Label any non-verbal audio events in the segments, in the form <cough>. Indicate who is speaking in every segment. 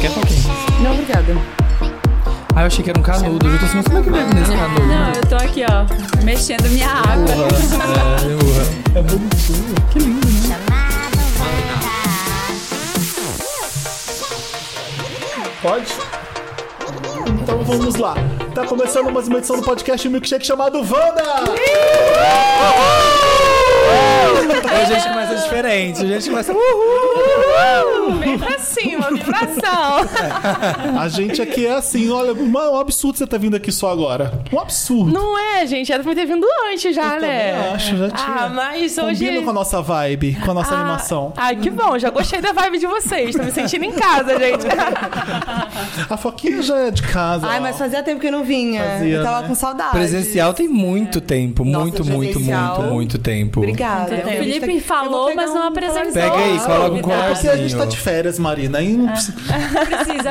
Speaker 1: Quer pouquinho?
Speaker 2: Não, obrigada.
Speaker 1: Ah, eu achei que era um canudo. Eu tô assim, mas como é que bebe nesse canudo?
Speaker 2: Não, eu tô aqui, ó, mexendo minha água.
Speaker 1: É, urra. É bonitinho. Que lindo, né?
Speaker 3: Pode? Então vamos lá. Tá começando mais uma edição do podcast Milkshake chamado Wanda!
Speaker 1: A gente começa diferente. A gente começa.
Speaker 4: Vem pra cima,
Speaker 2: <laughs>
Speaker 4: vibração.
Speaker 3: A gente aqui é assim, olha, uma- um absurdo você tá vindo aqui só agora. Um absurdo.
Speaker 4: Não é, gente? Era pra ter vindo antes já, né?
Speaker 3: também acho, já tinha.
Speaker 4: Ah, mas hoje.
Speaker 3: Combina com a nossa vibe, com a nossa
Speaker 4: Ah,
Speaker 3: animação.
Speaker 4: Ah, que bom, já gostei da vibe de vocês. Tô me sentindo em
Speaker 3: <laughs>
Speaker 4: casa,
Speaker 3: É,
Speaker 4: gente.
Speaker 3: tá A Foquinha já é de casa.
Speaker 5: Ai,
Speaker 3: ó.
Speaker 5: mas fazia tempo que eu não vinha.
Speaker 3: Fazia,
Speaker 5: eu tava
Speaker 3: né?
Speaker 5: com saudade.
Speaker 1: Presencial tem muito tempo.
Speaker 5: Nossa,
Speaker 1: muito, muito,
Speaker 5: presencial.
Speaker 1: muito, muito tempo.
Speaker 5: Obrigada.
Speaker 2: O Felipe falou, mas não
Speaker 4: um
Speaker 2: apresentou.
Speaker 1: Pega isso, fala algum
Speaker 3: É porque a gente
Speaker 1: Sozinho.
Speaker 3: tá de férias, Marina. E não precisa...
Speaker 2: Precisa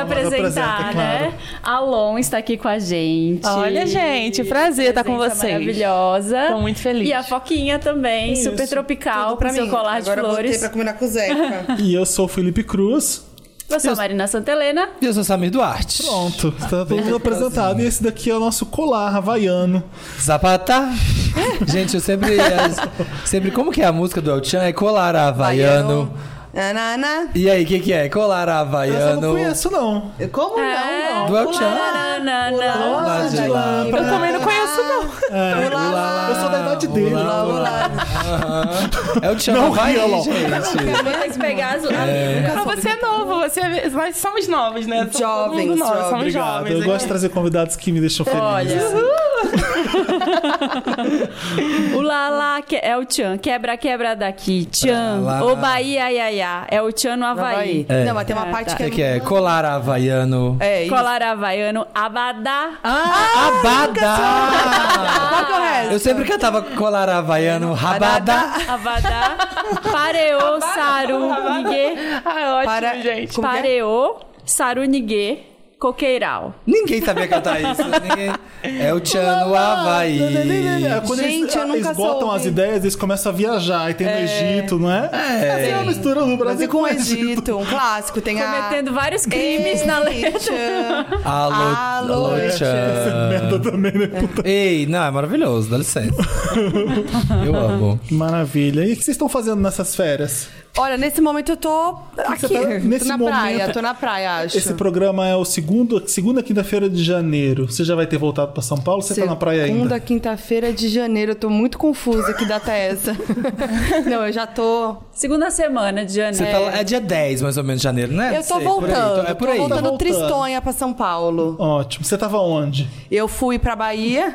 Speaker 3: <laughs> apresenta,
Speaker 2: apresentar,
Speaker 3: é claro.
Speaker 2: né? Alon está aqui com a gente.
Speaker 4: Olha, gente, prazer estar com
Speaker 2: Presença
Speaker 4: vocês.
Speaker 2: Maravilhosa.
Speaker 4: Tô muito feliz.
Speaker 2: E a Foquinha também, super tropical, com seu colar
Speaker 5: Agora
Speaker 2: de
Speaker 5: eu voltei
Speaker 2: flores.
Speaker 5: pra combinar com o <laughs> Zeca.
Speaker 3: E eu sou o Felipe Cruz.
Speaker 2: Eu sou a Marina Santelena.
Speaker 1: E eu sou Samir Duarte.
Speaker 3: Pronto, tá tudo apresentado. E esse daqui é o nosso colar havaiano.
Speaker 1: Zapata. Gente, eu sempre. eu sempre como que é a música do El Chan? É colar havaiano.
Speaker 5: Anana.
Speaker 1: E aí, o que, que é? Colar
Speaker 3: Mas eu não
Speaker 1: havaiano.
Speaker 3: conheço, não.
Speaker 5: Como não?
Speaker 1: Do El Chan.
Speaker 2: Tananana.
Speaker 1: Lá de lá.
Speaker 4: Eu também não conheço, não.
Speaker 3: É,
Speaker 5: Olá,
Speaker 3: eu sou da idade dele.
Speaker 1: Olá,
Speaker 5: olá.
Speaker 1: É o Tchan
Speaker 3: Não
Speaker 1: vai,
Speaker 3: ri, Alô.
Speaker 1: gente.
Speaker 2: Tem que pegar
Speaker 3: É.
Speaker 2: as...
Speaker 4: Mas você é novo, você é... nós somos novos, né? Somos todo mundo
Speaker 5: Jovens,
Speaker 4: novo, somos
Speaker 3: Obrigado.
Speaker 4: jovens.
Speaker 3: Eu
Speaker 4: né?
Speaker 3: gosto de trazer convidados que me deixam feliz.
Speaker 2: Olha. <laughs> o Lala que é o Tchan. Quebra, quebra daqui. Tchan.
Speaker 1: Lá, lá.
Speaker 2: O Bahia, ia, ia. É o Tchan no Havaí.
Speaker 1: É.
Speaker 5: Não, mas tem uma parte
Speaker 1: O
Speaker 5: que
Speaker 1: que,
Speaker 5: é.
Speaker 1: que é? Colar havaiano.
Speaker 5: É, isso.
Speaker 2: Colar havaiano, abadá.
Speaker 1: Ah, abadá!
Speaker 5: Qual que é o resto?
Speaker 1: Eu sempre cantava colar havaiano, rabada.
Speaker 2: Abadá. Pareô, saru, nigue.
Speaker 4: Ah, é ótimo,
Speaker 5: Para-
Speaker 4: gente.
Speaker 5: Como que é?
Speaker 2: Pareô, saru, nigue. Coqueiral.
Speaker 1: Ninguém sabia cantar isso. Ninguém... É o Tchan no Havaí.
Speaker 3: É, quando eles,
Speaker 5: Gente, eu nunca
Speaker 3: eles botam
Speaker 5: soube.
Speaker 3: as ideias, eles começam a viajar. E tem no Egito, não é? É. Assim, a mistura do
Speaker 5: Brasil
Speaker 3: Brasil
Speaker 5: com o Egito, um clássico. Tem a.
Speaker 2: Ah. Cometendo vários crimes na letra.
Speaker 5: letra.
Speaker 1: Alô,
Speaker 5: Alô,
Speaker 1: alô Tchan.
Speaker 3: <laughs> Merda também, né?
Speaker 1: Ei, não, é maravilhoso, dá licença. Eu amo.
Speaker 3: Maravilha. E o que vocês estão fazendo nessas férias?
Speaker 5: Olha, nesse momento eu tô
Speaker 3: você
Speaker 5: aqui.
Speaker 3: tá- nesse
Speaker 5: tô na praia,
Speaker 3: momento-
Speaker 5: tô na praia, acho.
Speaker 3: Esse programa é o segundo, segunda quinta-feira de janeiro. Você já vai ter voltado pra São Paulo? Você tá na praia ainda?
Speaker 5: Segunda, quinta-feira de janeiro. Eu tô muito confusa. Que data é essa? <laughs> não, eu já tô.
Speaker 2: Segunda semana de janeiro.
Speaker 1: Você tá lá- é dia 10, mais ou menos, de janeiro, né?
Speaker 5: Eu tô
Speaker 1: Sei, por aí.
Speaker 5: voltando.
Speaker 1: É por aí.
Speaker 5: Tô Tá voltando
Speaker 3: voltando.
Speaker 5: tristonha pra São Paulo.
Speaker 3: Ótimo. Você tava
Speaker 5: <laughs>
Speaker 3: onde?
Speaker 5: Eu fui pra Bahia.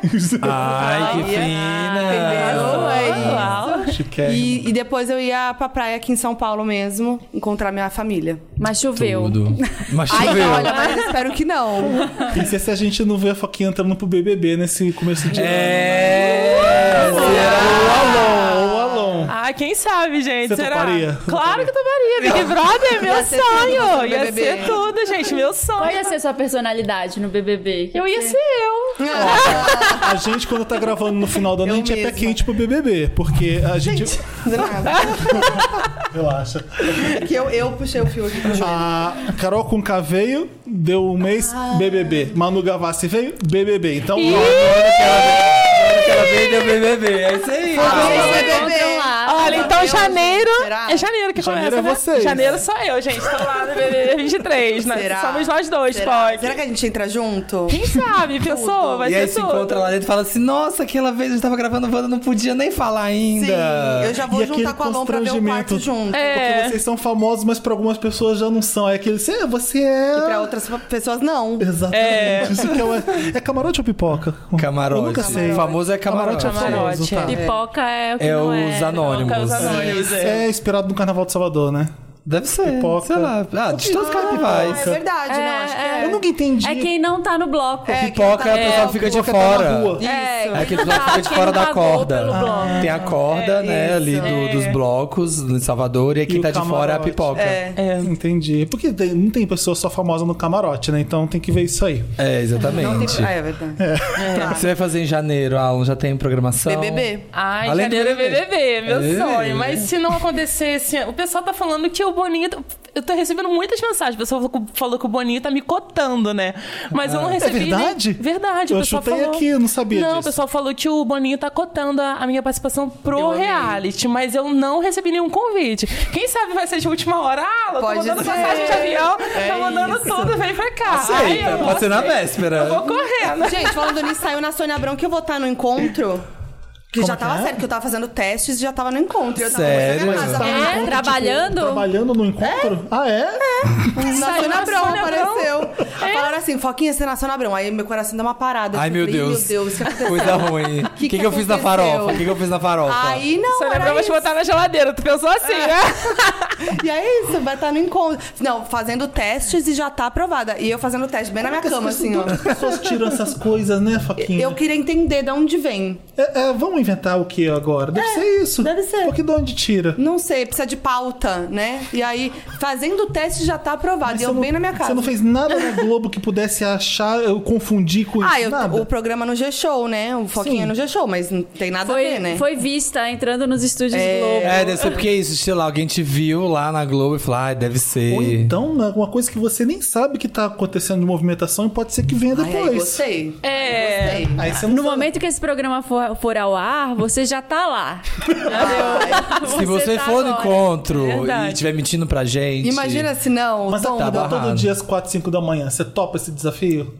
Speaker 1: Ai, que fina.
Speaker 5: Ah. entendeu? É isso.
Speaker 3: Ah, Chiquérrimo.
Speaker 5: E, e depois eu ia pra praia aqui em São Paulo mesmo, encontrar minha família.
Speaker 2: Mas choveu.
Speaker 1: Tudo. Mas
Speaker 5: Ai,
Speaker 1: choveu.
Speaker 5: olha, mas eu espero que <laughs> não.
Speaker 3: E se se a gente não vê a Foquinha entrando pro BBB nesse começo de
Speaker 1: É.
Speaker 3: ano? O Alon, o Alon.
Speaker 4: Ah, quem sabe, gente?
Speaker 3: Você
Speaker 4: Será?
Speaker 3: toparia?
Speaker 4: Claro que eu toparia. Big Brother, meu
Speaker 5: Ia ser tudo
Speaker 4: sonho.
Speaker 5: no
Speaker 4: Ia
Speaker 5: BBB.
Speaker 4: ser tudo, gente. Meu
Speaker 2: Qual
Speaker 4: sonho.
Speaker 2: ia ser sua personalidade no BBB?
Speaker 4: Eu ia ser eu.
Speaker 3: A gente, quando tá gravando no final da ano, a
Speaker 5: Eu
Speaker 3: gente é pé
Speaker 5: mesma.
Speaker 3: quente pro BBB, porque a gente...
Speaker 5: Do nada.
Speaker 3: Relaxa.
Speaker 5: É Que eu, eu puxei o fio aqui pro jogo.
Speaker 3: A Carol Conká veio, deu um mês, BBB. Manu Gavassi veio, BBB. Então,
Speaker 1: é Ela é veio do BBB. É isso aí.
Speaker 5: Ah,
Speaker 4: Olha, então janeiro.
Speaker 5: Será?
Speaker 4: É janeiro que
Speaker 3: Janeiro é
Speaker 4: começa. né?
Speaker 3: vocês.
Speaker 4: Janeiro sou eu, gente. Tô lá no BBB 23. Nós,
Speaker 5: Será?
Speaker 4: né? Somos nós dois,
Speaker 5: Será?
Speaker 4: Foque.
Speaker 5: Será que a gente entra junto?
Speaker 4: Quem sabe, pessoa? Vai
Speaker 1: E aí
Speaker 4: ser
Speaker 1: se
Speaker 4: tudo.
Speaker 1: encontra lá dentro e fala assim: Nossa, aquela vez a gente tava gravando o Wanda, não podia nem falar ainda.
Speaker 5: Sim, eu já vou
Speaker 3: E aquele
Speaker 5: juntar com a Lon pra ver o
Speaker 3: constrangimento.
Speaker 5: quarto junto.
Speaker 4: É.
Speaker 3: porque vocês são famosos, mas pra algumas pessoas já não são. É aquele, "Cê- você é...
Speaker 5: E pra outras pessoas, não.
Speaker 3: Exatamente. Isso que é, o- é camarote ou pipoca?
Speaker 1: Camarote.
Speaker 3: Eu nunca sei.
Speaker 1: O famoso é camarote.
Speaker 3: é
Speaker 4: Camarote.
Speaker 3: famoso, tá.
Speaker 2: Pipoca é o que
Speaker 1: É
Speaker 2: não
Speaker 1: os anônimos.
Speaker 4: Coloca os anônimos, é.
Speaker 3: É inspirado no Carnaval de Salvador, né?
Speaker 1: Deve ser.
Speaker 3: Pipoca.
Speaker 1: Sei lá. Ah, de todos os
Speaker 5: Ah, é
Speaker 1: carnavais.
Speaker 5: verdade, não. Acho que é.
Speaker 2: Eu nunca
Speaker 3: entendi.
Speaker 2: É quem não tá no bloco.
Speaker 5: É,
Speaker 1: Pipoca,
Speaker 5: quem tá-
Speaker 1: a pessoa fica de
Speaker 3: pipoca tá na
Speaker 1: fora.
Speaker 3: rua.
Speaker 2: É,
Speaker 5: Isso.
Speaker 1: É aquele bloco que fica
Speaker 2: não tá-
Speaker 1: de
Speaker 2: quem
Speaker 1: fora
Speaker 2: não
Speaker 1: da
Speaker 2: pagou
Speaker 1: corda. Ah,
Speaker 2: pelo bloco.
Speaker 1: Tem a corda, né, ali do- dos blocos em Salvador e
Speaker 3: E
Speaker 1: quem
Speaker 3: o
Speaker 1: tá de fora é a
Speaker 3: camarote.
Speaker 1: pipoca.
Speaker 5: É.
Speaker 3: Entendi. Porque tem- não tem pessoa só famosa no camarote, né? Então tem que ver isso aí.
Speaker 1: É, exatamente.
Speaker 5: Ah, é verdade.
Speaker 1: O que você vai fazer em janeiro, Alan? Já tem programação?
Speaker 5: BBB.
Speaker 4: Ai,
Speaker 1: Além do
Speaker 4: janeiro é
Speaker 1: BBB.
Speaker 4: BBB, meu
Speaker 1: É.
Speaker 4: sonho. Mas se não acontecesse. O pessoal tá falando que o o Boninho. tá- Eu tô recebendo muitas mensagens. O pessoal falou que- falou que o Boninho tá me cotando, né? Mas eu não recebi. nem-
Speaker 3: Ah. É verdade?
Speaker 4: Verdade. o
Speaker 3: Eu
Speaker 4: pessoal
Speaker 3: chutei
Speaker 4: falou...
Speaker 3: aqui, eu não sabia
Speaker 4: Não,
Speaker 3: disso.
Speaker 4: o pessoal falou que o Boninho tá cotando a, a minha participação pro reality, mas eu não recebi nenhum convite. Quem sabe vai ser de última hora? Ah, eu tô
Speaker 5: Pode
Speaker 4: mandando
Speaker 5: ser.
Speaker 4: passagem de avião, tô mandando tudo, vem pra cá. Aí eu né?
Speaker 1: pode ser na véspera.
Speaker 4: vou correndo.
Speaker 5: Gente, falando nisso, saiu na Sônia Abrão que eu vou estar no encontro. Que já tava sério, que eu tava fazendo testes e já tava no encontro. Eu tava
Speaker 1: é? Sério?
Speaker 5: na minha casa.
Speaker 3: Mas
Speaker 2: É, trabalhando?
Speaker 3: tipo, Trabalhando no encontro? Ah, é?
Speaker 5: Na
Speaker 4: Saiu
Speaker 5: Sônia
Speaker 4: na
Speaker 5: Abrão
Speaker 4: Sônia Abrão.
Speaker 5: apareceu. Aí Falaram assim, Foquinha, você é na Sônia Abrão. Aí meu coração deu uma parada.
Speaker 1: Ai,
Speaker 5: assim,
Speaker 1: meu
Speaker 5: eu falei,
Speaker 1: Deus.
Speaker 5: Meu Deus, o que aconteceu?
Speaker 1: Coisa ruim. O que, que,
Speaker 5: que
Speaker 1: eu fiz na
Speaker 5: aconteceu?
Speaker 1: farofa? O que, que eu fiz na farofa?
Speaker 5: Aí não,
Speaker 4: Sônia
Speaker 5: era
Speaker 4: Abrão vai te
Speaker 5: isso.
Speaker 4: botar na geladeira, tu pensou assim, né?
Speaker 5: E é isso, vai estar no encontro. Não, fazendo testes e já tá aprovada. E eu fazendo teste bem na minha cama, assim, ó.
Speaker 3: As pessoas tiram essas coisas, né, Faquinha?
Speaker 5: Eu queria entender de onde vem.
Speaker 3: É, é, vamos inventar o que agora? Deve ser isso.
Speaker 5: É, deve ser.
Speaker 3: Porque de onde tira?
Speaker 5: Não sei, precisa de pauta, né? E aí, fazendo o teste já tá aprovado.
Speaker 3: Mas
Speaker 5: e eu
Speaker 3: você não-
Speaker 5: bem na minha casa.
Speaker 3: Você não fez nada na Globo que pudesse achar, eu confundir com isso.
Speaker 5: Ah, eu-
Speaker 3: nada.
Speaker 5: o programa no G-Show, né? O Foquinha
Speaker 3: Sim.
Speaker 5: no G-Show, mas não tem nada a
Speaker 2: Foi,
Speaker 5: ver, né?
Speaker 2: foi vista entrando nos estúdios Globo.
Speaker 1: É, deve ser porque é isso, sei lá, alguém te viu lá na Globo e falou, ah, deve ser.
Speaker 3: Ou então, né, alguma coisa que você nem sabe que tá acontecendo de movimentação e pode ser que venha
Speaker 5: Ai, ai,
Speaker 3: depois.
Speaker 5: gostei.
Speaker 4: É.
Speaker 5: Gostei.
Speaker 3: Aí você não
Speaker 2: No
Speaker 3: sabe.
Speaker 2: momento que esse programa for, for ao ar, você já tá lá.
Speaker 1: <laughs> Se você
Speaker 2: tá
Speaker 1: for no
Speaker 2: agora.
Speaker 1: encontro e
Speaker 2: Verdade.
Speaker 1: estiver mentindo pra gente.
Speaker 5: Imagina se não, o
Speaker 3: Mas tá,
Speaker 5: tom
Speaker 3: acaba
Speaker 5: do-
Speaker 1: barrado.
Speaker 3: todo dia às 4, 5 da manhã. Você topa esse desafio?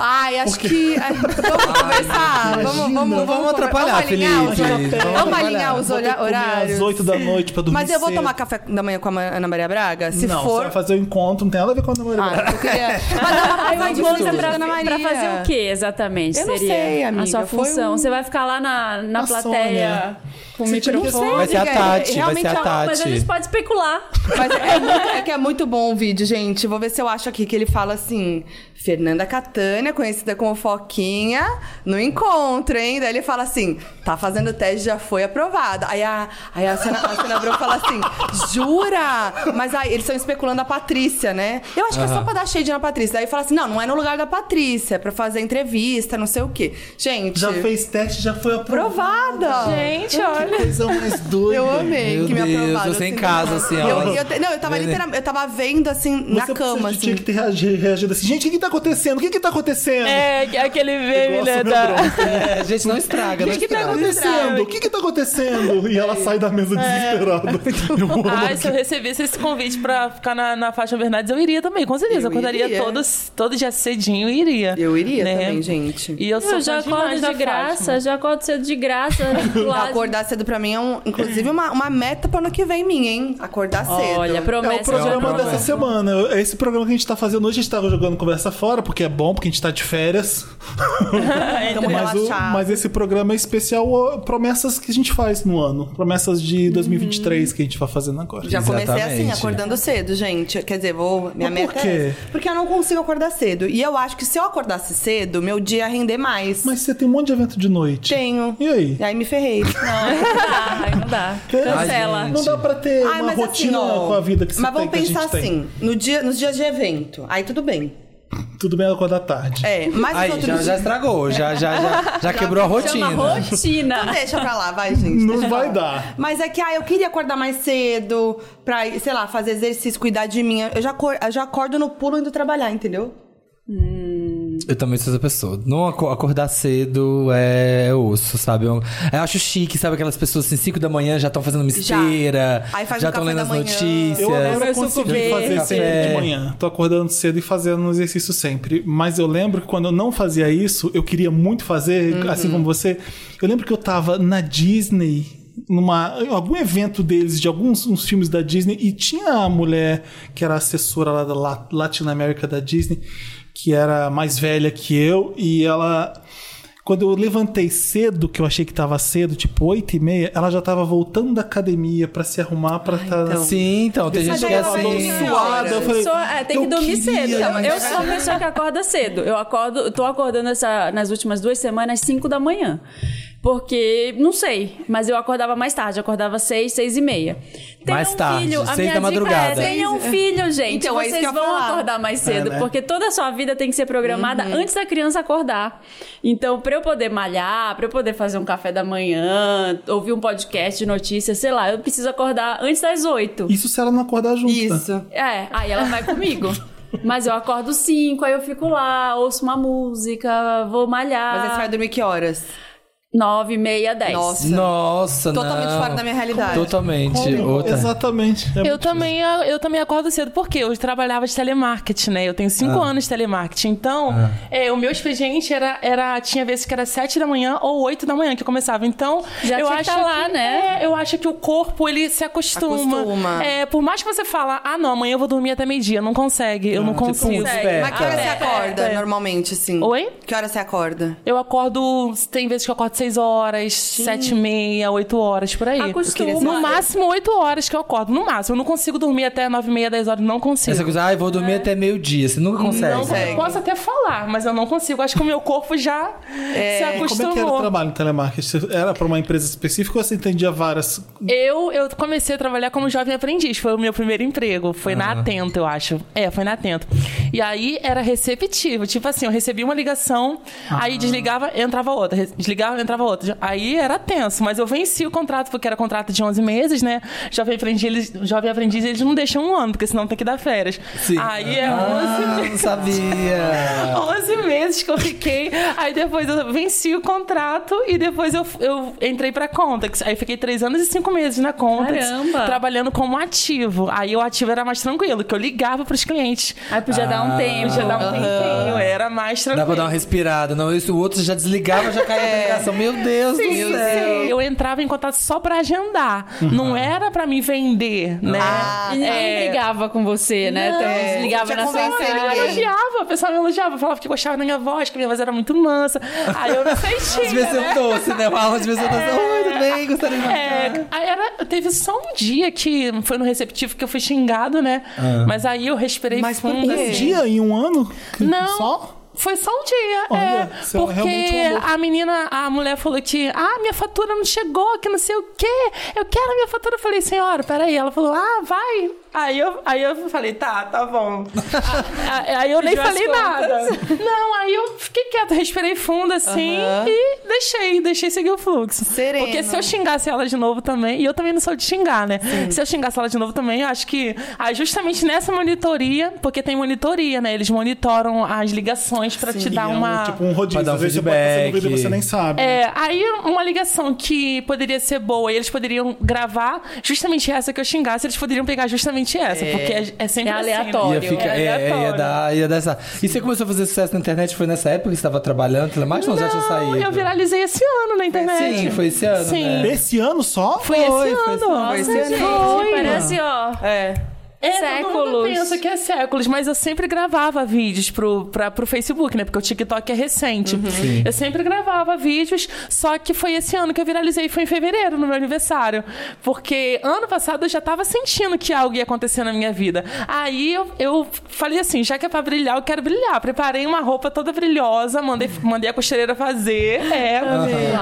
Speaker 5: Ai, acho que.
Speaker 3: <laughs>
Speaker 5: ai, vamos conversar. Vamos, vamos,
Speaker 3: imagina.
Speaker 5: vamos,
Speaker 1: Vamos atrapalhar,
Speaker 5: vamos alinhar os
Speaker 1: Felipe.
Speaker 5: horários.
Speaker 1: Vamos
Speaker 5: Vamos alinhar os
Speaker 3: Vou ter que
Speaker 5: olha-
Speaker 3: comer
Speaker 5: horários.
Speaker 3: Às 8 da noite pra dormir
Speaker 5: Mas eu vou
Speaker 3: cedo.
Speaker 5: tomar café da manhã com a Ma- Ana Maria Braga? Se
Speaker 3: não, você
Speaker 5: for.
Speaker 3: vai fazer o encontro, não tem nada a ver com a namorada.
Speaker 5: Ah,
Speaker 3: <laughs>
Speaker 5: eu queria. Mas dá uma
Speaker 2: Aí o
Speaker 5: passadinha
Speaker 2: encontro
Speaker 5: pra
Speaker 2: pra,
Speaker 5: Ana Maria.
Speaker 2: pra fazer o que exatamente?
Speaker 5: Eu não
Speaker 2: seria
Speaker 5: sei, amiga,
Speaker 2: A sua
Speaker 5: foi
Speaker 2: função.
Speaker 5: um-
Speaker 2: Você vai ficar lá na, na
Speaker 3: A
Speaker 2: plateia
Speaker 3: Sônia.
Speaker 2: com o
Speaker 3: Ah, né? Você tinha que- um
Speaker 2: microfone.
Speaker 1: Vai ser a
Speaker 5: Amiga,
Speaker 1: Tati, vai
Speaker 5: realmente
Speaker 1: ser a
Speaker 5: é uma-
Speaker 2: Mas a gente
Speaker 1: Tati.
Speaker 2: pode especular.
Speaker 5: Mas é, muito- é que é muito bom o vídeo, gente. Vou ver se eu acho aqui que ele fala assim: Fernanda Catânia, conhecida como Foquinha, no encontro, hein? Daí ele fala assim: tá fazendo teste, já foi aprovada. Aí a, aí a Sena, a Sena Abrão fala assim: jura? Mas aí eles estão especulando a Patrícia, né? Eu acho que é só pra dar shade na Patrícia. Daí fala assim: não, não é no lugar da Patrícia, é pra fazer entrevista, não sei o quê. Gente,
Speaker 3: Já fez teste, já foi aprovado.
Speaker 5: aprovada!
Speaker 4: Gente, olha.
Speaker 3: Coisa mais doida.
Speaker 5: Eu amei
Speaker 1: Meu
Speaker 5: que me
Speaker 1: Deus,
Speaker 5: aprovaram.
Speaker 1: você em
Speaker 5: assim,
Speaker 1: casa,
Speaker 5: do-
Speaker 1: assim,
Speaker 5: eu,
Speaker 1: ó.
Speaker 5: eu te- Não, eu tava
Speaker 1: Nenê.
Speaker 5: literalmente, eu tava vendo, assim, na
Speaker 3: Você
Speaker 5: cama,
Speaker 3: precisa-
Speaker 5: assim.
Speaker 3: Tinha que ter reagi- reagido assim. Gente, o que tá acontecendo? O que que tá acontecendo?
Speaker 4: É, aquele meme,
Speaker 3: Igual a
Speaker 4: né?
Speaker 3: Sônia
Speaker 4: Da...
Speaker 3: Abrão.
Speaker 1: É, gente, não estraga, não
Speaker 3: O que que tá
Speaker 1: estraga.
Speaker 3: acontecendo? O que que tá acontecendo? E ela sai da mesa desesperada. Eu amo
Speaker 4: Ai, se eu recebesse esse convite pra ficar na, na faixa Bernardes, eu iria também, com certeza.
Speaker 5: Eu
Speaker 4: Eu acordaria
Speaker 5: iria.
Speaker 4: todos, todo dia cedinho e iria.
Speaker 5: Eu iria
Speaker 4: né?
Speaker 5: também, gente.
Speaker 4: E eu sou
Speaker 2: Eu já
Speaker 4: fã demais
Speaker 2: acordo
Speaker 4: da
Speaker 2: de
Speaker 4: Fátima.
Speaker 2: graça, já acordo cedo de graça. do lado.
Speaker 5: Acordar cedo pra mim é, um, inclusive, uma, uma meta pro ano que vem minha, hein? Acordar cedo.
Speaker 2: Olha, promessa.
Speaker 3: É o programa
Speaker 1: programa.
Speaker 3: dessa semana. Esse programa que a gente tá fazendo hoje, a gente tá jogando conversa fora, porque é bom, porque a gente tá de férias.
Speaker 5: Tamo
Speaker 3: Mas, o-
Speaker 5: relaxados.
Speaker 3: um, mas esse programa é especial ó, promessas que a gente faz no ano. Promessas de 2023 que a gente vai fazendo agora.
Speaker 5: Uhum. Já comecei assim,
Speaker 1: Exatamente.
Speaker 5: acordando cedo, gente. Quer dizer, vou. Minha
Speaker 3: Mas por
Speaker 5: meta
Speaker 3: quê?
Speaker 5: é essa. Porque eu não consigo acordar cedo. E eu acho que se eu acordasse cedo, meu dia ia render mais.
Speaker 3: Mas você tem um monte de evento de noite.
Speaker 5: Tenho.
Speaker 3: E aí?
Speaker 5: E aí me ferrei.
Speaker 2: Ai, não dá. Cancela.
Speaker 1: Ai,
Speaker 3: Não dá pra ter
Speaker 5: Ai,
Speaker 3: uma
Speaker 5: mas assim,
Speaker 3: rotina
Speaker 5: ó,
Speaker 3: com a vida que você
Speaker 5: Mas
Speaker 3: tem.
Speaker 5: vamos
Speaker 3: que a gente
Speaker 5: pensar
Speaker 3: tem.
Speaker 5: assim: no dia, nos dias de evento, aí tudo bem.
Speaker 3: Tudo bem acordar tarde.
Speaker 5: É, mas os
Speaker 1: Aí,
Speaker 5: outros
Speaker 1: já,
Speaker 5: dias.
Speaker 1: já estragou, já, já, já, já quebrou a
Speaker 2: Chama
Speaker 1: rotina.
Speaker 5: Então
Speaker 2: rotina.
Speaker 5: deixa pra lá, vai, gente.
Speaker 3: Não
Speaker 5: deixa pra
Speaker 3: vai
Speaker 5: lá.
Speaker 3: dar.
Speaker 5: Mas é que, ah, eu queria acordar mais cedo pra, ir, sei lá, fazer exercício, cuidar de mim. Eu já, acor- eu já acordo no pulo indo trabalhar, entendeu?
Speaker 1: Eu também sou essa pessoa. Não aco- acordar cedo é osso, sabe? Eu, eu acho chique, sabe? Aquelas pessoas assim, 5 da manhã já estão fazendo uma esteira,
Speaker 5: Aí faz
Speaker 1: já
Speaker 5: um
Speaker 1: estão
Speaker 5: café
Speaker 1: lendo
Speaker 5: da
Speaker 1: as
Speaker 5: manhã.
Speaker 1: notícias.
Speaker 3: Eu agora
Speaker 2: Meu suco
Speaker 3: consegui
Speaker 2: verde.
Speaker 3: fazer sempre de
Speaker 1: Café.
Speaker 3: manhã. Tô acordando cedo e fazendo um exercício sempre. Mas eu lembro que quando eu não fazia isso, eu queria muito fazer, assim como você. Eu lembro que eu tava na Disney, numa em algum evento deles, de alguns uns filmes da Disney, e tinha a mulher que era assessora lá da La- Latin America da Disney, que era mais velha que eu, e ela. Quando eu levantei cedo, que eu achei que tava cedo, tipo 8 e meia, ela já tava voltando da academia pra se arrumar pra estar tá
Speaker 1: Sim, então, tem gente
Speaker 3: mas
Speaker 1: que
Speaker 3: aí
Speaker 1: é
Speaker 3: ela
Speaker 1: assim.
Speaker 3: não suada. Eu falei,
Speaker 2: Sou- é, tem que
Speaker 3: eu
Speaker 2: dormir
Speaker 3: queria
Speaker 2: cedo. Eu,
Speaker 3: isso.
Speaker 2: sou a pessoa que acorda cedo. Eu acordo, eu tô acordando essa- nas últimas duas semanas, 5 da manhã. Porque, não sei, mas eu acordava mais tarde, eu acordava seis, seis e meia. Tenha
Speaker 1: Mais
Speaker 2: um
Speaker 1: tarde,
Speaker 2: filho,
Speaker 1: seis
Speaker 2: a minha
Speaker 1: da madrugada.
Speaker 2: dica é tenha um filho, gente.
Speaker 5: Então, é isso
Speaker 2: Vocês
Speaker 5: que eu ia
Speaker 2: vão
Speaker 5: falar. Uhum.
Speaker 2: acordar mais cedo,
Speaker 3: É, né?
Speaker 2: porque toda a sua vida tem que ser programada antes da criança acordar. Então, pra eu poder malhar, pra eu poder fazer um café da manhã, ouvir um podcast de notícias, sei lá, eu preciso acordar antes das oito.
Speaker 3: Isso se ela não acordar junto.
Speaker 5: Isso.
Speaker 2: É, aí ela vai comigo. Mas eu acordo cinco, aí eu fico lá, ouço uma música, vou malhar.
Speaker 5: Mas aí você vai dormir que horas?
Speaker 2: Nove, meia, dez.
Speaker 5: Nossa.
Speaker 1: Nossa,
Speaker 5: Totalmente
Speaker 1: não.
Speaker 5: fora da minha realidade.
Speaker 1: Totalmente.
Speaker 3: Como?
Speaker 1: Outra.
Speaker 3: Exatamente. É
Speaker 4: Eu também, eu também acordo cedo, porque eu trabalhava de telemarketing, né? Eu tenho cinco anos de telemarketing. Então, é, o meu expediente era, era. Tinha vezes que era sete da manhã ou oito da manhã que eu começava. Então,
Speaker 2: Já
Speaker 4: eu
Speaker 2: tinha que
Speaker 4: acho
Speaker 2: tá lá,
Speaker 4: que,
Speaker 2: né?
Speaker 4: é, eu acho que o corpo, ele se acostuma.
Speaker 5: Acostuma.
Speaker 4: É, por mais que você fala, ah, não, amanhã eu vou dormir até meio-dia. Não consegue, eu Ah, tipo, não consigo.
Speaker 1: Putz, pera.
Speaker 5: Mas que hora
Speaker 2: Ah,
Speaker 5: você
Speaker 2: é.
Speaker 5: acorda, normalmente, assim?
Speaker 4: Oi?
Speaker 5: Que hora você acorda?
Speaker 4: Eu acordo, tem vezes que eu acordo seis horas, sete e meia, oito horas, por aí.
Speaker 2: Acostuma.
Speaker 4: No máximo oito horas que eu acordo, no máximo. Eu não consigo dormir até nove e meia, dez horas, não consigo.
Speaker 1: Essa coisa, ai, vou dormir até meio-dia. Você nunca consegue.
Speaker 4: É.
Speaker 3: É,
Speaker 4: Não,
Speaker 5: Consegue.
Speaker 4: eu posso até falar, mas eu não consigo. Acho que o meu corpo já se
Speaker 3: É, Como é
Speaker 4: acostumou.
Speaker 3: que era o trabalho no telemarketing? Era pra uma empresa específica ou você entendia várias?
Speaker 4: Eu, eu comecei a trabalhar como jovem aprendiz, foi o meu primeiro emprego. Foi na
Speaker 3: Ah.
Speaker 4: Atento, eu acho. É, foi na Atento. E aí era receptivo. Tipo assim, eu recebia uma ligação,
Speaker 3: Ah.
Speaker 4: aí desligava, entrava outra. re- Desligava, entrava outra. Aí era tenso, mas eu venci o contrato, porque era contrato de 11 meses, né? Jovem aprendiz, eles, jovem aprendiz, eles não deixam um ano, porque senão tem que dar férias.
Speaker 1: Sim.
Speaker 4: Aí é 11
Speaker 1: ah,
Speaker 4: meses.
Speaker 1: não sabia.
Speaker 4: 11 meses que eu fiquei. Aí depois eu venci o contrato e depois eu, eu entrei pra Contax. Aí fiquei 3 anos e 5 meses na Contax.
Speaker 2: Caramba!
Speaker 4: Trabalhando como ativo. Aí o ativo era mais tranquilo, que eu ligava pros clientes.
Speaker 2: Aí podia dar
Speaker 5: Ah.
Speaker 2: um tempo.
Speaker 4: Podia dar um tempinho, era mais
Speaker 1: Dá
Speaker 4: tranquilo.
Speaker 1: pra dar uma respirada. Não, isso, o outro já desligava, já caía a ligação. Meu Deus
Speaker 4: É. Sim,
Speaker 1: do céu.
Speaker 4: sim. Eu entrava em contato só pra agendar.
Speaker 1: Uhum.
Speaker 4: Não era pra me vender, né?
Speaker 1: Ah.
Speaker 2: E ninguém
Speaker 4: É.
Speaker 2: ligava com você, né? Então
Speaker 5: não
Speaker 2: ligava
Speaker 5: tinha
Speaker 2: na sua
Speaker 5: convencido
Speaker 2: cara.
Speaker 5: ninguém.
Speaker 4: Eu elogiava, o pessoal me elogiava, falava que gostava da minha voz, que minha voz era muito mansa.
Speaker 1: <laughs>
Speaker 4: Aí eu não
Speaker 1: Às vezes
Speaker 4: sentia.
Speaker 1: eu doce, né? Uma aula de vez eu doce. Oi, tudo bem? Gostaria de
Speaker 4: É, aí era, teve só um dia que foi no receptivo que eu fui xingado, né? Mas aí eu respirei
Speaker 5: Mas por
Speaker 4: fundo,
Speaker 5: quê?
Speaker 4: assim.
Speaker 3: Um dia em um ano? Que-
Speaker 4: Não.
Speaker 3: Só?
Speaker 4: Foi só um dia,
Speaker 3: Olha,
Speaker 4: é,
Speaker 3: você é realmente um
Speaker 4: porque
Speaker 3: amor.
Speaker 4: a menina, a mulher falou que, ah, minha fatura não chegou, que não sei o quê, eu quero a minha fatura. Eu falei, senhora, peraí. Ela falou, ah, vai. Aí eu, aí eu falei, tá, tá bom. Ah, ah, aí eu nem
Speaker 2: Pediu as
Speaker 4: falei
Speaker 2: contas.
Speaker 4: nada. <laughs> Não, aí eu fiquei quieta, respirei fundo assim e deixei, deixei seguir o fluxo.
Speaker 5: Sereno.
Speaker 4: Porque se eu xingasse ela de novo também, e eu também não sou de xingar, né? Se eu xingasse ela de novo também, eu acho que ah, justamente nessa monitoria, porque tem monitoria, né? Eles monitoram as ligações pra te dar
Speaker 3: E é um-
Speaker 4: uma.
Speaker 3: tipo um rodízio.
Speaker 1: Pra dar um
Speaker 3: Às vezes você pode estar sendo
Speaker 1: feedback.
Speaker 3: ouvido e você nem sabe.
Speaker 4: É, aí uma ligação que poderia ser boa e eles poderiam gravar justamente essa que eu xingasse, eles poderiam pegar justamente essa, porque é, é sempre
Speaker 2: É
Speaker 4: assim, né?
Speaker 2: aleatório.
Speaker 1: Ia, ficar,
Speaker 4: É
Speaker 1: é, é, ia,
Speaker 4: aleatório.
Speaker 1: dar, ia dar essa. E você começou a fazer sucesso na internet? Foi nessa época que você tava trabalhando? Telemarketing ou já tinha
Speaker 4: Não,
Speaker 1: saído?
Speaker 4: eu viralizei esse ano na internet.
Speaker 1: Sim, foi esse ano,
Speaker 4: Sim.
Speaker 1: né?
Speaker 3: Esse ano só?
Speaker 4: Foi,
Speaker 1: Foi,
Speaker 4: esse
Speaker 1: foi esse ano.
Speaker 4: ano.
Speaker 5: Foi esse ano, gente.
Speaker 4: Foi.
Speaker 2: Parece, ó.
Speaker 5: É.
Speaker 4: É, Todo mundo
Speaker 2: séculos.
Speaker 4: pensa que é séculos, mas eu sempre gravava vídeos pro, pra, pro Facebook, né? Porque o TikTok é recente.
Speaker 1: Sim.
Speaker 4: Eu sempre gravava vídeos, só que foi esse ano que eu viralizei, foi em fevereiro, no meu aniversário. Porque ano passado eu já tava sentindo que algo ia acontecer na minha vida. Aí eu, eu falei assim: já que é pra brilhar, eu quero brilhar. Preparei uma roupa toda brilhosa, mandei, mandei a costureira fazer. É.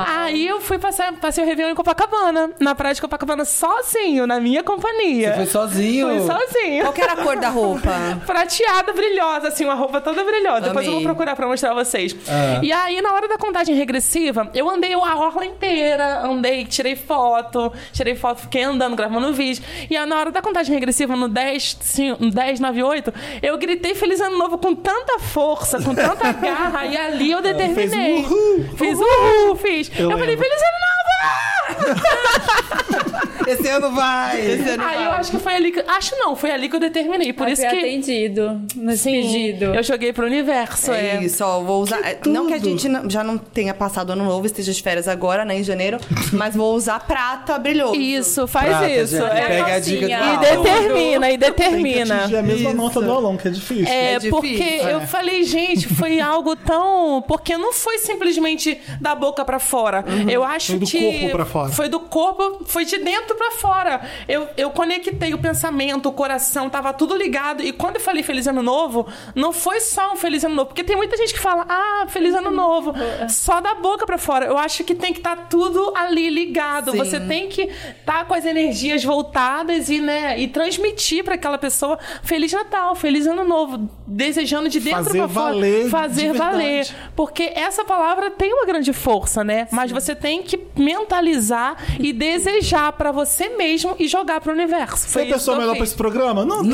Speaker 4: Aí eu fui passar, passei o Réveillon em Copacabana, na praia de Copacabana, sozinho, na minha companhia.
Speaker 1: Você foi sozinho?
Speaker 4: Fui sozinho.
Speaker 5: Qual que era a cor da roupa?
Speaker 4: Prateada, brilhosa, assim, uma roupa toda brilhosa. Depois eu vou
Speaker 5: Amei.
Speaker 4: procurar pra mostrar vocês.
Speaker 1: Ah.
Speaker 4: E aí, na hora da contagem regressiva, eu andei a orla inteira, andei, tirei foto, tirei foto, fiquei andando, gravando vídeo. E aí, na hora da contagem regressiva, no 10, cin- no 10 9, 8, eu gritei Feliz Ano Novo com tanta força, com tanta garra, e ali eu determinei.
Speaker 3: fez um uhul.
Speaker 4: Fiz uhul, fiz.
Speaker 3: Eu
Speaker 4: Eu, falei,
Speaker 3: lembro.
Speaker 4: Feliz Ano Novo!
Speaker 1: <laughs> Esse ano vai!
Speaker 4: Aí eu acho que foi ali que. Acho não, foi ali que eu determinei. Por
Speaker 2: Por
Speaker 4: isso que.
Speaker 2: atendido nesse
Speaker 4: Sim,
Speaker 2: pedido.
Speaker 4: Eu joguei pro universo, é.
Speaker 5: É isso, ó, vou usar. é, não que a gente não- já não tenha passado ano novo, esteja de férias agora, né, em janeiro, mas vou usar prata brilhoso.
Speaker 4: Isso, faz
Speaker 1: Prata,
Speaker 4: isso.
Speaker 1: gente,
Speaker 4: é.
Speaker 1: pega a
Speaker 2: calcinha.
Speaker 1: dica do
Speaker 2: E
Speaker 4: E
Speaker 1: Paulo.
Speaker 4: determina, e
Speaker 3: Tem que
Speaker 4: determina.
Speaker 3: atingir a mesma
Speaker 1: Isso.
Speaker 3: nota do aulão, que é difícil.
Speaker 4: É,
Speaker 5: É difícil,
Speaker 4: porque
Speaker 5: é.
Speaker 4: eu falei, gente,
Speaker 3: <laughs>
Speaker 4: foi algo tão. Porque não foi simplesmente da boca pra fora. Eu acho
Speaker 3: Uhum. Foi do
Speaker 4: que.
Speaker 3: corpo pra fora.
Speaker 4: Foi do corpo, foi de dentro pra fora. Eu, eu conectei o pensamento, o coração, tava tudo ligado. E quando eu falei Feliz Ano Novo, não foi só um Feliz Ano Novo. Porque tem muita gente que fala, ah, Feliz Ano
Speaker 3: Uhum.
Speaker 4: Novo. Só da boca pra fora. Eu acho que tem que estar tudo ali ligado.
Speaker 5: Sim.
Speaker 4: Você tem que estar com as energias voltadas e, né, e transmitir pra aquela pessoa Feliz Natal, Feliz Ano Novo. Desejando de dentro
Speaker 3: Fazer
Speaker 4: pra fora.
Speaker 3: valer de
Speaker 4: Fazer
Speaker 3: verdade.
Speaker 4: valer. Porque essa palavra tem uma grande força, né? Mas você tem que mentalizar e desejar pra você mesmo e jogar pro universo.
Speaker 3: Você
Speaker 4: Foi
Speaker 3: é a pessoa melhor pra esse programa? Não, tem.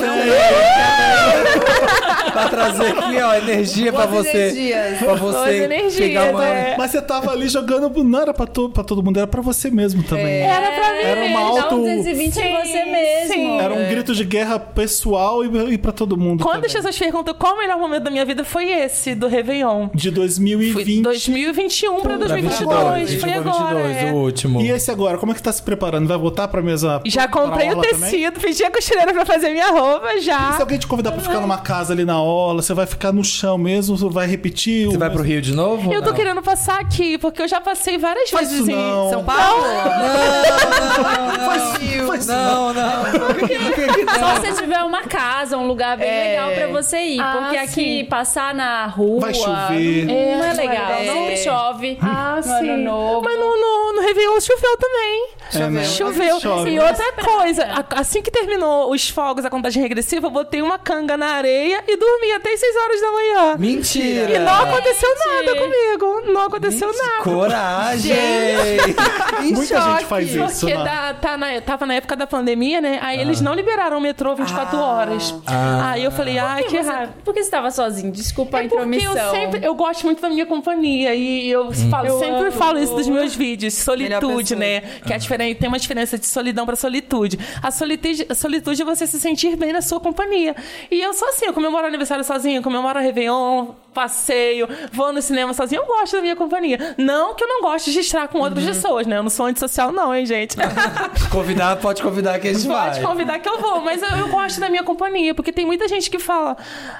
Speaker 1: pra trazer aqui, ó, energia pra
Speaker 5: Boas
Speaker 1: você.
Speaker 5: energias.
Speaker 1: Pra você
Speaker 4: Boas energias,
Speaker 1: pegar uma.
Speaker 4: é.
Speaker 3: Mas você tava ali jogando. Não era pra, to- pra todo mundo, era pra você mesmo também.
Speaker 4: Era pra mim
Speaker 3: Era uma
Speaker 4: mesmo.
Speaker 3: alta-
Speaker 2: Dá um 220 em você mesmo.
Speaker 4: sim.
Speaker 3: Era um grito de guerra pessoal e, e pra todo mundo.
Speaker 4: É. Quando as
Speaker 3: também.
Speaker 4: pessoas perguntam qual o melhor momento da minha vida, foi esse, do Réveillon.
Speaker 3: De
Speaker 4: Foi
Speaker 3: 2020.
Speaker 4: 2021 pra
Speaker 1: Pra
Speaker 4: 2022.
Speaker 1: 22,
Speaker 4: Foi agora. é.
Speaker 1: o último.
Speaker 3: E esse agora, como é que tá se preparando? Vai voltar pra mesa?
Speaker 4: Já
Speaker 3: pra
Speaker 4: comprei o
Speaker 3: orla também? é
Speaker 4: tecido, pedi a costureira pra fazer minha roupa já.
Speaker 3: Se alguém te convidar pra ficar numa casa ali na orla, você vai ficar no chão mesmo? Você vai repetir?
Speaker 1: Você
Speaker 3: o
Speaker 1: vai pro
Speaker 3: mesmo-
Speaker 1: Rio de novo? ou
Speaker 4: Eu tô
Speaker 1: não?
Speaker 4: querendo passar aqui, porque eu já passei várias
Speaker 3: Faz
Speaker 4: vezes
Speaker 3: isso não.
Speaker 4: em
Speaker 5: São Paulo? Não,
Speaker 3: Faz-
Speaker 1: Não, não.
Speaker 2: Só se tiver uma casa, um lugar bem
Speaker 5: É.
Speaker 2: legal pra você ir.
Speaker 4: Ah,
Speaker 2: porque aqui
Speaker 4: sim.
Speaker 2: passar na rua.
Speaker 3: Vai chover.
Speaker 2: Não não é legal.
Speaker 5: É.
Speaker 2: Não chove.
Speaker 4: Ah,
Speaker 2: no
Speaker 4: sim.
Speaker 2: Ano novo.
Speaker 4: Mas no, no, no Réveillon choveu também.
Speaker 3: É, né?
Speaker 4: Choveu.
Speaker 3: Chove.
Speaker 4: E outra coisa, a- assim que terminou os fogos, a contagem regressiva, eu botei uma canga na areia e dormi até as 6 horas da manhã. E não
Speaker 1: Mentira!
Speaker 4: aconteceu nada comigo. Não aconteceu nada.
Speaker 1: Coragem!
Speaker 3: Muita gente faz isso, Ah.
Speaker 4: Porque
Speaker 3: né?
Speaker 4: da- tá na- tava na época da pandemia, né? Aí eles não liberaram o metrô 24
Speaker 3: Ah.
Speaker 4: horas. Aí eu falei, ai, que
Speaker 2: Você-
Speaker 4: raiva.
Speaker 2: Por que você tava sozinho? Desculpa a
Speaker 4: ah. É porque eu
Speaker 2: intromissão.
Speaker 4: sempre eu gosto muito da minha companhia e eu, falo-
Speaker 2: Eu
Speaker 4: sempre
Speaker 2: amo.
Speaker 4: falo isso dos meus vídeos
Speaker 5: Melhor
Speaker 4: solitude
Speaker 5: pessoa.
Speaker 4: né que é diferente tem uma diferença de solidão pra solitude a solitude a solitude é você se sentir bem na sua companhia e eu sou assim eu comemoro aniversário sozinha comemoro Réveillon passeio vou no cinema sozinha eu gosto da minha companhia não que eu não gosto de estar com
Speaker 2: Uhum.
Speaker 4: outras pessoas né eu não sou antissocial não hein gente
Speaker 1: Convidar, pode convidar que a gente
Speaker 4: Pode
Speaker 1: vai.
Speaker 4: convidar que eu vou, mas eu, eu gosto da minha companhia, porque tem muita gente que fala: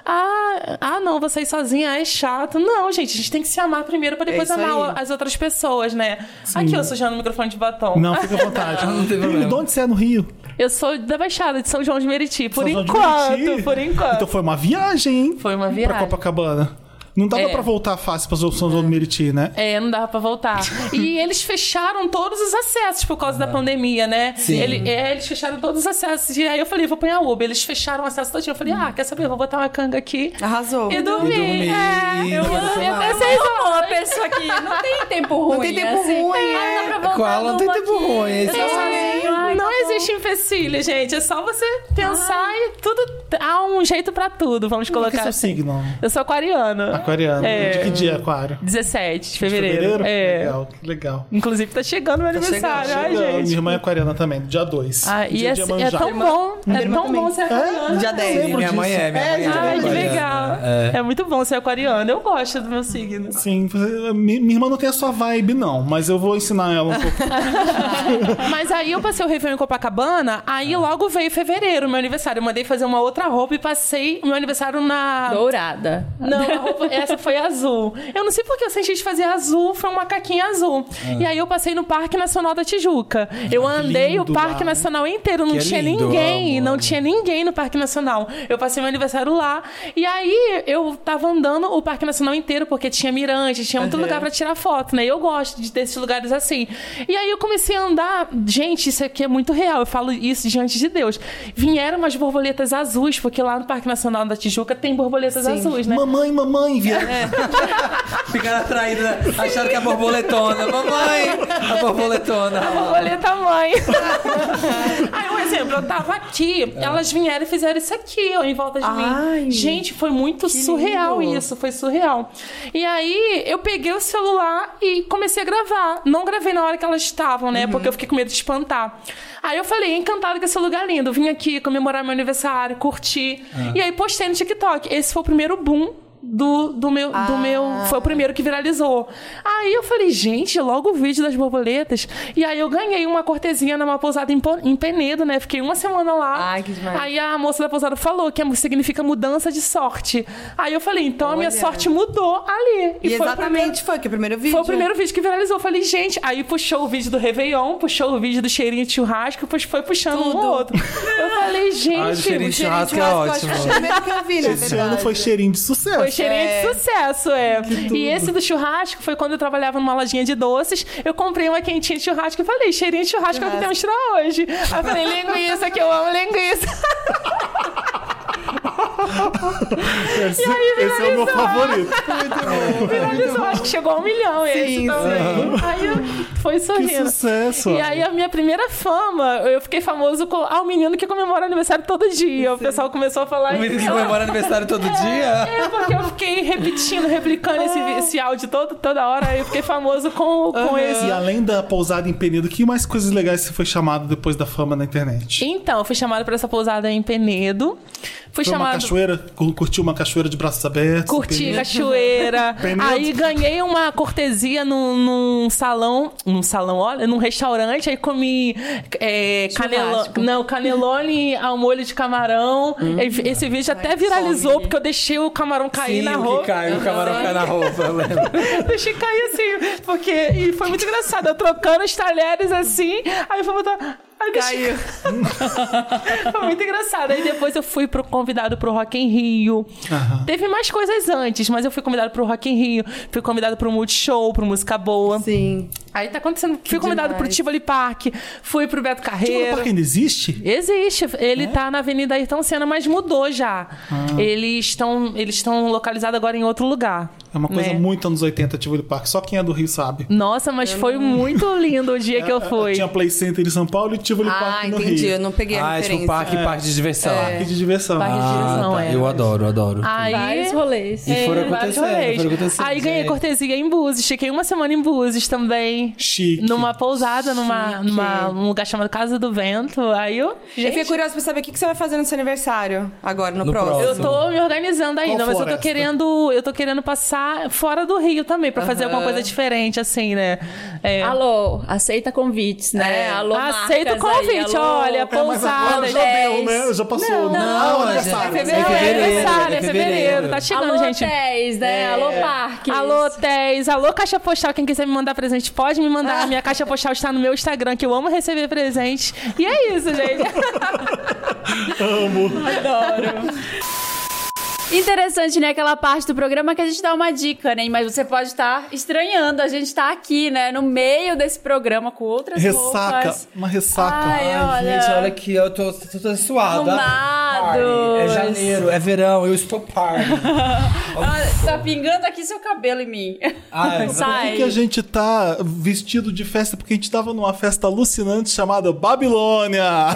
Speaker 4: ah, ah, não, vou sair sozinha, ah, é chato. Não, gente, a gente tem que se amar primeiro pra depois
Speaker 5: É isso
Speaker 4: amar
Speaker 5: aí.
Speaker 4: as outras pessoas, né? Aqui eu sujando o microfone de batom.
Speaker 3: Não, fica à
Speaker 4: <laughs>
Speaker 3: vontade.
Speaker 1: Não tem
Speaker 3: E
Speaker 1: problema.
Speaker 3: de onde você é no Rio?
Speaker 4: Eu sou da Baixada de São João de Meriti, por
Speaker 3: São João de
Speaker 4: enquanto,
Speaker 3: Meriti?
Speaker 4: por enquanto.
Speaker 3: Então foi uma viagem, hein?
Speaker 4: Foi uma
Speaker 3: Pra
Speaker 4: viagem.
Speaker 3: Copacabana. Não dava
Speaker 4: É.
Speaker 3: pra voltar fácil pra São João do Meriti, né?
Speaker 4: É, não dava pra voltar. E eles fecharam todos os acessos por causa da
Speaker 3: Ah.
Speaker 4: pandemia, né?
Speaker 1: Sim.
Speaker 4: Ele- é, eles fecharam todos os acessos. E aí eu falei, vou apanhar Uber. Eles fecharam o acesso todinho. Eu falei, ah, quer saber? Vou botar uma canga aqui.
Speaker 5: Arrasou.
Speaker 4: E
Speaker 1: E
Speaker 4: dormi.
Speaker 1: dormi.
Speaker 4: É, eu
Speaker 1: Não
Speaker 4: dormi
Speaker 1: aconteceu
Speaker 4: até
Speaker 1: nada.
Speaker 4: seis horas.
Speaker 2: Uma pessoa que não tem tempo ruim.
Speaker 5: Não tem tempo
Speaker 2: assim.
Speaker 5: ruim,
Speaker 2: Ah,
Speaker 5: é.
Speaker 2: não dá pra voltar
Speaker 1: né? Com ela não tem
Speaker 2: numa
Speaker 1: tempo
Speaker 2: aqui.
Speaker 1: ruim, esse
Speaker 2: Eu
Speaker 1: é
Speaker 2: tô sozinho, ai,
Speaker 4: Não
Speaker 2: tá bom.
Speaker 4: existe empecilho, gente. É só você pensar e tudo. Há um jeito pra tudo, vamos
Speaker 3: Qual que é
Speaker 4: colocar.
Speaker 3: seu
Speaker 4: assim.
Speaker 3: signo?
Speaker 4: Eu sou aquariana.
Speaker 3: Aquariano.
Speaker 4: É.
Speaker 3: De que dia, Aquário?
Speaker 4: 17 de
Speaker 3: De
Speaker 4: fevereiro. É.
Speaker 3: Legal, que legal.
Speaker 4: Inclusive, tá chegando meu aniversário.
Speaker 3: Chegando.
Speaker 4: Ai, gente.
Speaker 3: Minha irmã é aquariana também, dia 2.
Speaker 4: Ah, e é, é tão bom, é tão bom ser aquariano.
Speaker 5: Dia 10.
Speaker 1: Minha mãe é, minha mãe é.
Speaker 4: Ai, que
Speaker 1: Olha,
Speaker 4: legal.
Speaker 1: é.
Speaker 4: É. muito bom ser aquariano. Eu gosto do meu signo.
Speaker 3: Sim, você- mi- minha irmã não tem a sua vibe, não, mas eu vou ensinar ela um
Speaker 4: <laughs>
Speaker 3: pouco.
Speaker 4: Mas aí eu passei o Réveillon em Copacabana, aí logo veio fevereiro, meu aniversário. Eu mandei fazer uma outra roupa e passei o meu aniversário na.
Speaker 2: Dourada.
Speaker 4: Não, a roupa, essa foi azul. Eu não sei porque eu senti de fazer azul, foi um macaquinho azul.
Speaker 1: Ah.
Speaker 4: E aí eu passei no Parque Nacional da Tijuca. Eu andei
Speaker 3: lindo
Speaker 4: o Parque
Speaker 3: lá.
Speaker 4: Nacional inteiro, não
Speaker 1: Que é
Speaker 4: tinha
Speaker 1: lindo,
Speaker 4: ninguém,
Speaker 1: amo,
Speaker 4: não
Speaker 1: amo.
Speaker 4: tinha ninguém no Parque Nacional. Eu passei meu aniversário lá. E aí eu tava andando o Parque Nacional inteiro, porque tinha mirante, tinha muito lugar pra tirar foto, né? E Eu gosto de- desses lugares assim. E aí eu comecei a andar, gente, isso aqui é muito real, eu falo isso diante de Deus. Vieram umas borboletas azuis, porque lá no Parque Nacional da Tijuca tem borboletas azuis, né?
Speaker 3: Mamãe, mamãe, vieram.
Speaker 4: é
Speaker 1: Ficaram atraídas, né? acharam que é a borboletona. Mamãe, a borboletona.
Speaker 4: Borboleta <laughs> mãe. Aí, um exemplo, eu tava aqui, elas vieram e fizeram isso aqui, ó, em volta de
Speaker 5: Ai,
Speaker 4: mim. Gente, foi muito surreal
Speaker 5: lindo.
Speaker 4: isso, foi surreal. E aí, eu peguei o celular e comecei a gravar. Não gravei na hora que elas estavam, né? Porque eu fiquei com medo de espantar. Aí eu falei, encantada com esse lugar lindo. Vim aqui comemorar meu aniversário, curtir. E aí postei no TikTok. Esse foi o primeiro boom do, do meu. Do meu
Speaker 5: Ah.
Speaker 4: foi o primeiro que viralizou. Aí eu falei, gente, logo o vídeo das borboletas. E aí eu ganhei uma cortesia numa pousada em, Po- em Penedo, né? Fiquei uma semana lá.
Speaker 5: Ai, que demais.
Speaker 4: Aí a moça da pousada falou que é- significa mudança de sorte. Aí eu falei, então a minha
Speaker 5: Olha.
Speaker 4: sorte mudou ali.
Speaker 5: E,
Speaker 4: foi o primeiro-
Speaker 5: exatamente foi que o primeiro vídeo.
Speaker 4: foi o primeiro vídeo que viralizou. Eu Falei, gente, aí puxou o vídeo do Réveillon, puxou o vídeo do cheirinho de churrasco, depois foi puxando um
Speaker 5: Tudo.
Speaker 4: ao outro. Eu falei,
Speaker 1: Ai,
Speaker 4: gente,
Speaker 1: cheirinho de
Speaker 5: Cheirinho de
Speaker 1: churrasco é ótimo.
Speaker 5: churrasco, Eu acho que foi o primeiro que eu vi, na
Speaker 3: Esse ano
Speaker 5: verdade.
Speaker 3: foi cheirinho de sucesso.
Speaker 4: foi cheirinho
Speaker 5: É.
Speaker 4: de sucesso, é. E esse do churrasco foi quando eu trabalhava numa lojinha de doces. Eu comprei uma quentinha de churrasco e falei, cheirinho de churrasco é o que temos pra hoje. Aí eu falei, linguiça, que eu amo linguiça.
Speaker 3: Esse, esse é o meu
Speaker 4: <laughs>
Speaker 3: favorito. Muito bom.
Speaker 4: Viralizou, acho que chegou a um milhão
Speaker 5: Sim,
Speaker 4: esse também. Aí eu- foi
Speaker 3: Que
Speaker 4: sorrindo.
Speaker 3: sucesso.
Speaker 4: E aí a minha primeira fama, eu fiquei famoso com ah, o menino que comemora aniversário todo dia. O pessoal começou a falar
Speaker 1: O menino que
Speaker 4: "Ela-
Speaker 1: comemora aniversário todo dia.
Speaker 4: É, porque eu fiquei repetindo, replicando esse, vi- esse áudio todo, toda hora. aí Eu fiquei famoso com, com esse.
Speaker 3: E além da pousada em Penedo, que mais coisas legais você foi chamado depois da fama na internet?
Speaker 4: Então, eu fui chamada pra essa pousada em Penedo. Fui
Speaker 3: Foi uma
Speaker 4: chamada.
Speaker 3: cachoeira? Cur- Curtiu uma cachoeira de braços abertos?
Speaker 4: Curti
Speaker 3: Penedo?
Speaker 1: <laughs>
Speaker 4: cachoeira.
Speaker 3: Penedo.
Speaker 4: aí ganhei uma cortesia num, num salão. Num salão, olha, num restaurante. Aí comi é, canelone.
Speaker 2: Churrasco.
Speaker 4: Não, canelone <laughs> ao molho de camarão.
Speaker 1: Hum.
Speaker 4: E- Esse vídeo até viralizou, porque eu deixei o camarão cair
Speaker 1: Sim,
Speaker 4: na
Speaker 1: o
Speaker 4: roupa. <laughs>
Speaker 1: que cai, o camarão cai na roupa, eu lembro.
Speaker 4: Deixei cair assim, porque. E foi muito engraçado. Eu trocando os talheres assim, aí eu fui botar. Aí deixei-
Speaker 5: Caiu.
Speaker 4: Foi muito engraçado. Aí depois eu fui pro, convidado pro Rock em Rio.
Speaker 3: Aham.
Speaker 4: Teve mais coisas antes, mas eu fui convidado pro Rock em Rio. Fui convidado pro Multishow, pro Música Boa.
Speaker 5: Sim.
Speaker 4: Aí tá acontecendo. Fui convidado pro
Speaker 5: demais.
Speaker 4: Tivoli Park. Fui pro Beto
Speaker 3: Tipo, o
Speaker 4: Carreiro.
Speaker 3: parque ainda existe?
Speaker 4: Existe,
Speaker 3: É?
Speaker 4: ele tá na Avenida Ayrton Senna, mas mudou já.
Speaker 3: Ah.
Speaker 4: Eles estão eles estão localizados agora em outro lugar.
Speaker 3: É uma coisa
Speaker 4: né?
Speaker 3: muito anos 80, Tivoli Parque. Só quem é do Rio sabe.
Speaker 4: Nossa, mas foi muito lindo o dia
Speaker 3: <laughs>
Speaker 4: que eu fui.
Speaker 3: Tinha Play Center em São Paulo e Tivoli
Speaker 5: Ah,
Speaker 3: Parque no
Speaker 5: entendi. Eu
Speaker 3: Rio.
Speaker 5: não peguei a
Speaker 1: Ah,
Speaker 5: referência.
Speaker 1: tipo parque, parque de diversão.
Speaker 3: Parque de diversão.
Speaker 4: Parque de
Speaker 1: Ah,
Speaker 4: diversão,
Speaker 1: tá.
Speaker 4: é.
Speaker 1: Eu adoro, eu adoro.
Speaker 4: Aí,
Speaker 2: Vários rolês.
Speaker 1: E foram
Speaker 4: É, vários
Speaker 1: acontecendo,
Speaker 4: rolês.
Speaker 1: foram acontecendo,
Speaker 4: Aí ganhei
Speaker 1: gente.
Speaker 4: cortesia em Búzios. Fiquei uma semana em Búzios também.
Speaker 3: Chique.
Speaker 4: Numa pousada, numa, numa um lugar chamado Casa do Vento. Aí eu.
Speaker 5: Eu fiquei
Speaker 4: Gente,
Speaker 5: curiosa pra saber o que que você vai fazer no seu aniversário agora, no,
Speaker 1: No
Speaker 5: próximo.
Speaker 1: próximo.
Speaker 4: eu tô me organizando ainda, mas eu tô
Speaker 3: floresta?
Speaker 4: querendo. Eu tô querendo passar fora do Rio também, pra fazer alguma coisa diferente, assim, né? É.
Speaker 2: Alô, aceita convites, né?
Speaker 5: É.
Speaker 2: Alô,
Speaker 4: Aceita o
Speaker 2: marcas aí,
Speaker 4: convite,
Speaker 2: alô.
Speaker 4: olha,
Speaker 3: É, mas agora
Speaker 4: pousadas.
Speaker 3: já deu, né?
Speaker 2: dez.
Speaker 3: Já passou. né?
Speaker 1: não,
Speaker 3: Ah,
Speaker 1: é
Speaker 3: aniversário.
Speaker 1: janeiro. É
Speaker 4: Não, é
Speaker 1: fevereiro,
Speaker 4: aniversário,
Speaker 1: é
Speaker 4: é fevereiro. Tá chegando,
Speaker 2: Alô,
Speaker 4: gente.
Speaker 2: hotéis, né? Alô, parques.
Speaker 4: Alô, hotéis, alô, caixa postal. Quem quiser me mandar presente, pode me
Speaker 2: Ah.
Speaker 4: mandar. Minha caixa postal está no meu Instagram, que eu amo receber presentes. E é isso, gente.
Speaker 2: <laughs> Interessante, né? Aquela parte do programa que a gente dá uma dica, né? Mas você pode estar estranhando. A gente tá aqui, né? No meio desse programa com outras
Speaker 3: Ressaca.
Speaker 2: roupas.
Speaker 3: Uma ressaca.
Speaker 2: Ai, olha.
Speaker 1: Gente, olha aqui, eu tô, tô, toda
Speaker 3: Tá
Speaker 1: suada.
Speaker 2: Arrumados.
Speaker 1: É janeiro, é verão, eu estou party.
Speaker 2: Ah, tá pingando aqui seu cabelo em mim. <laughs>
Speaker 1: Ai,
Speaker 3: É, Por
Speaker 2: Sai.
Speaker 3: que, que a gente tá vestido de festa? Porque a gente tava numa festa alucinante
Speaker 1: <laughs>
Speaker 3: chamada Babilônia.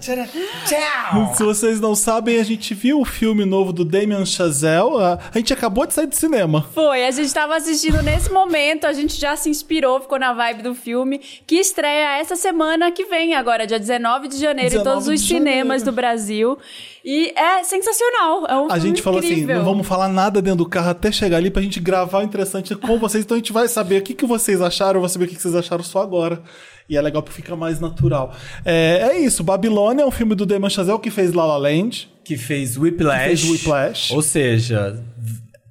Speaker 1: Tchau!
Speaker 3: Se vocês não sabem, a gente viu o filme novo do Damien Chazelle. A a gente acabou de sair do cinema.
Speaker 2: Foi, a gente tava assistindo nesse momento, a gente já se inspirou, ficou na vibe do filme, que estreia essa semana que vem, agora, dia 19 de janeiro, em
Speaker 3: 19
Speaker 2: todos os
Speaker 3: de
Speaker 2: cinemas
Speaker 3: janeiro.
Speaker 2: do Brasil. E é sensacional. É um
Speaker 3: A
Speaker 2: filme
Speaker 3: gente falou assim,
Speaker 2: incrível.
Speaker 3: não vamos falar nada dentro do carro até chegar ali pra gente gravar o interessante com vocês. Então a gente vai saber o que, que vocês acharam, eu vou saber o que, que vocês acharam só agora. E é legal porque fica mais natural. É, é isso, Babilônia é um filme do Damien Chazelle que fez La La Land.
Speaker 1: Que fez Whiplash.
Speaker 3: Que fez Whiplash.
Speaker 1: Ou seja,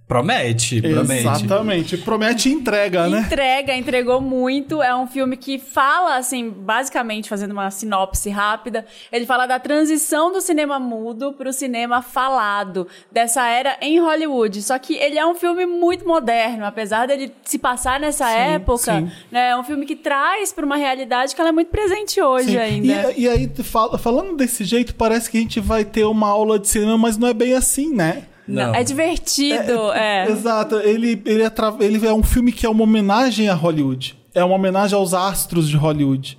Speaker 1: promete, promete.
Speaker 3: Exatamente. Promete e entrega, né?
Speaker 2: Entrega, entregou muito. É um filme que fala, assim, basicamente, fazendo uma sinopse rápida, ele fala da transição do cinema mudo pro cinema falado, dessa era em Hollywood. Só que ele é um filme muito moderno, apesar dele se passar nessa época,
Speaker 3: sim.
Speaker 2: né? É um filme que traz pra uma realidade que ela é muito presente hoje
Speaker 3: Sim.
Speaker 2: ainda.
Speaker 3: E, uh, e aí, fal- falando desse jeito, parece que a gente vai ter uma aula de cinema, mas não é bem assim, né?
Speaker 1: Não.
Speaker 2: É divertido, é.
Speaker 3: Exato. Ele, ele, é tra- ele é um filme que é uma homenagem a Hollywood. É uma homenagem aos astros de Hollywood.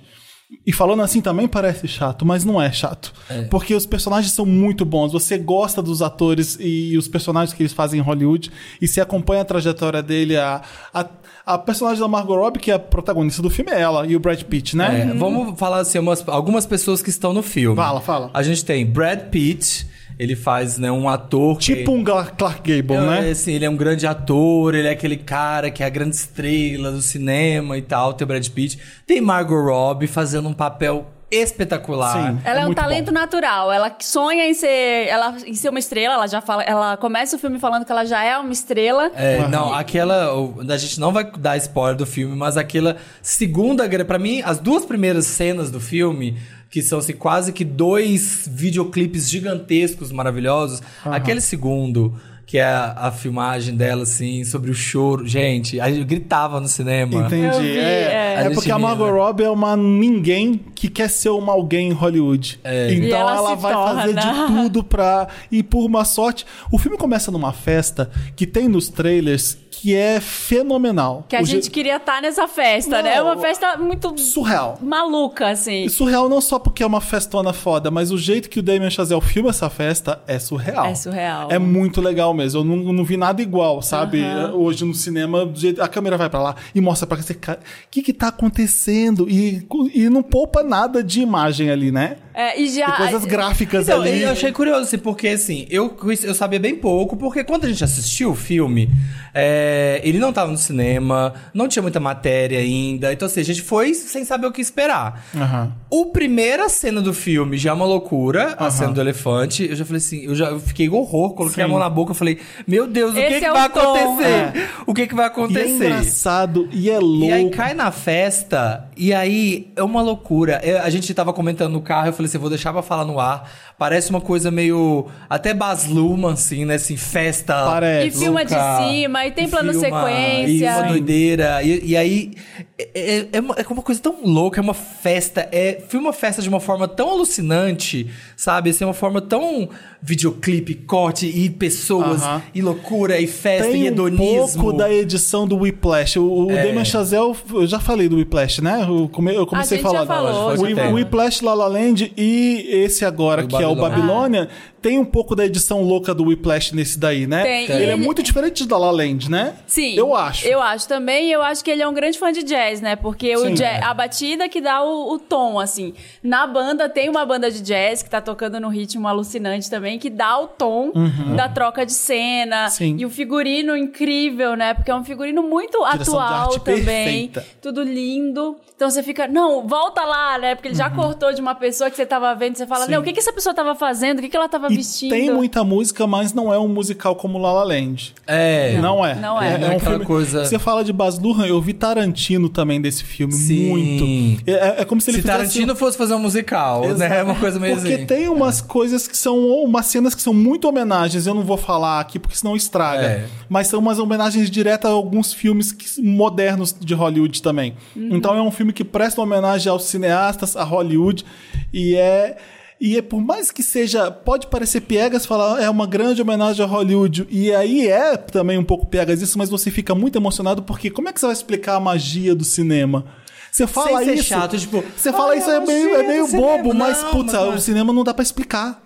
Speaker 3: E falando assim também parece chato, mas não é chato. Porque os personagens são muito bons. Você gosta dos atores e os personagens que eles fazem em Hollywood. E se acompanha a trajetória dele. A, a, a personagem da Margot Robbie, que é a protagonista do filme, é ela. E o Brad Pitt, né?
Speaker 1: É, Vamos falar assim, umas- algumas pessoas que estão no filme.
Speaker 3: Fala, fala.
Speaker 1: A gente tem Brad Pitt. Ele faz, né, um ator. que-
Speaker 3: Tipo um Gla- Clark Gable,
Speaker 1: É,
Speaker 3: né?
Speaker 1: assim, ele é um grande ator, ele é aquele cara que é a grande estrela do cinema e tal, tem o Brad Pitt. Tem Margot Robbie fazendo um papel espetacular.
Speaker 3: Sim.
Speaker 2: Ela é, um
Speaker 3: muito bom.
Speaker 2: talento natural. Ela sonha em ser, ela em ser uma estrela. Ela já fala, ela começa o filme falando que ela já é uma estrela.
Speaker 1: É, não, aquela. o- A gente não vai dar spoiler do filme, mas aquela segunda. gra- Pra mim, as duas primeiras cenas do filme, que são assim, quase que dois videoclipes gigantescos, maravilhosos. Aquele segundo, que é a, a filmagem dela, assim, sobre o choro. Gente, aí eu gritava no cinema.
Speaker 2: Eu
Speaker 3: Entendi.
Speaker 2: vi, é.
Speaker 3: é.
Speaker 1: A
Speaker 3: é
Speaker 1: gente
Speaker 3: porque a
Speaker 1: ri,
Speaker 3: Margot
Speaker 1: né?
Speaker 3: Robbie é uma ninguém que quer ser uma alguém em Hollywood.
Speaker 2: E
Speaker 3: Então
Speaker 2: ela
Speaker 3: ela,
Speaker 2: se
Speaker 3: vai fazer
Speaker 2: torna.
Speaker 3: de tudo pra. E por uma sorte. O filme começa numa festa que tem nos trailers que é fenomenal.
Speaker 2: Que a
Speaker 3: O je-
Speaker 2: gente queria estar nessa festa,
Speaker 3: Não,
Speaker 2: né? É uma festa muito
Speaker 3: Surreal.
Speaker 2: maluca, assim.
Speaker 3: E surreal não só porque é uma festona foda, mas o jeito que o Damien Chazelle filma essa festa é surreal.
Speaker 2: É surreal.
Speaker 3: É muito legal mesmo. Eu não, não vi nada igual, sabe? É, Hoje no cinema, do jeito- a câmera vai pra lá e mostra pra você, cara, o que que tá acontecendo? E, e não poupa nada de imagem ali, né?
Speaker 2: É, e já.
Speaker 3: Tem coisas gráficas
Speaker 1: Ah, Então,
Speaker 3: ali.
Speaker 1: eu achei curioso, assim, porque assim, eu, conheci- eu sabia bem pouco, porque quando a gente assistiu o filme, é, ele não tava no cinema, não tinha muita matéria ainda. Então, assim, a gente foi sem saber o que esperar.
Speaker 3: Aham.
Speaker 1: O primeira cena do filme já é uma loucura, a
Speaker 3: Aham.
Speaker 1: cena do elefante. Eu já falei assim, eu já eu fiquei com horror, coloquei a
Speaker 3: Sim.
Speaker 1: mão na boca, eu falei, meu Deus, o que,
Speaker 2: Esse
Speaker 1: que
Speaker 2: é o
Speaker 1: vai
Speaker 2: tom.
Speaker 1: acontecer? O que, que vai
Speaker 3: E é
Speaker 1: acontecer?
Speaker 3: engraçado e é louco.
Speaker 1: E aí cai na festa, e aí é uma loucura. Eu- a gente tava comentando no carro, eu falei assim, vou deixar pra falar no ar. Parece uma coisa meio... Até Baz Luhrmann, assim, né? Assim, festa...
Speaker 3: Parece.
Speaker 2: E filma de
Speaker 1: louca.
Speaker 2: cima, e tem plano
Speaker 1: filma, E
Speaker 2: sequência.
Speaker 1: uma doideira. E, e aí, é, é, é uma, é uma coisa tão louca, é uma festa. É, filma a festa de uma forma tão alucinante, sabe? Assim, uma forma tão videoclipe, corte, e pessoas,
Speaker 3: Aham.
Speaker 1: e loucura, e festa, e
Speaker 3: tem um
Speaker 1: hedonismo. É.
Speaker 3: pouco da edição do Whiplash. O, o Damien Chazelle, eu já falei do Whiplash, né? Eu, come- eu comecei
Speaker 2: gente já
Speaker 3: a falar.
Speaker 2: falou,
Speaker 1: já
Speaker 3: o,
Speaker 1: falou.
Speaker 3: o Whiplash, La La Land e esse agora,
Speaker 1: O
Speaker 3: que é o
Speaker 1: Babilônia.
Speaker 3: Babilônia, tem um pouco da edição louca do Whiplash nesse daí, né?
Speaker 2: Tem. Tem.
Speaker 3: Ele é muito diferente da La La Land, né?
Speaker 2: Sim.
Speaker 3: Eu acho.
Speaker 2: Eu acho também. e Eu acho que ele é um grande fã de jazz, né? Porque o
Speaker 3: Sim. é.
Speaker 2: jazz- a batida que dá o, o tom, assim. Na banda, tem uma banda de jazz que tá tocando num ritmo alucinante também, que dá o tom da troca de cena.
Speaker 3: Uhum. Sim.
Speaker 2: E o figurino incrível, né? Porque é um figurino muito
Speaker 3: Direção de
Speaker 2: atual
Speaker 3: arte
Speaker 2: também.
Speaker 3: perfeita.
Speaker 2: Tudo lindo. Então você fica, não, volta lá, né? Porque ele já cortou de uma pessoa que você tava vendo. Você fala,
Speaker 3: Uhum. Sim.
Speaker 2: não, o que, que essa pessoa tava fazendo? O que, que ela tava
Speaker 3: E
Speaker 2: vestindo?
Speaker 3: tem muita música, mas não é um musical como La La Land.
Speaker 1: É.
Speaker 3: Não é.
Speaker 2: não é.
Speaker 1: É aquela coisa-
Speaker 3: Você fala de Baz Luhrmann, eu vi Tarantino também desse filme,
Speaker 1: Sim.
Speaker 3: muito. É, é como se ele
Speaker 1: Se
Speaker 3: fizesse-
Speaker 1: Tarantino fosse fazer um musical, né? É uma coisa meio
Speaker 3: Porque
Speaker 1: assim.
Speaker 3: tem umas coisas que são, umas cenas que são muito homenagens, eu não vou falar aqui porque senão estraga.
Speaker 1: É.
Speaker 3: Mas são umas homenagens diretas a alguns filmes que- modernos de Hollywood também.
Speaker 1: Uhum.
Speaker 3: Então é um filme que presta homenagem aos cineastas, a Hollywood, e é. E é por mais que seja, pode parecer piegas falar, é uma grande homenagem a Hollywood. E aí é também um pouco piegas isso, mas você fica muito emocionado porque como é que você vai explicar a magia do cinema? Você fala
Speaker 1: Sem ser
Speaker 3: isso.
Speaker 1: chato, tipo,
Speaker 3: você fala
Speaker 1: "Ai,
Speaker 3: isso
Speaker 1: a
Speaker 3: é meio,
Speaker 1: magia
Speaker 3: é
Speaker 1: do
Speaker 3: meio
Speaker 1: cinema".
Speaker 3: bobo, mas
Speaker 1: Não,
Speaker 3: putz,
Speaker 1: mas não é.
Speaker 3: o cinema não dá pra explicar.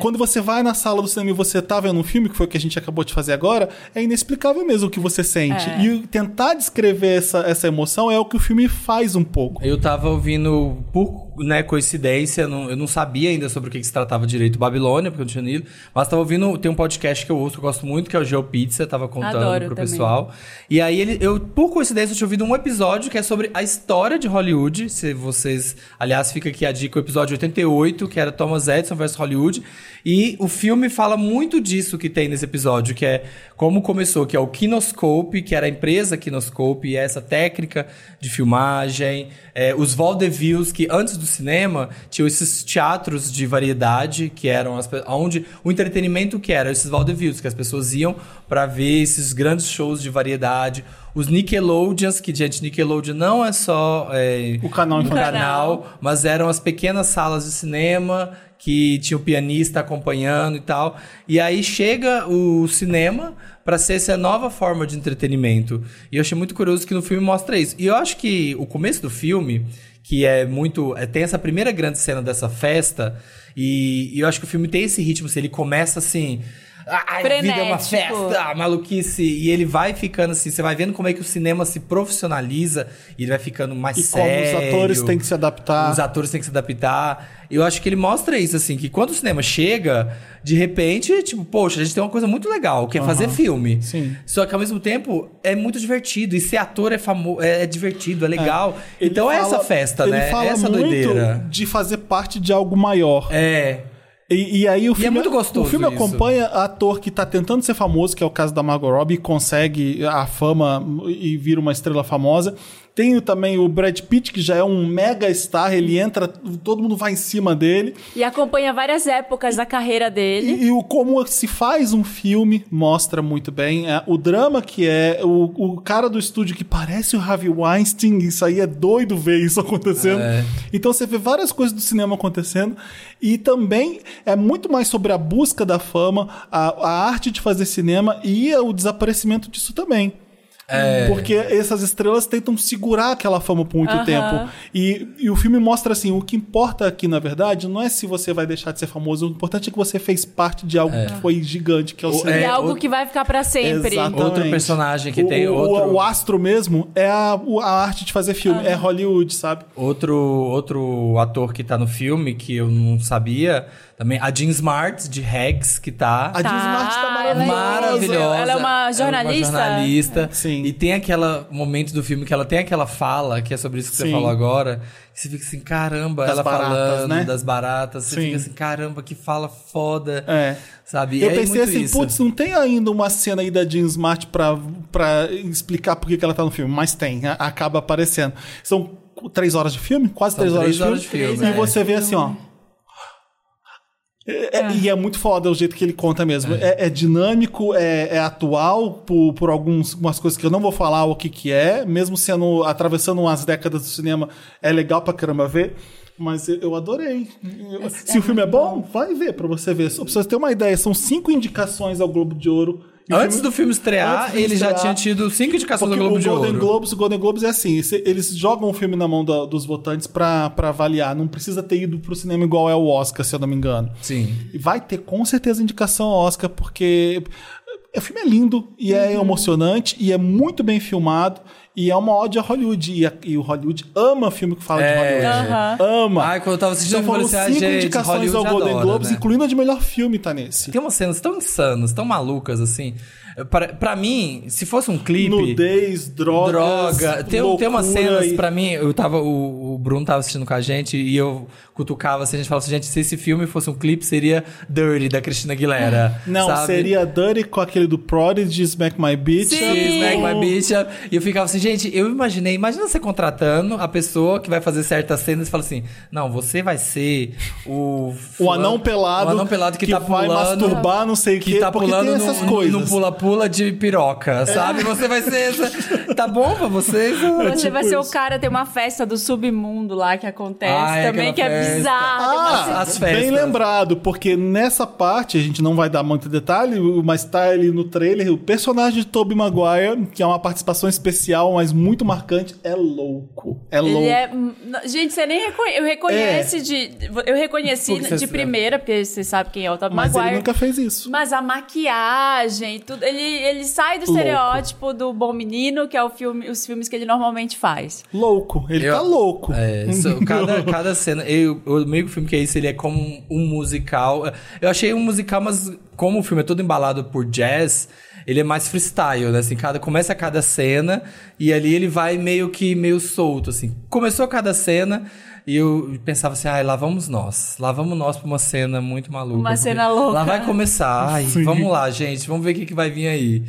Speaker 3: Quando você vai na sala do cinema e você tá vendo um filme, que foi o que a gente acabou de fazer agora, é inexplicável mesmo o que você sente.
Speaker 1: É.
Speaker 3: E tentar descrever essa, essa emoção é o que o filme faz um pouco.
Speaker 1: Eu tava ouvindo, por né, coincidência, não- eu não sabia ainda sobre o que, que se tratava direito Babilônia, porque eu não tinha lido, mas tava ouvindo, tem um podcast que eu ouço, que eu gosto muito, que é o Geopizza, tava contando
Speaker 2: Adoro
Speaker 1: pro
Speaker 2: também.
Speaker 1: pessoal. E aí, ele, eu, por coincidência, eu tinha ouvido um episódio que é sobre a história de Hollywood, se vocês, aliás, fica aqui a dica, o episódio 88, que era Thomas Edison versus Hollywood, e o filme fala muito disso que tem nesse episódio, que é como começou, que é o Kinoscope, que era a empresa Kinoscope, e é essa técnica de filmagem, é, os vaudevilles, que antes do cinema tinham esses teatros de variedade, que eram as, pe- onde o entretenimento que era, esses vaudevilles, que as pessoas iam pra ver esses grandes shows de variedade, os Nickelodeons, que, gente, Nickelodeon não é só... é,
Speaker 3: O canal
Speaker 1: um
Speaker 3: infantil.
Speaker 1: canal, mas eram as pequenas salas de cinema que tinha o pianista acompanhando e tal. E aí chega o cinema pra ser essa nova forma de entretenimento. E eu achei muito curioso que no filme mostra isso. E eu acho que o começo do filme, que é muito. é- tem essa primeira grande cena dessa festa, e, e eu acho que o filme tem esse ritmo, assim, ele começa assim. Ai, a vida é uma
Speaker 2: Frenético.
Speaker 1: festa, maluquice. E ele vai ficando assim, você vai vendo como é que o cinema se profissionaliza e ele vai ficando mais
Speaker 3: E
Speaker 1: sério.
Speaker 3: como os atores têm que se adaptar.
Speaker 1: Os atores têm que se adaptar. Eu acho que ele mostra isso, assim, que quando o cinema chega, de repente, tipo, poxa, a gente tem uma coisa muito legal, que é fazer filme.
Speaker 3: Sim.
Speaker 1: Só que ao mesmo tempo é muito divertido. E ser ator é famoso, é, é divertido, é legal.
Speaker 3: Ele
Speaker 1: Então é
Speaker 3: fala-
Speaker 1: essa festa, né?
Speaker 3: Ele fala
Speaker 1: é essa
Speaker 3: muito
Speaker 1: doideira.
Speaker 3: de fazer parte de algo maior.
Speaker 1: É.
Speaker 3: E, e aí o filme
Speaker 1: muito gostoso
Speaker 3: O filme
Speaker 1: isso.
Speaker 3: acompanha ator que tá tentando ser famoso, que é o caso da Margot Robbie, e consegue a fama e vira uma estrela famosa. Tem o- também o Brad Pitt, que já é um mega star, ele entra, todo mundo vai em cima dele.
Speaker 2: E acompanha várias épocas da carreira dele.
Speaker 3: E, e o como se faz um filme mostra muito bem é, o drama que é o, o cara do estúdio que parece o Harvey Weinstein. Isso aí é doido ver isso acontecendo. Então você vê várias coisas do cinema acontecendo e também é muito mais sobre a busca da fama, a, a arte de fazer cinema e o desaparecimento disso também.
Speaker 1: É.
Speaker 3: Porque essas estrelas tentam segurar aquela fama por muito
Speaker 2: Aham.
Speaker 3: tempo. E, e o filme mostra assim: o que importa aqui, na verdade, não é se você vai deixar de ser famoso, o importante é que você fez parte de algo que foi gigante, que é o
Speaker 1: O-
Speaker 2: E
Speaker 3: cinema.
Speaker 1: é,
Speaker 2: algo
Speaker 1: o-
Speaker 2: que vai ficar pra sempre.
Speaker 3: Exato.
Speaker 1: Outro
Speaker 3: Exatamente.
Speaker 1: personagem que
Speaker 3: o,
Speaker 1: tem
Speaker 3: o-
Speaker 1: outro.
Speaker 3: o astro mesmo é a, o- a arte de fazer filme, é Hollywood, sabe?
Speaker 1: Outro, outro ator que tá no filme, que eu não sabia, também, a Jean Smart, de Rex, que tá.
Speaker 3: A Disney Smart tá
Speaker 2: ela é
Speaker 3: maravilhosa.
Speaker 1: Maravilhosa.
Speaker 2: Ela é uma jornalista?
Speaker 1: jornalista.
Speaker 3: É. Sim.
Speaker 1: E tem aquele momento do filme que ela tem aquela fala, que é sobre isso que você
Speaker 3: Sim.
Speaker 1: falou agora. Que você fica assim, caramba,
Speaker 3: Das
Speaker 1: ela
Speaker 3: baratas,
Speaker 1: falando
Speaker 3: né?
Speaker 1: das baratas. Você
Speaker 3: Sim.
Speaker 1: fica assim, caramba, que fala foda.
Speaker 3: É.
Speaker 1: Sabe? E
Speaker 3: Eu
Speaker 1: é
Speaker 3: pensei
Speaker 1: muito
Speaker 3: assim,
Speaker 1: isso.
Speaker 3: putz, não tem ainda uma cena aí da Jean Smart pra, pra explicar por que que ela tá no filme, mas tem, a- acaba aparecendo. São cu- três horas de filme? Quase
Speaker 1: São
Speaker 3: três, horas,
Speaker 1: três
Speaker 3: de
Speaker 1: horas
Speaker 3: filme.
Speaker 1: de filme,
Speaker 3: e
Speaker 1: é.
Speaker 3: você vê assim, ó. É- é- E é muito foda o jeito que ele conta mesmo. É, é dinâmico, é, é atual por, por alguns, algumas coisas que eu não vou falar o que, que é, mesmo sendo atravessando umas décadas do cinema, é legal pra caramba ver. Mas eu- eu adorei. Eu- Se o filme é bom, vai ver pra você ver. Só pra você ter uma ideia, são cinco indicações ao Globo de Ouro. E o
Speaker 1: Antes
Speaker 3: filme-
Speaker 1: do filme estrear,
Speaker 3: Antes do filme
Speaker 1: ele já
Speaker 3: estrear.
Speaker 1: tinha tido cinco indicações do
Speaker 3: porque
Speaker 1: Globo
Speaker 3: o
Speaker 1: de
Speaker 3: Golden
Speaker 1: Ouro.
Speaker 3: Globes, o Golden Globes é assim, se- eles jogam o filme na mão da- dos votantes pra, pra avaliar. Não precisa ter ido pro cinema igual é o Oscar, se eu não me engano.
Speaker 1: Sim.
Speaker 3: E vai ter com certeza indicação ao Oscar, porque o filme é lindo e é emocionante e é muito bem filmado e é uma ode a Hollywood. E, a- e o Hollywood ama filme que fala
Speaker 1: É.
Speaker 3: de Hollywood.
Speaker 2: Aham.
Speaker 3: Ama.
Speaker 1: Ai, quando eu tava assistindo,
Speaker 3: Então
Speaker 1: eu falei
Speaker 3: foram
Speaker 1: assim, ah,
Speaker 3: cinco
Speaker 1: gente,
Speaker 3: indicações
Speaker 1: Hollywood
Speaker 3: ao Golden
Speaker 1: adora,
Speaker 3: Globes,
Speaker 1: né?
Speaker 3: incluindo a de melhor filme, tá nesse.
Speaker 1: Tem umas cenas tão insanas, tão malucas, assim. Pra, pra mim, se fosse um clipe.
Speaker 3: Nudez, drogas,
Speaker 1: droga. Tem, tem umas
Speaker 3: loucura
Speaker 1: cenas
Speaker 3: e-
Speaker 1: pra mim, eu tava, o, o Bruno tava assistindo com a gente e eu cutucava assim, a gente falava assim, gente, se esse filme fosse um clipe, seria Dirty, da Cristina Aguilera.
Speaker 3: <laughs> Não,
Speaker 1: sabe?
Speaker 3: seria Dirty com aquele do Prodigy, Smack My Bitch. né?
Speaker 2: Sim.
Speaker 1: She's like my bitch. E eu ficava assim, gente, eu imaginei, imagina você contratando a pessoa que vai fazer certas cenas e fala assim: não, você vai ser o.
Speaker 3: O
Speaker 1: fulano-
Speaker 3: anão pelado,
Speaker 1: O anão pelado que, tá
Speaker 3: vai
Speaker 1: pulando.
Speaker 3: masturbar, não sei o
Speaker 1: que
Speaker 3: quê,
Speaker 1: tá
Speaker 3: porque tem
Speaker 1: pulando
Speaker 3: essas
Speaker 1: num-
Speaker 3: coisas. É.
Speaker 1: num pula-pula de piroca, sabe? Você vai ser essa. Tá bom pra vocês?
Speaker 2: Você vai ser o
Speaker 3: Tipo isso.
Speaker 2: cara, tem uma festa do submundo lá que acontece
Speaker 1: Ah, é
Speaker 2: também,
Speaker 1: aquela
Speaker 2: que é
Speaker 1: festa.
Speaker 2: bizarra. tem uma
Speaker 3: Ah,
Speaker 1: as festas.
Speaker 3: bem lembrado, porque nessa parte, a gente não vai dar muito detalhe, mas tá ali no trailer, o personagem de Tobey Maguire, que é uma participação especial, mas muito marcante, é louco. É louco. É.
Speaker 2: Ele é. n- Gente, você nem reconhece. Eu reconhece de. Eu reconheci
Speaker 1: Por que você
Speaker 2: de
Speaker 1: sabe?
Speaker 2: primeira, porque você sabe quem é o Tobey
Speaker 3: Mas
Speaker 2: Maguire.
Speaker 3: ele nunca fez isso.
Speaker 2: Mas a maquiagem, tudo. Ele, ele sai do
Speaker 3: Louco.
Speaker 2: estereótipo do bom menino, que é o filme, os filmes que ele normalmente faz.
Speaker 3: Louco. Ele
Speaker 1: Eu-
Speaker 3: tá louco.
Speaker 1: É, so-
Speaker 3: <laughs>
Speaker 1: cada, cada cena. Eu, eu meio que o filme que é isso, ele é como um, um musical. Eu achei um musical, mas como o filme é todo embalado por jazz, ele é mais freestyle, né? Assim, cada, começa cada cena e ali ele vai meio que meio solto, assim. Começou cada cena. E eu pensava assim, ai, lá vamos nós. Lá vamos nós pra uma cena muito maluca.
Speaker 2: Uma
Speaker 1: porque
Speaker 2: cena louca.
Speaker 1: Lá vai começar. Ai,
Speaker 3: Sim.
Speaker 1: vamos lá, gente. Vamos ver o que, que vai vir aí.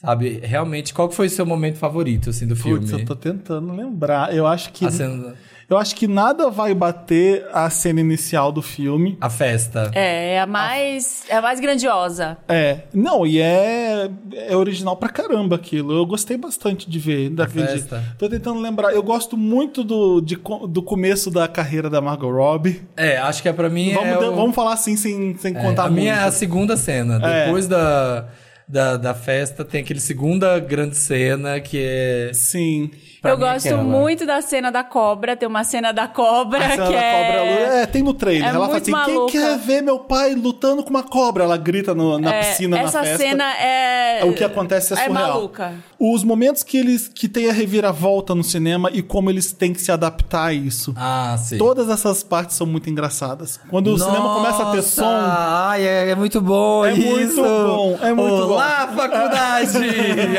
Speaker 1: Sabe? Realmente, qual que foi o seu momento favorito, assim, do filme?
Speaker 3: Putz, eu tô tentando lembrar. Eu acho que.
Speaker 1: A cena...
Speaker 3: Eu acho que nada vai bater a cena inicial do filme.
Speaker 1: A festa.
Speaker 2: É, é a mais.
Speaker 3: Ah.
Speaker 2: É a mais grandiosa.
Speaker 3: É, não, e é, é original pra caramba aquilo. Eu gostei bastante de ver daquele dia.
Speaker 1: festa.
Speaker 3: Tô tentando lembrar. Eu gosto muito do, de co- do começo da carreira da Margot Robbie.
Speaker 1: É, acho que é pra mim.
Speaker 3: Vamos,
Speaker 1: é
Speaker 3: dar-
Speaker 1: o-
Speaker 3: vamos falar assim sem, sem
Speaker 1: é,
Speaker 3: contar
Speaker 1: A minha é a
Speaker 3: muito.
Speaker 1: segunda cena.
Speaker 3: É.
Speaker 1: Depois da. da, da festa, tem aquele segunda grande cena que é.
Speaker 3: Sim.
Speaker 1: pra
Speaker 2: eu
Speaker 1: mim, é
Speaker 3: é
Speaker 2: gosto
Speaker 1: aquela.
Speaker 2: muito da cena da cobra. Tem uma cena da cobra
Speaker 3: A cena
Speaker 2: que
Speaker 3: da
Speaker 2: é...
Speaker 3: cobra, ela- é, tem no trailer.
Speaker 2: é
Speaker 3: ela fala
Speaker 2: muito
Speaker 3: assim:
Speaker 2: maluca.
Speaker 3: quem quer ver meu pai lutando com uma cobra? Ela grita no- na
Speaker 2: é,
Speaker 3: piscina,
Speaker 2: Essa
Speaker 3: na festa.
Speaker 2: cena é...
Speaker 3: É, o que acontece é surreal.
Speaker 2: É maluca.
Speaker 3: Os momentos que eles que tem a reviravolta no cinema e como eles têm que se adaptar a isso.
Speaker 1: Ah, sim.
Speaker 3: Todas essas partes são muito engraçadas. Quando o cinema começa a ter
Speaker 1: Nossa!
Speaker 3: som,
Speaker 1: Ai, é, é muito bom.
Speaker 3: É muito
Speaker 1: isso.
Speaker 3: bom, é muito bom.
Speaker 1: Olá,
Speaker 3: <laughs>
Speaker 1: faculdade!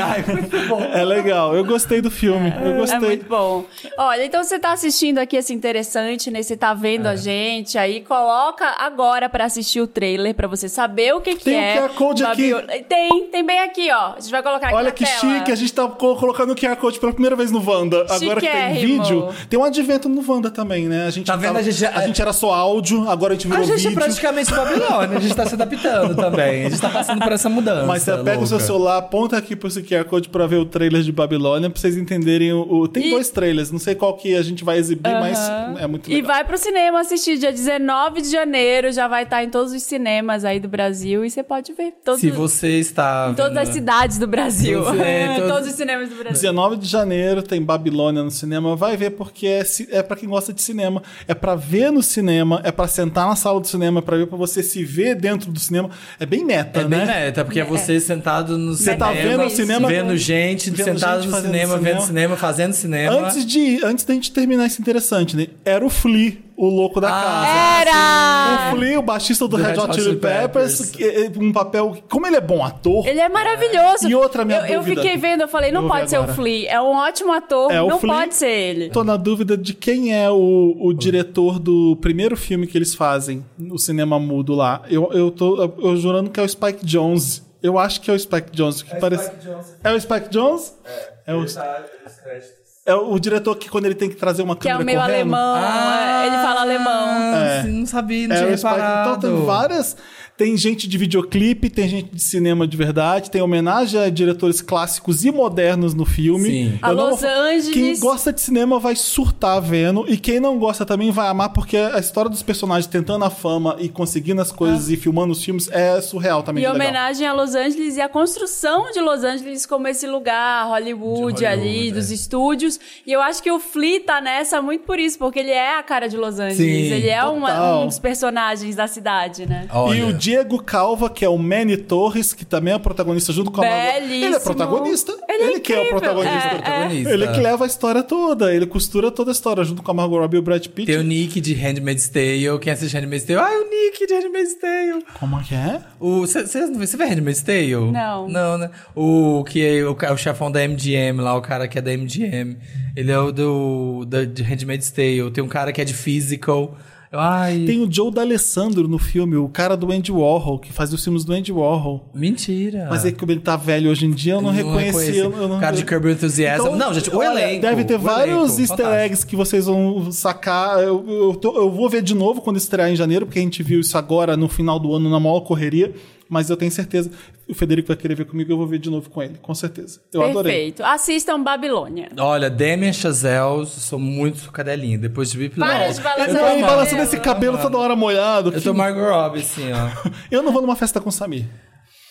Speaker 1: Ai, muito bom.
Speaker 3: é legal. Eu gostei do filme. Eu
Speaker 2: É
Speaker 3: gostei.
Speaker 2: muito bom. Olha, então você tá assistindo aqui esse interessante, né? Você tá
Speaker 3: É.
Speaker 2: vendo a gente aí, coloca agora pra assistir o trailer pra você saber o que que
Speaker 3: Tem o
Speaker 2: é.
Speaker 3: QR Code aqui.
Speaker 2: Tem, tem bem aqui, ó. A gente vai colocar aqui
Speaker 3: Olha
Speaker 2: na
Speaker 3: que
Speaker 2: tela.
Speaker 3: chique, a gente tá co- colocando o QR Code pela primeira vez no Wanda. Agora que tem
Speaker 2: Chiquérrimo.
Speaker 3: vídeo, tem um advento no Wanda também, né? A gente,
Speaker 1: Tá vendo? A gente-
Speaker 3: a gente era só áudio, agora a gente virou
Speaker 1: A gente é
Speaker 3: vídeo.
Speaker 1: praticamente Babilônia, a gente tá se adaptando também. A gente tá passando por essa mudança.
Speaker 3: Mas você pega o seu
Speaker 1: é louca.
Speaker 3: celular, aponta aqui pro esse QR Code pra ver o trailer de Babilônia, pra vocês entenderem o. o- Tem
Speaker 2: E-
Speaker 3: dois trailers, não sei qual que a gente vai exibir, mas é muito
Speaker 2: E
Speaker 3: legal.
Speaker 2: vai pro cinema assistir dia 19 de janeiro, já vai estar em todos os cinemas aí do Brasil e você pode ver todos,
Speaker 1: Se você está.
Speaker 2: em todas as
Speaker 3: né?
Speaker 1: vendo-
Speaker 2: cidades do Brasil.
Speaker 1: Todos- é, todos-
Speaker 2: <laughs> todos os cinemas do Brasil.
Speaker 3: 19 de janeiro tem Babilônia no cinema, vai ver porque é, ci- é para quem gosta de cinema, é pra ver no cinema, é pra sentar na sala do cinema, é pra ver pra você se ver dentro do cinema, é bem meta,
Speaker 1: É
Speaker 3: né?
Speaker 1: bem meta, porque é você sentado no
Speaker 3: Você
Speaker 1: cinema.
Speaker 3: tá vendo o cinema-
Speaker 1: Vendo gente,
Speaker 3: Vendo
Speaker 1: sentado
Speaker 3: gente
Speaker 1: no
Speaker 3: fazendo
Speaker 1: cinema, vendo
Speaker 3: cinema.
Speaker 1: cinema, fazendo cinema.
Speaker 3: Antes de antes da gente terminar isso interessante, né? Era o Flea, o louco da
Speaker 1: Ah,
Speaker 3: casa.
Speaker 2: Era!
Speaker 3: O Flea, o baixista do, Red Hot Chili Peppers, que é um papel. Como ele é bom ator,
Speaker 2: Ele é maravilhoso.
Speaker 3: E outra minha
Speaker 2: eu, eu
Speaker 3: dúvida.
Speaker 2: fiquei vendo, eu falei, não
Speaker 3: Eu vou
Speaker 2: pode
Speaker 3: ver
Speaker 2: ser
Speaker 3: agora.
Speaker 2: o Flea. É um ótimo ator,
Speaker 3: É o
Speaker 2: não
Speaker 3: Flea.
Speaker 2: pode ser ele.
Speaker 3: Tô na dúvida de quem é o, o diretor do primeiro filme que eles fazem, o cinema mudo lá. Eu, eu tô eu jurando que é o Spike Jones. Eu acho que é o Spike Jones. Que parece... É o Spike Jones? É. o... É o diretor que quando ele tem que trazer uma
Speaker 2: Que é
Speaker 3: câmera
Speaker 2: o meio
Speaker 3: correndo, Ah!
Speaker 2: alemão. é, Ele fala alemão.
Speaker 1: Ah,
Speaker 3: É.
Speaker 1: Não sabia, não
Speaker 3: É
Speaker 1: tinha
Speaker 3: o Spike. Então
Speaker 1: reparado.
Speaker 3: tem várias. Tem gente de videoclipe, tem gente de cinema de verdade, tem homenagem a diretores clássicos e modernos no filme.
Speaker 1: Sim.
Speaker 3: Eu
Speaker 2: A
Speaker 3: não vou
Speaker 2: Los
Speaker 3: fa-
Speaker 2: Angeles.
Speaker 3: Quem gosta de cinema vai surtar vendo, e quem não gosta também vai amar, porque a história dos personagens tentando a fama e conseguindo as coisas e filmando os filmes é surreal também.
Speaker 2: Ah. E
Speaker 3: de legal.
Speaker 2: homenagem a Los Angeles e a construção de Los Angeles como esse lugar, Hollywood,
Speaker 1: De Hollywood,
Speaker 2: ali,
Speaker 1: é.
Speaker 2: dos estúdios. E eu acho que o Flea tá nessa muito por isso, porque ele é a cara de Los Angeles.
Speaker 1: Sim,
Speaker 2: ele é uma-
Speaker 3: total.
Speaker 2: um dos personagens da cidade, né?
Speaker 1: Olha.
Speaker 3: E o Diego Calva, que é o Manny Torres, que também é protagonista junto com a Margot. Ele é
Speaker 2: Belíssimo.
Speaker 3: protagonista.
Speaker 2: Ele
Speaker 3: que
Speaker 2: é
Speaker 3: é o
Speaker 2: incrível.
Speaker 3: protagonista.
Speaker 2: É,
Speaker 1: protagonista.
Speaker 3: Ele que leva a história toda, ele costura toda a história junto com a Margot Robbie e o Brad Pitt.
Speaker 1: Tem um- o Nick de Handmaid's Tale. Quem assiste Handmaid's Tale? Ai, o Nick de Handmaid's Tale.
Speaker 3: Como é que é?
Speaker 1: Você vê Handmaid's Tale?
Speaker 2: Não.
Speaker 1: Não, né? O que é o, ca- o chefão da MGM lá, o cara que é da MGM. Ele é o do, da, de Handmaid's Tale. Tem um cara que é de Physical. Ai,
Speaker 3: Tem o Joe D'Alessandro no filme, o cara do Andy Warhol, que fazia os filmes do Andy Warhol.
Speaker 1: mentira.
Speaker 3: Mas é que como ele tá velho hoje em dia, eu não, reconheci. eu não-
Speaker 1: O cara de Curb Your Enthusiasm.
Speaker 3: Então,
Speaker 1: não, gente, o
Speaker 3: olha,
Speaker 1: elenco.
Speaker 3: Deve ter
Speaker 1: o
Speaker 3: vários
Speaker 1: elenco,
Speaker 3: easter eggs que vocês vão sacar. Eu, eu tô- eu vou ver de novo quando estrear em janeiro, porque a gente viu isso agora no final do ano na maior correria. Mas eu tenho certeza. O Federico vai querer ver comigo, eu vou ver de novo com ele, com certeza. Eu adorei.
Speaker 2: Perfeito. Assistam Babilônia.
Speaker 1: Olha, Damien Chazelle, sou muito cadelinha. Depois de Bipley.
Speaker 2: Para de balançar
Speaker 3: Ele
Speaker 2: Balançando
Speaker 3: tá
Speaker 2: o
Speaker 3: aí
Speaker 2: cabelo.
Speaker 3: balançando esse cabelo toda hora molhado. que-
Speaker 1: Eu tô Margot Robbie, assim, ó.
Speaker 3: <laughs> eu não vou numa festa com o Samir.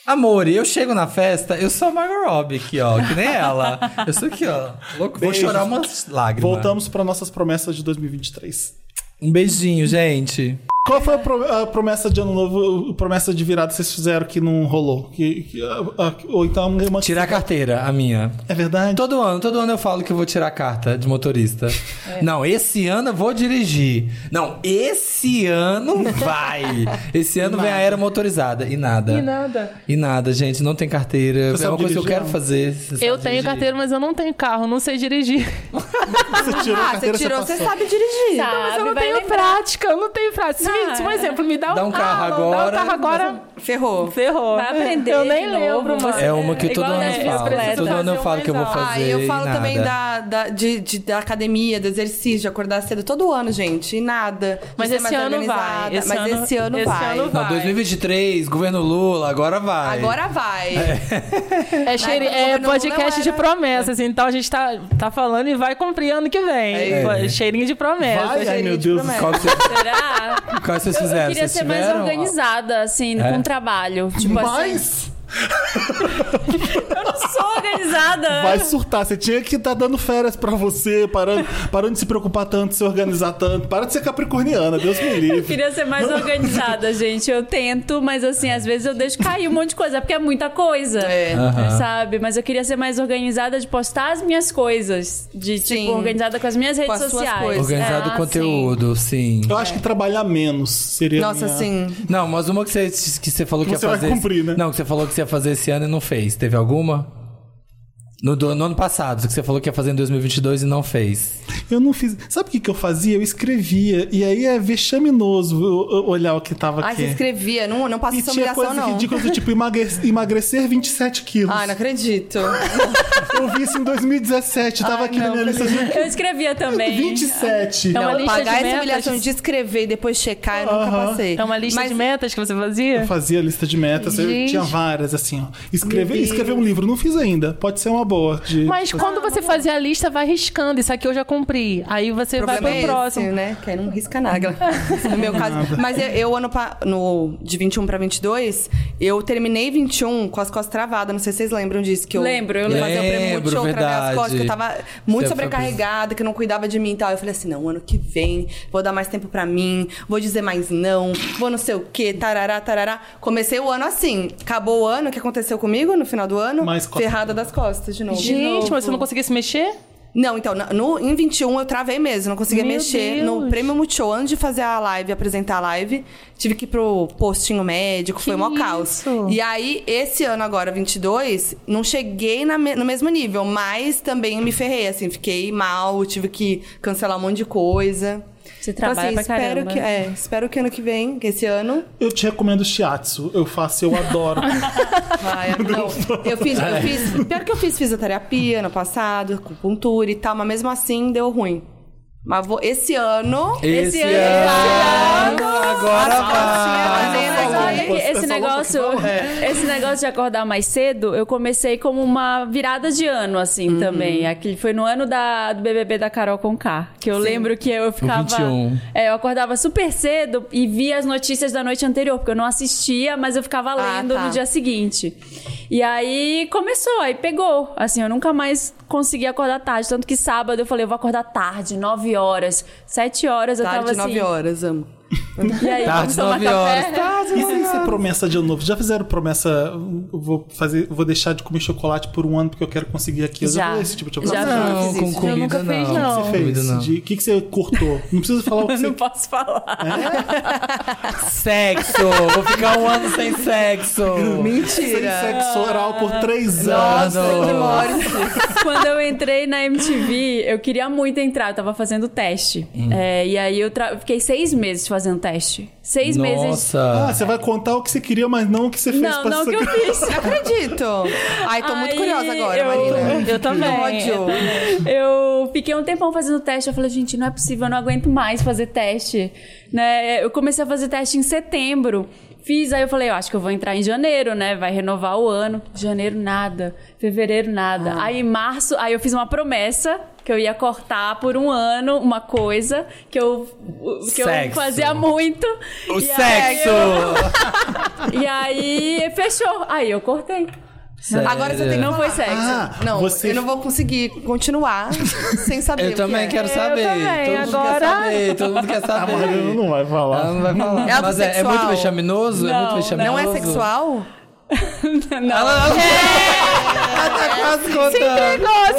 Speaker 1: Amor, eu chego na festa, eu sou a Margot Robbie aqui, ó. Que nem ela. Eu sou aqui, ó. Louco, vou
Speaker 3: Beijos.
Speaker 1: chorar umas lágrimas.
Speaker 3: Voltamos para nossas promessas de 2023.
Speaker 1: Um beijinho, gente.
Speaker 3: Qual foi a pro- a promessa de ano novo, a promessa de virada que vocês fizeram que não rolou? Que, que- ah, ah, ou então uma...
Speaker 1: Tirar a carteira, a minha.
Speaker 3: É verdade?
Speaker 1: Todo ano, todo ano eu falo que eu vou tirar a carta de motorista. Não, esse ano eu vou dirigir. Não, esse ano vai. Esse ano vem a era motorizada. E nada.
Speaker 4: E nada.
Speaker 1: E nada, gente. Não tem carteira.
Speaker 3: Você
Speaker 1: é uma coisa
Speaker 3: sabe
Speaker 1: que eu
Speaker 3: dirigir,
Speaker 1: quero
Speaker 3: não?
Speaker 1: fazer.
Speaker 4: Eu tenho carteira, mas eu não tenho carro, não sei dirigir.
Speaker 3: Você tirou a
Speaker 5: Ah, você
Speaker 3: carteira,
Speaker 5: tirou,
Speaker 3: você
Speaker 5: você
Speaker 3: passou.
Speaker 5: sabe dirigir. Então,
Speaker 2: Sabe,
Speaker 4: mas eu não
Speaker 2: vai
Speaker 4: tenho
Speaker 3: <laughs>
Speaker 2: lembrar. é.
Speaker 4: prática, eu não tenho prática. Se, me- se um exemplo, me dá um,
Speaker 1: Dá um carro
Speaker 4: não Dá um
Speaker 1: agora,
Speaker 4: carro agora,
Speaker 5: Ferrou.
Speaker 4: ferrou.
Speaker 2: Vai aprender
Speaker 4: Eu nem
Speaker 2: de novo,
Speaker 4: lembro,
Speaker 2: você-
Speaker 4: mas...
Speaker 1: É uma que
Speaker 2: É
Speaker 1: todo
Speaker 2: igual
Speaker 1: ano
Speaker 2: a
Speaker 1: eu
Speaker 2: minha
Speaker 1: falo.
Speaker 2: bicicleta.
Speaker 1: Todo ano eu
Speaker 4: Fazer
Speaker 1: falo que eu vou
Speaker 4: um
Speaker 1: fazer.
Speaker 4: exame.
Speaker 5: Ah, e eu
Speaker 1: e
Speaker 5: falo
Speaker 1: nada.
Speaker 5: também da, da, de, de- da academia, do exercício, de acordar cedo todo ano, gente. E nada. De
Speaker 4: Mas
Speaker 5: ser
Speaker 4: esse
Speaker 5: mais
Speaker 4: ano
Speaker 5: organizada.
Speaker 4: vai, esse
Speaker 5: Mas
Speaker 4: ano-
Speaker 5: esse ano
Speaker 4: esse
Speaker 5: vai.
Speaker 4: ano
Speaker 1: Não,
Speaker 4: Vai.
Speaker 1: 2023, governo Lula, agora vai.
Speaker 5: Agora vai.
Speaker 4: É, cheire-
Speaker 5: época
Speaker 4: é
Speaker 5: não- não
Speaker 4: podcast de
Speaker 5: era.
Speaker 4: promessas, então a gente tá, tá falando e vai cumprir ano que vem.
Speaker 1: É.
Speaker 4: Cheirinho de promessas.
Speaker 3: Ai, ai, meu
Speaker 5: Gente,
Speaker 3: Deus do
Speaker 5: promessa.
Speaker 1: Qual que vocês,
Speaker 2: Será?
Speaker 1: qual que vocês
Speaker 2: Eu,
Speaker 1: fizeram?
Speaker 2: eu queria
Speaker 1: Vocês
Speaker 2: ser mais
Speaker 1: tiveram?
Speaker 2: organizada, assim,
Speaker 1: É?
Speaker 2: com o trabalho. Tipo assim.
Speaker 3: Mas
Speaker 2: Sou
Speaker 5: <laughs>
Speaker 2: organizada.
Speaker 3: Vai surtar. Você tinha que estar dando férias pra você, parando, parando de se preocupar tanto, de se organizar tanto. Para de ser capricorniana, Deus me
Speaker 2: Eu
Speaker 3: livre.
Speaker 2: Queria ser mais organizada, gente. Eu tento, mas assim, às vezes eu deixo cair um monte de coisa, porque é muita coisa.
Speaker 5: É.
Speaker 2: Sabe? Mas eu queria ser mais organizada de postar as minhas coisas. De,
Speaker 5: Sim.
Speaker 2: tipo, organizada com as minhas redes
Speaker 5: as suas
Speaker 2: sociais.
Speaker 5: coisas.
Speaker 1: Organizado
Speaker 2: É,
Speaker 1: o conteúdo, sim.
Speaker 3: Eu acho que trabalhar menos seria. a
Speaker 5: Nossa,
Speaker 3: minha-
Speaker 5: sim.
Speaker 1: Não, mas uma que você, que você falou que
Speaker 3: Você
Speaker 1: ia
Speaker 3: vai
Speaker 1: fazer.
Speaker 3: cumprir, né?
Speaker 1: Não, que você falou que você ia fazer esse ano e não fez. Teve alguma? No, do- no ano passado, que você falou que ia fazer em 2022 e não fez.
Speaker 3: Eu não fiz. Sabe o que, que eu fazia? Eu escrevia. E aí é vexaminoso eu- eu olhar o que tava
Speaker 5: Ai,
Speaker 3: aqui.
Speaker 5: você escrevia, não, não passa
Speaker 3: E
Speaker 5: essa
Speaker 3: tinha
Speaker 5: humilhação,
Speaker 3: coisa
Speaker 5: não.
Speaker 3: ridícula do tipo emagrecer, emagrecer 27 quilos.
Speaker 5: Ai, não acredito.
Speaker 3: Eu vi isso em 2017, tava
Speaker 5: Ai,
Speaker 3: aqui na
Speaker 5: não,
Speaker 3: minha lista de
Speaker 2: Eu escrevia
Speaker 5: Tipo
Speaker 2: também.
Speaker 3: 27.
Speaker 4: É uma
Speaker 5: Não,
Speaker 4: lista de
Speaker 5: pagar essa
Speaker 4: metas.
Speaker 5: humilhação de escrever e depois checar, eu nunca
Speaker 3: Aham.
Speaker 5: passei.
Speaker 4: É uma lista
Speaker 5: Mas
Speaker 4: de metas que você fazia?
Speaker 3: Eu fazia lista de metas, eu
Speaker 4: Gente.
Speaker 3: tinha várias, assim, ó. Escrever, escrever um livro, não fiz ainda. Pode ser uma boa. De...
Speaker 4: Mas
Speaker 2: Ah,
Speaker 4: quando você fazia a lista, vai riscando. Isso aqui eu já cumpri. Aí você
Speaker 5: O
Speaker 4: vai pro
Speaker 5: problema é esse,
Speaker 4: próximo.
Speaker 5: né? Que aí não risca nada. <laughs> No meu caso. Mas eu, eu ano pa- no, de 21 pra 22, eu terminei 21 com as costas travadas. Não sei se vocês lembram disso. Que eu
Speaker 2: Lembro, eu lembro.
Speaker 5: fazia o prêmio
Speaker 1: Lembro,
Speaker 5: Multishow, travei as
Speaker 1: verdade.
Speaker 5: costas, que eu tava muito
Speaker 1: Você
Speaker 5: sobrecarregada, que eu não cuidava de mim e tal. Eu falei assim, não, ano que vem, vou dar mais tempo pra mim, vou dizer mais não, vou não sei o quê, tarará, tarará. Comecei o ano assim. Acabou o ano, o que aconteceu comigo no final do ano?
Speaker 3: Mais costas.
Speaker 5: Ferrada das costas de novo.
Speaker 4: Gente, mas você não conseguia se mexer?
Speaker 5: Não, então, na- no, em 21 eu travei mesmo, não conseguia
Speaker 4: Meu
Speaker 5: mexer.
Speaker 4: Deus.
Speaker 5: No prêmio Multishow, antes de fazer a live, apresentar a live, tive que ir pro postinho médico, foi mó caos.
Speaker 4: isso?
Speaker 5: E aí, esse ano agora, 22, não cheguei na me- no mesmo nível, mas também me ferrei, assim, fiquei mal, tive que cancelar um monte de coisa.
Speaker 2: Você
Speaker 5: Então,
Speaker 2: trabalha
Speaker 5: assim,
Speaker 2: pra
Speaker 5: espero
Speaker 2: caramba.
Speaker 5: que, é, espero que ano que vem, que esse ano,
Speaker 3: Eu te recomendo o shiatsu. Eu faço, eu
Speaker 2: <laughs>
Speaker 3: adoro.
Speaker 5: Vai, não. Eu fiz,
Speaker 1: É.
Speaker 5: eu fiz. Pior que eu fiz fisioterapia ano passado, acupuntura e tal, mas mesmo assim deu ruim. Mas vou, esse ano.
Speaker 1: Esse,
Speaker 2: ano,
Speaker 1: ano, agora vai.
Speaker 5: costinhas
Speaker 1: Tá
Speaker 5: fazendo-
Speaker 2: Mas olha que
Speaker 3: Você
Speaker 2: esse
Speaker 3: falou
Speaker 2: negócio,
Speaker 5: É.
Speaker 2: esse negócio de acordar mais cedo, eu comecei como uma virada de ano, assim,
Speaker 5: Uhum.
Speaker 2: também. Aquele foi no ano da, do BBB da Carol Conká, que eu lembro que eu ficava...
Speaker 1: 21.
Speaker 2: É, eu acordava super cedo e via as notícias da noite anterior, porque eu não assistia, mas eu ficava
Speaker 5: Ah,
Speaker 2: lendo
Speaker 5: tá.
Speaker 2: no dia seguinte. E aí começou, aí pegou. Assim, eu nunca mais consegui acordar tarde, tanto que sábado eu falei, eu vou acordar tarde, 9 horas, 7 horas, eu tava
Speaker 5: Tarde,
Speaker 2: assim...
Speaker 5: 9 Tá horas, amo.
Speaker 2: E aí,
Speaker 1: Tarde,
Speaker 2: vamos tomar
Speaker 1: 9
Speaker 2: café?
Speaker 1: horas.
Speaker 3: E sem ser promessa de ano novo? Já fizeram promessa? "Hum, eu Vou, fazer, vou deixar de comer chocolate por um ano porque eu quero conseguir aquilo.
Speaker 2: Já.
Speaker 3: fiz esse tipo de
Speaker 2: Já
Speaker 3: promessa?
Speaker 2: fiz.
Speaker 1: Não,
Speaker 5: Eu
Speaker 1: com comida
Speaker 5: nunca
Speaker 4: fiz,
Speaker 1: não.
Speaker 4: não.
Speaker 3: O que
Speaker 1: Com
Speaker 3: você
Speaker 1: comida, não.
Speaker 3: fez? De- O que, que você cortou? Não precisa falar o
Speaker 2: <laughs>
Speaker 3: que
Speaker 2: Não
Speaker 3: você.
Speaker 2: posso falar.
Speaker 1: Sexo! Vou ficar um ano sem sexo!
Speaker 3: Sem
Speaker 5: Mentira.
Speaker 3: sexo oral por três anos.
Speaker 5: Nossa, que morte.
Speaker 2: <laughs> Quando eu entrei na MTV, eu queria muito entrar, eu tava fazendo teste. É, e aí eu, tra- eu fiquei seis meses fazendo teste. Seis meses.
Speaker 1: Nossa!
Speaker 3: Ah, você vai contar o que você queria, mas não o que você fez
Speaker 2: Não,
Speaker 3: pra
Speaker 2: não
Speaker 3: você-
Speaker 2: que eu fiz.
Speaker 5: Não acredito. Ai, tô muito
Speaker 2: Aí
Speaker 5: curiosa agora,
Speaker 2: eu-
Speaker 5: Marina.
Speaker 4: Eu também.
Speaker 5: Ódio.
Speaker 2: Eu fiquei um tempão fazendo teste. Eu falei, gente, não é possível, eu não aguento mais fazer teste. Né? Eu comecei a fazer teste em setembro. Fiz, aí eu falei, eu acho que eu vou entrar em janeiro, né? Vai renovar o ano. Janeiro, nada. Fevereiro, nada.
Speaker 5: Ah.
Speaker 2: Aí em março, aí eu fiz uma promessa que eu ia cortar por um ano uma coisa que eu, que eu
Speaker 1: Sexo.
Speaker 2: fazia muito.
Speaker 1: O
Speaker 2: E aí
Speaker 1: sexo!
Speaker 2: eu- e aí fechou. Aí eu cortei.
Speaker 5: Agora você tem que
Speaker 2: Não foi sexo.
Speaker 3: Ah,
Speaker 5: Não,
Speaker 3: você-
Speaker 5: eu não vou conseguir
Speaker 1: <laughs>
Speaker 5: continuar sem saber. o
Speaker 1: Eu
Speaker 5: que
Speaker 1: também
Speaker 5: é.
Speaker 1: quero saber.
Speaker 4: também,
Speaker 1: todo mundo
Speaker 4: agora-
Speaker 1: quer saber, todo mundo quer
Speaker 3: A Mariana
Speaker 1: saber.
Speaker 3: não vai falar.
Speaker 1: Ela não vai falar.
Speaker 5: É
Speaker 1: Mas é, é muito
Speaker 5: homossexual.
Speaker 1: vexaminoso? é
Speaker 2: Não,
Speaker 1: muito
Speaker 2: não.
Speaker 1: vexaminoso.
Speaker 5: Não é sexual? Ah.
Speaker 2: <laughs>
Speaker 1: Ela, ela,
Speaker 4: É.
Speaker 1: ela, tá quase
Speaker 4: Se
Speaker 1: contando.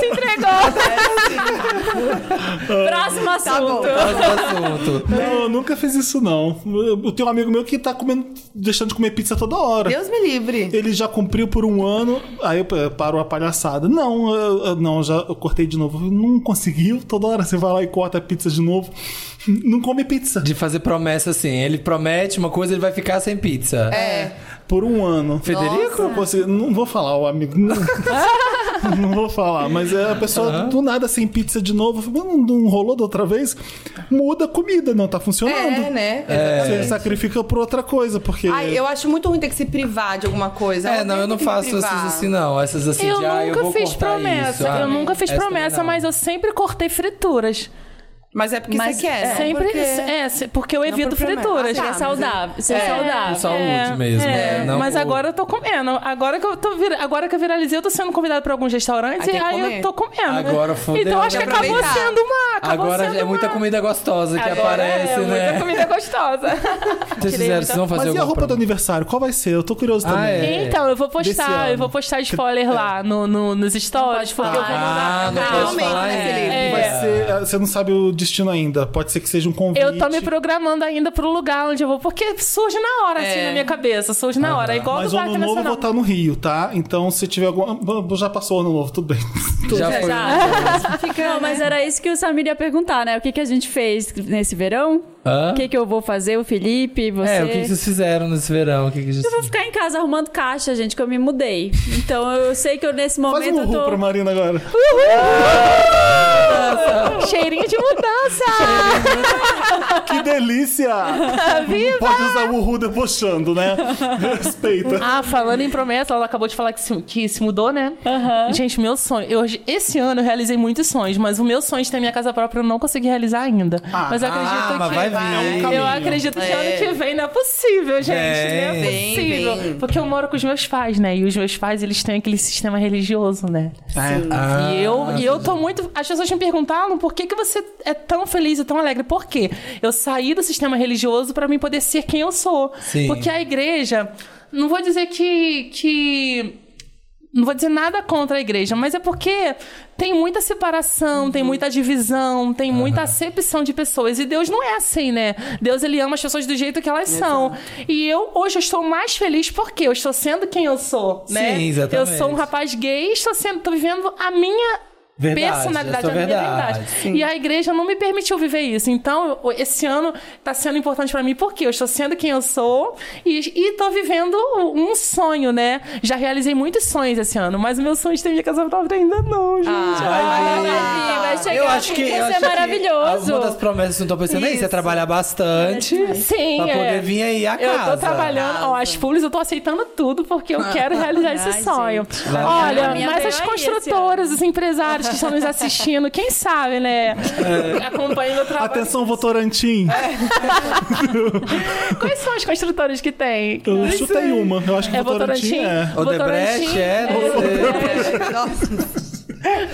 Speaker 4: entregou, se entregou.
Speaker 2: Próximo assunto.
Speaker 1: Próximo assunto.
Speaker 3: Não, eu nunca fiz isso, não. Eu tenho um amigo meu que tá comendo, deixando de comer pizza toda hora.
Speaker 5: Deus me livre.
Speaker 3: Ele já cumpriu por um ano, aí eu paro a palhaçada. Não, eu, eu- não, já eu cortei de novo. Não conseguiu, toda hora você vai lá e corta a pizza de novo. Não come pizza.
Speaker 1: De fazer promessa assim. Ele promete uma coisa, ele vai ficar sem pizza.
Speaker 5: É.
Speaker 3: Por um ano.
Speaker 1: Federico?
Speaker 3: Eu consigo- não vou falar, o amigo.
Speaker 5: <laughs>
Speaker 3: Não, não vou falar, mas é, a pessoa do nada sem pizza de novo, não, não rolou da outra vez, muda a comida, não tá funcionando.
Speaker 5: É, né?
Speaker 3: Você sacrifica por outra coisa, porque.
Speaker 5: Ai, eu acho muito ruim ter que se privar de alguma coisa.
Speaker 1: É,
Speaker 5: Ela
Speaker 1: não,
Speaker 5: tem
Speaker 1: eu não
Speaker 5: que me
Speaker 1: faço
Speaker 5: privar.
Speaker 1: essas assim, não. Essas assim
Speaker 4: Eu
Speaker 1: de, ah, eu
Speaker 4: nunca
Speaker 1: vou
Speaker 4: fiz
Speaker 1: cortar
Speaker 4: promessa.
Speaker 1: isso. Ah,
Speaker 4: eu nunca fiz
Speaker 1: essa também
Speaker 4: promessa,
Speaker 1: não.
Speaker 4: mas eu sempre cortei frituras.
Speaker 5: Mas é porque
Speaker 2: Mas
Speaker 5: você quer, né?
Speaker 4: Sempre.
Speaker 5: Porque-
Speaker 4: É, se- porque eu evito
Speaker 5: por promessa.
Speaker 4: frituras. É
Speaker 5: Ah,
Speaker 2: Ser
Speaker 5: tá.
Speaker 2: saudável. Ser
Speaker 1: Por
Speaker 2: saudável.
Speaker 1: saúde mesmo, né? Não
Speaker 4: mas
Speaker 1: por-
Speaker 4: agora eu tô comendo. Agora que eu tô vir... agora que eu viralizei, eu tô sendo convidada pra alguns restaurantes
Speaker 5: Aí
Speaker 4: e
Speaker 5: tem que
Speaker 4: aí
Speaker 5: comer.
Speaker 4: eu tô comendo.
Speaker 1: Agora fodeu.
Speaker 4: Então acho que
Speaker 5: Tem que
Speaker 4: acabou
Speaker 5: aproveitar.
Speaker 4: sendo uma. Acabou
Speaker 1: Agora
Speaker 4: sendo
Speaker 1: é muita
Speaker 4: uma...
Speaker 1: comida gostosa que
Speaker 4: Agora
Speaker 1: aparece,
Speaker 4: é,
Speaker 1: né?
Speaker 4: Muita comida gostosa.
Speaker 5: <laughs>
Speaker 1: Vocês fizeram,
Speaker 4: Tirei muita-
Speaker 1: vocês vão fazer
Speaker 3: Mas e a
Speaker 1: alguma
Speaker 3: roupa do
Speaker 1: promo-
Speaker 3: aniversário? Qual vai ser? Eu tô curioso
Speaker 1: Ah,
Speaker 3: também.
Speaker 1: é?
Speaker 4: Então, eu vou
Speaker 3: Desse
Speaker 4: postar,
Speaker 3: ano.
Speaker 4: eu vou postar spoiler lá no, no- nos stories, porque eu vou mandar.
Speaker 1: Ah, não
Speaker 5: Ah,
Speaker 1: pode
Speaker 5: aumenta,
Speaker 1: falar.
Speaker 5: né,
Speaker 1: ainda.
Speaker 5: Felipe?
Speaker 4: É.
Speaker 3: Vai ser, eh, você não sabe o destino ainda. Pode ser que seja um convite.
Speaker 4: Eu tô me programando ainda pro lugar onde eu vou, porque surge na hora, assim, na minha cabeça. Surge na hora. É igual
Speaker 3: Mas
Speaker 4: do
Speaker 3: o
Speaker 4: Parque
Speaker 3: ano novo eu vou
Speaker 4: Nacional.
Speaker 3: estar no Rio, tá? Então se tiver alguma. Ah, Já passou o ano novo, tudo bem.
Speaker 1: Já foi.
Speaker 4: né?
Speaker 2: Não, mas era isso que o Samir ia perguntar, né? O que, que a gente fez nesse verão?
Speaker 1: Hã?
Speaker 2: O que, que eu vou fazer, o Felipe, você?
Speaker 1: É, o que que vocês fizeram nesse verão? O que que vocês...
Speaker 2: Eu vou ficar em casa arrumando caixa, gente, que eu me mudei. Então eu sei que eu nesse
Speaker 3: Faz um
Speaker 2: momento eu
Speaker 3: uhul
Speaker 2: tô.
Speaker 3: pra
Speaker 4: <laughs>
Speaker 3: Marina agora.
Speaker 4: Cheirinho de mudança!
Speaker 3: Que delícia! Não Pode usar o uhul debochando, né? Respeita.
Speaker 4: ah, falando em promessa, ela acabou de falar que se, que se mudou, né? Gente, meu sonho. Eu, esse ano eu realizei muitos sonhos, mas o meu sonho de ter minha casa própria eu não consegui realizar ainda. mas eu acredito
Speaker 1: Ah, mas
Speaker 4: que.
Speaker 1: vai
Speaker 5: vai.
Speaker 1: vir.
Speaker 3: Caminho.
Speaker 4: Eu acredito que
Speaker 5: É.
Speaker 4: ano que vem não é possível, gente. não é
Speaker 5: Vem,
Speaker 4: possível.
Speaker 5: vem.
Speaker 4: Porque eu moro com os meus pais, né? E os meus pais, eles têm aquele sistema religioso, né?
Speaker 1: Ah,
Speaker 4: e eu, e eu tô muito. As pessoas me perguntaram por que, que você é tão feliz e tão alegre. Por quê? Eu saí do sistema religioso pra mim poder ser quem eu sou.
Speaker 1: Sim.
Speaker 4: Porque a igreja. Não vou dizer que. que não vou dizer nada contra a igreja, mas é porque tem muita separação,
Speaker 1: Uhum.
Speaker 4: tem muita divisão, tem muita acepção de pessoas. E Deus não é assim, né? Deus, ele ama as pessoas do jeito que elas são. E eu, hoje, eu estou mais feliz porque eu estou sendo quem eu sou, né?
Speaker 1: Sim, exatamente.
Speaker 4: Eu sou um rapaz gay, estou sendo, estou vivendo a minha
Speaker 1: Verdade,
Speaker 4: personalidade,
Speaker 2: é
Speaker 1: a
Speaker 4: a
Speaker 1: sua
Speaker 4: minha
Speaker 1: verdade.
Speaker 4: verdade.
Speaker 1: Sim.
Speaker 4: E a igreja não me permitiu viver isso. Então, eu- esse ano está sendo importante para mim porque eu estou sendo quem eu sou e estou vivendo um sonho, né? Já realizei muitos sonhos esse ano, mas o meu sonho de ter minha casa própria ainda não, gente.
Speaker 2: Ah,
Speaker 1: Ai,
Speaker 2: Felipe, vai chegar.
Speaker 4: assim,
Speaker 1: eu acho que.
Speaker 2: Isso
Speaker 1: eu
Speaker 2: é
Speaker 1: acho que
Speaker 2: maravilhoso.
Speaker 1: Uma das promessas que eu tô pensando é isso: é trabalhar bastante.
Speaker 4: Sim,
Speaker 1: Pra
Speaker 4: é.
Speaker 1: poder vir aí a
Speaker 4: Eu
Speaker 1: casa.
Speaker 4: tô trabalhando, ó, as pulls eu tô aceitando tudo porque eu quero realizar esse sonho. Olha,
Speaker 2: A minha
Speaker 4: mas
Speaker 2: veio
Speaker 4: as
Speaker 2: aí
Speaker 4: construtoras, os empresários que estão nos assistindo, quem sabe, né? Acompanhando o trabalho.
Speaker 3: É. Atenção, Votorantim.
Speaker 4: É Quais são as construtoras que tem?
Speaker 3: Eu chutei uma. Eu acho que
Speaker 4: É
Speaker 3: Votorantim
Speaker 4: Votorantim?
Speaker 3: é.
Speaker 1: Odebrecht,
Speaker 4: Votorantim,
Speaker 1: é.
Speaker 4: é.
Speaker 1: não sei.
Speaker 5: Nossa,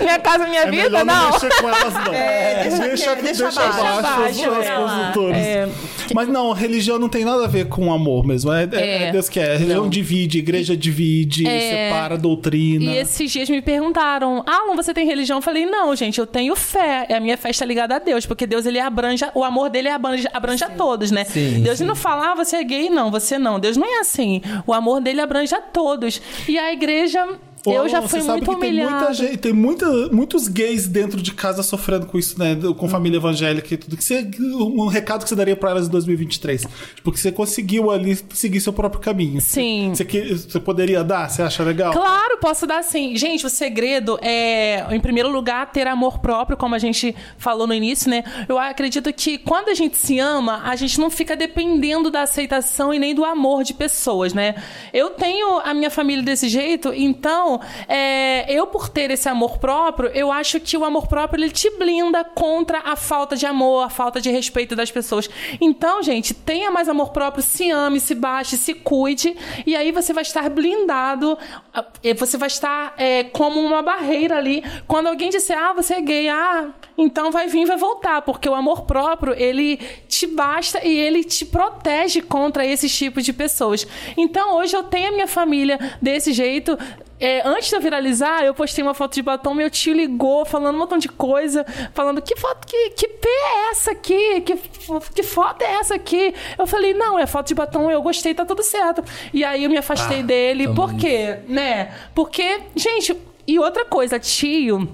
Speaker 4: Minha casa, minha
Speaker 3: É
Speaker 4: vida?
Speaker 3: melhor não,
Speaker 4: Não.
Speaker 3: mexer com elas, não. É, deixa, deixa,
Speaker 5: deixa
Speaker 3: abaixo,
Speaker 4: abaixo,
Speaker 3: as- as
Speaker 4: deixa
Speaker 3: consultoras.
Speaker 4: É,
Speaker 3: Mas não, religião não tem nada a ver com amor mesmo. É, é-
Speaker 4: É.
Speaker 3: Deus que é. Religião divide, igreja divide,
Speaker 4: É.
Speaker 3: separa doutrina.
Speaker 4: E esses dias me perguntaram, Alan, você tem religião? Eu falei, não, gente, eu tenho fé. É A minha fé está ligada a Deus, porque Deus, ele abrange, o amor dele abrange, abrange a todos, né?
Speaker 1: Sim,
Speaker 4: Deus
Speaker 1: sim.
Speaker 4: não fala, ah, você é gay, não, você não. Deus não é assim. O amor dele abrange a todos. E a igreja,
Speaker 3: Pô,
Speaker 4: eu já
Speaker 3: você
Speaker 4: fui
Speaker 3: sabe
Speaker 4: muito
Speaker 3: que Tem, muita
Speaker 4: humilhada.
Speaker 3: gente, tem muita- muitos gays dentro de casa sofrendo com isso, né?
Speaker 4: Hum.
Speaker 3: Com família evangélica e tudo. Que você, um recado que você daria pra elas em 2023. Tipo, que você conseguiu ali seguir seu próprio caminho.
Speaker 4: Sim.
Speaker 3: Você, que- você poderia dar? Você acha legal?
Speaker 4: Claro, posso dar sim. Gente, o segredo é, em primeiro lugar, ter amor próprio, como a gente falou no início, né? Eu acredito que quando a gente se ama, a gente não fica dependendo da aceitação e nem do amor de pessoas, né? Eu tenho a minha família desse jeito, então, é, eu por ter esse amor próprio, eu acho que o amor próprio ele te blinda contra a falta de amor, a falta de respeito das pessoas. Então, gente, tenha mais amor próprio, se ame, se baixe, se cuide, e aí você vai estar blindado, ah, eh, você vai estar eh, como uma barreira ali. Quando alguém disser, ah, você é gay, ah, então vai vir e vai voltar, porque o amor próprio, ele te basta e ele te protege contra esses tipos de pessoas. Então, hoje eu tenho a minha família desse jeito, é, antes de eu viralizar, eu postei uma foto de batom, meu tio ligou falando um montão de coisa, falando que foto, que, que P é essa aqui? Que, fo- que foto é essa aqui? Eu falei, não, é foto de batom, eu gostei, tá tudo certo. E aí eu me afastei
Speaker 1: Ah,
Speaker 4: dele,
Speaker 1: tamo
Speaker 4: por quê? Né? Porque, gente, e outra coisa, tio.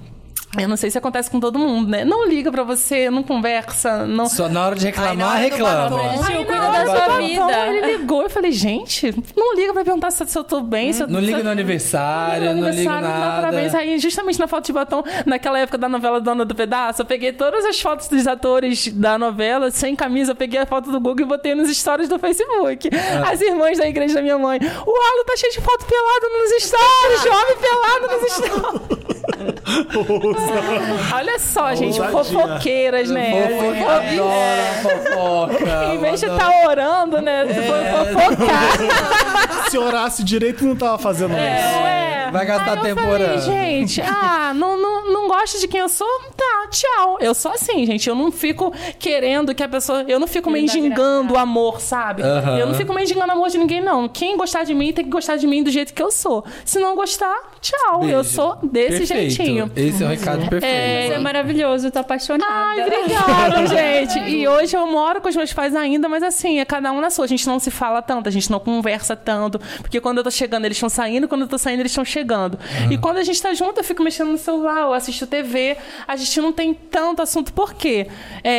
Speaker 4: Eu não sei se acontece com todo mundo, né? Não liga pra você, não conversa, não.
Speaker 1: Só na hora de reclamar,
Speaker 5: Aí na hora do
Speaker 1: reclama.
Speaker 5: batom.
Speaker 2: Tio,
Speaker 4: Na
Speaker 2: cuida da
Speaker 4: hora do
Speaker 2: sua
Speaker 4: batom,
Speaker 2: vida.
Speaker 4: Ele ligou, eu falei, gente, não liga pra perguntar se, se eu tô bem, se eu
Speaker 1: Não liga
Speaker 4: se-
Speaker 1: no aniversário, não liga
Speaker 4: aniversário, não dá
Speaker 1: nada.
Speaker 4: parabéns. Aí, justamente na foto de batom, naquela época da novela Dona do Pedaço, eu peguei todas as fotos dos atores da novela, sem camisa, eu peguei a foto do Google e botei nos stories do Facebook.
Speaker 1: Ah.
Speaker 4: As irmãs da igreja da
Speaker 1: <laughs>
Speaker 4: minha mãe. O Alo tá cheio de foto pelada nos stories, de homem pelado nos stories. Olha só, gente,
Speaker 3: Ousadia.
Speaker 4: fofoqueiras, né?
Speaker 1: Adoro fofoca.
Speaker 4: <laughs> Em vez de estar orando,
Speaker 1: É.
Speaker 4: né? Foi fofocar.
Speaker 3: Se orasse direito, não tava fazendo isso.
Speaker 4: É.
Speaker 1: Vai gastar
Speaker 4: Aí eu
Speaker 1: tempo
Speaker 4: falei,
Speaker 1: orando.
Speaker 4: gente, ah, não, não, não gosta de quem eu sou? Tá, tchau. Eu sou assim, gente. Eu não fico querendo que a pessoa. Eu não fico mendigando o amor, sabe?
Speaker 1: Aham.
Speaker 4: Eu não fico mendigando o amor de ninguém, não. Quem gostar de mim tem que gostar de mim do jeito que eu sou. Se não gostar, tchau. Eu
Speaker 1: Beijo.
Speaker 4: sou desse
Speaker 1: Perfeito.
Speaker 4: jeitinho.
Speaker 1: Esse é o recado perfeito.
Speaker 6: Você é maravilhoso, tô apaixonada.
Speaker 4: Ai,
Speaker 1: <laughs>
Speaker 4: obrigada, gente. E hoje eu moro com os meus pais ainda, mas assim, é cada um na sua. A gente não se fala tanto, a gente não conversa tanto. Porque quando eu tô chegando, eles estão saindo, quando eu tô saindo, eles estão chegando.
Speaker 1: Uhum.
Speaker 4: E quando a gente tá junto, eu fico mexendo no celular, eu assisto TV. A gente não tem tanto assunto, por quê? É,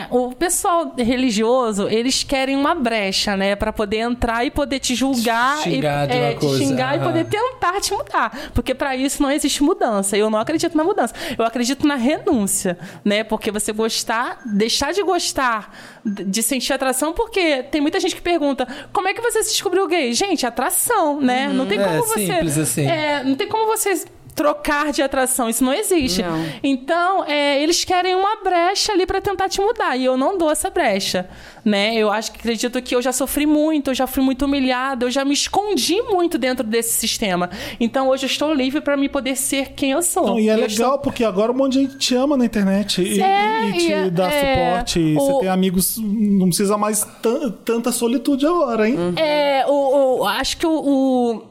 Speaker 4: é, o pessoal religioso, eles querem uma brecha, né? Pra poder entrar e poder te julgar.
Speaker 1: Te
Speaker 4: e, é,
Speaker 1: xingar de uma
Speaker 4: te
Speaker 1: coisa,
Speaker 4: xingar e
Speaker 1: aham.
Speaker 4: poder tentar te mudar, porque para isso não existe mudança. Eu não acredito na mudança. Eu acredito na renúncia, né? Porque você gostar, deixar de gostar, d- de sentir atração, porque tem muita gente que pergunta: "Como é que você se descobriu gay?" Gente, atração, né? não tem
Speaker 1: É,
Speaker 4: como você
Speaker 1: simples assim.
Speaker 4: É, não tem como você trocar de atração, isso não existe.
Speaker 5: Não.
Speaker 4: Então, é, eles querem uma brecha ali pra tentar te mudar. E eu não dou essa brecha, né? Eu acho que acredito que eu já sofri muito, eu já fui muito humilhada, eu já me escondi muito dentro desse sistema. Então, hoje eu estou livre pra me poder ser quem eu sou.
Speaker 3: Não, e é
Speaker 4: Eu
Speaker 3: legal
Speaker 4: estou-
Speaker 3: porque agora um monte de gente te ama na internet e,
Speaker 4: É,
Speaker 3: e te
Speaker 4: e é-
Speaker 3: dá
Speaker 4: é.
Speaker 3: suporte. e Você
Speaker 4: O-
Speaker 3: tem amigos, não precisa mais tan- tanta solitude agora, hein?
Speaker 4: É, o, o- acho que o, o,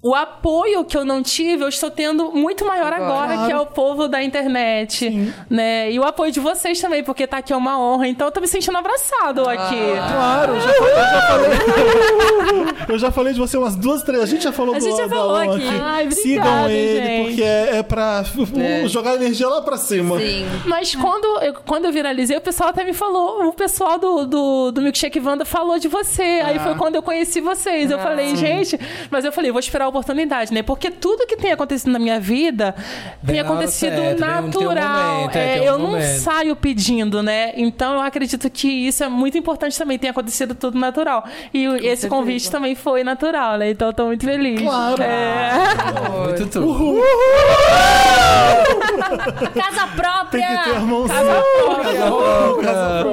Speaker 4: o apoio que eu não tive, eu estou tendo muito maior agora, que é o povo da internet. Né? E o apoio de vocês também, porque tá aqui é uma honra. Então eu tô me sentindo abraçado aqui.
Speaker 3: Claro, eu já falei, eu já falei- eu já falei de você umas duas, três. A gente já falou
Speaker 6: A
Speaker 3: do
Speaker 6: gente já
Speaker 3: da
Speaker 6: falou
Speaker 3: Alan
Speaker 6: aqui.
Speaker 4: Ai, obrigada,
Speaker 3: Sigam ele,
Speaker 4: gente.
Speaker 3: porque é, é pra
Speaker 5: É.
Speaker 3: jogar energia lá pra cima.
Speaker 5: Sim.
Speaker 4: Mas quando, eu, quando eu viralizei, o pessoal até me falou, o pessoal do, do, do Milkshake Wanda falou de você. Aí
Speaker 1: Ah.
Speaker 4: foi quando eu conheci vocês. Eu falei, gente, mas eu falei, vou esperar a oportunidade, né? Porque tudo que tem acontecido na minha vida
Speaker 1: Vem na
Speaker 4: tem
Speaker 1: hora
Speaker 4: acontecido
Speaker 1: certa, tem um- tem um
Speaker 4: natural.
Speaker 1: momento, é,
Speaker 4: É,
Speaker 1: tem um
Speaker 4: eu não
Speaker 1: momento.
Speaker 4: saio pedindo, né? Então eu acredito que isso é muito importante também, tem acontecido tudo natural. E o- esse convite também foi natural, né? Então eu tô muito feliz.
Speaker 3: Claro.
Speaker 4: É.
Speaker 1: Muito tudo.
Speaker 6: Casa
Speaker 3: Tem que ter
Speaker 6: própria!
Speaker 3: irmãozinho.
Speaker 1: Tá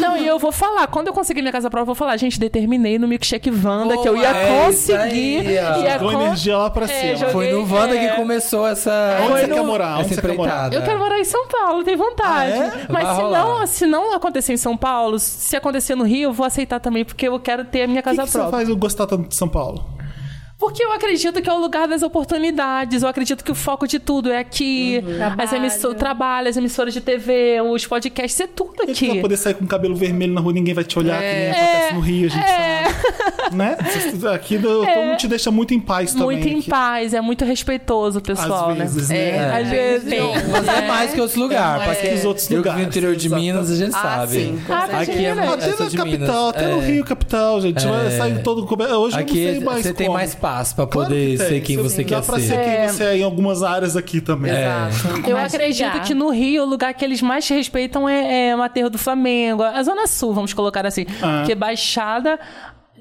Speaker 4: Não, e eu vou falar. Quando eu conseguir minha casa própria, eu vou falar. Gente, determinei no milkshake Wanda que eu ia
Speaker 1: é isso
Speaker 4: conseguir.
Speaker 1: aí, ó.
Speaker 4: ia
Speaker 3: Com
Speaker 4: con-
Speaker 3: energia lá pra
Speaker 4: É,
Speaker 3: cima.
Speaker 4: joguei-
Speaker 1: Foi no Wanda
Speaker 4: é.
Speaker 1: que começou essa.
Speaker 3: Onde
Speaker 1: essa
Speaker 3: você quer morar? Onde você quer morar?
Speaker 1: empreitada.
Speaker 4: Eu quero morar em São Paulo, tenho vontade.
Speaker 3: Ah, é?
Speaker 4: Mas
Speaker 1: Vai
Speaker 4: se
Speaker 1: rolar.
Speaker 4: não, se não acontecer em São Paulo, se acontecer no Rio, eu vou aceitar também, porque eu quero ter a minha
Speaker 3: O que,
Speaker 4: casa
Speaker 3: que você
Speaker 4: própria.
Speaker 3: faz eu gostar tanto de São Paulo?
Speaker 4: Porque eu acredito que é o lugar das oportunidades, eu acredito que o foco de tudo é aqui. As emissoras, trabalho, as emissoras de TV, os podcasts, é tudo
Speaker 3: Você vai
Speaker 4: aqui.
Speaker 3: poder sair com o cabelo vermelho na rua, ninguém vai te olhar,
Speaker 5: É.
Speaker 3: que nem acontece no Rio, a gente sabe. Né? Aqui do,
Speaker 5: É.
Speaker 3: não te deixa muito em paz também.
Speaker 4: Muito em
Speaker 3: aqui.
Speaker 4: paz, é muito respeitoso o pessoal,
Speaker 3: Às
Speaker 4: né?
Speaker 3: vezes, né?
Speaker 5: É.
Speaker 1: É.
Speaker 4: Às vezes.
Speaker 1: Mas é mais que outros lugares.
Speaker 3: mais
Speaker 1: pra
Speaker 3: que
Speaker 1: quem-
Speaker 3: os outros
Speaker 1: eu
Speaker 3: lugares,
Speaker 1: que vim do interior de Minas, a gente
Speaker 5: Ah,
Speaker 1: sabe.
Speaker 5: sim, com
Speaker 4: certeza.
Speaker 1: aqui é,
Speaker 4: Até
Speaker 1: muito-
Speaker 3: Até
Speaker 1: eu sou
Speaker 3: na
Speaker 1: de
Speaker 3: capital,
Speaker 1: Minas.
Speaker 3: até
Speaker 1: é.
Speaker 3: no Rio capital, gente. Vai sair todo cobe- Hoje eu não
Speaker 1: Aqui é-
Speaker 3: sei mais
Speaker 1: você tem
Speaker 3: como.
Speaker 1: mais paz pra
Speaker 3: Claro
Speaker 1: poder
Speaker 3: tem.
Speaker 1: ser quem você
Speaker 3: Dá
Speaker 1: quer
Speaker 3: pra ser
Speaker 1: ser. É,
Speaker 3: quem você é em algumas áreas aqui também.
Speaker 4: Eu
Speaker 6: Mas
Speaker 4: acredito
Speaker 6: já.
Speaker 4: que no Rio, o lugar que eles mais respeitam é, é o aterro do Flamengo, a Zona Sul, vamos colocar assim.
Speaker 6: Ah.
Speaker 4: Porque Baixada.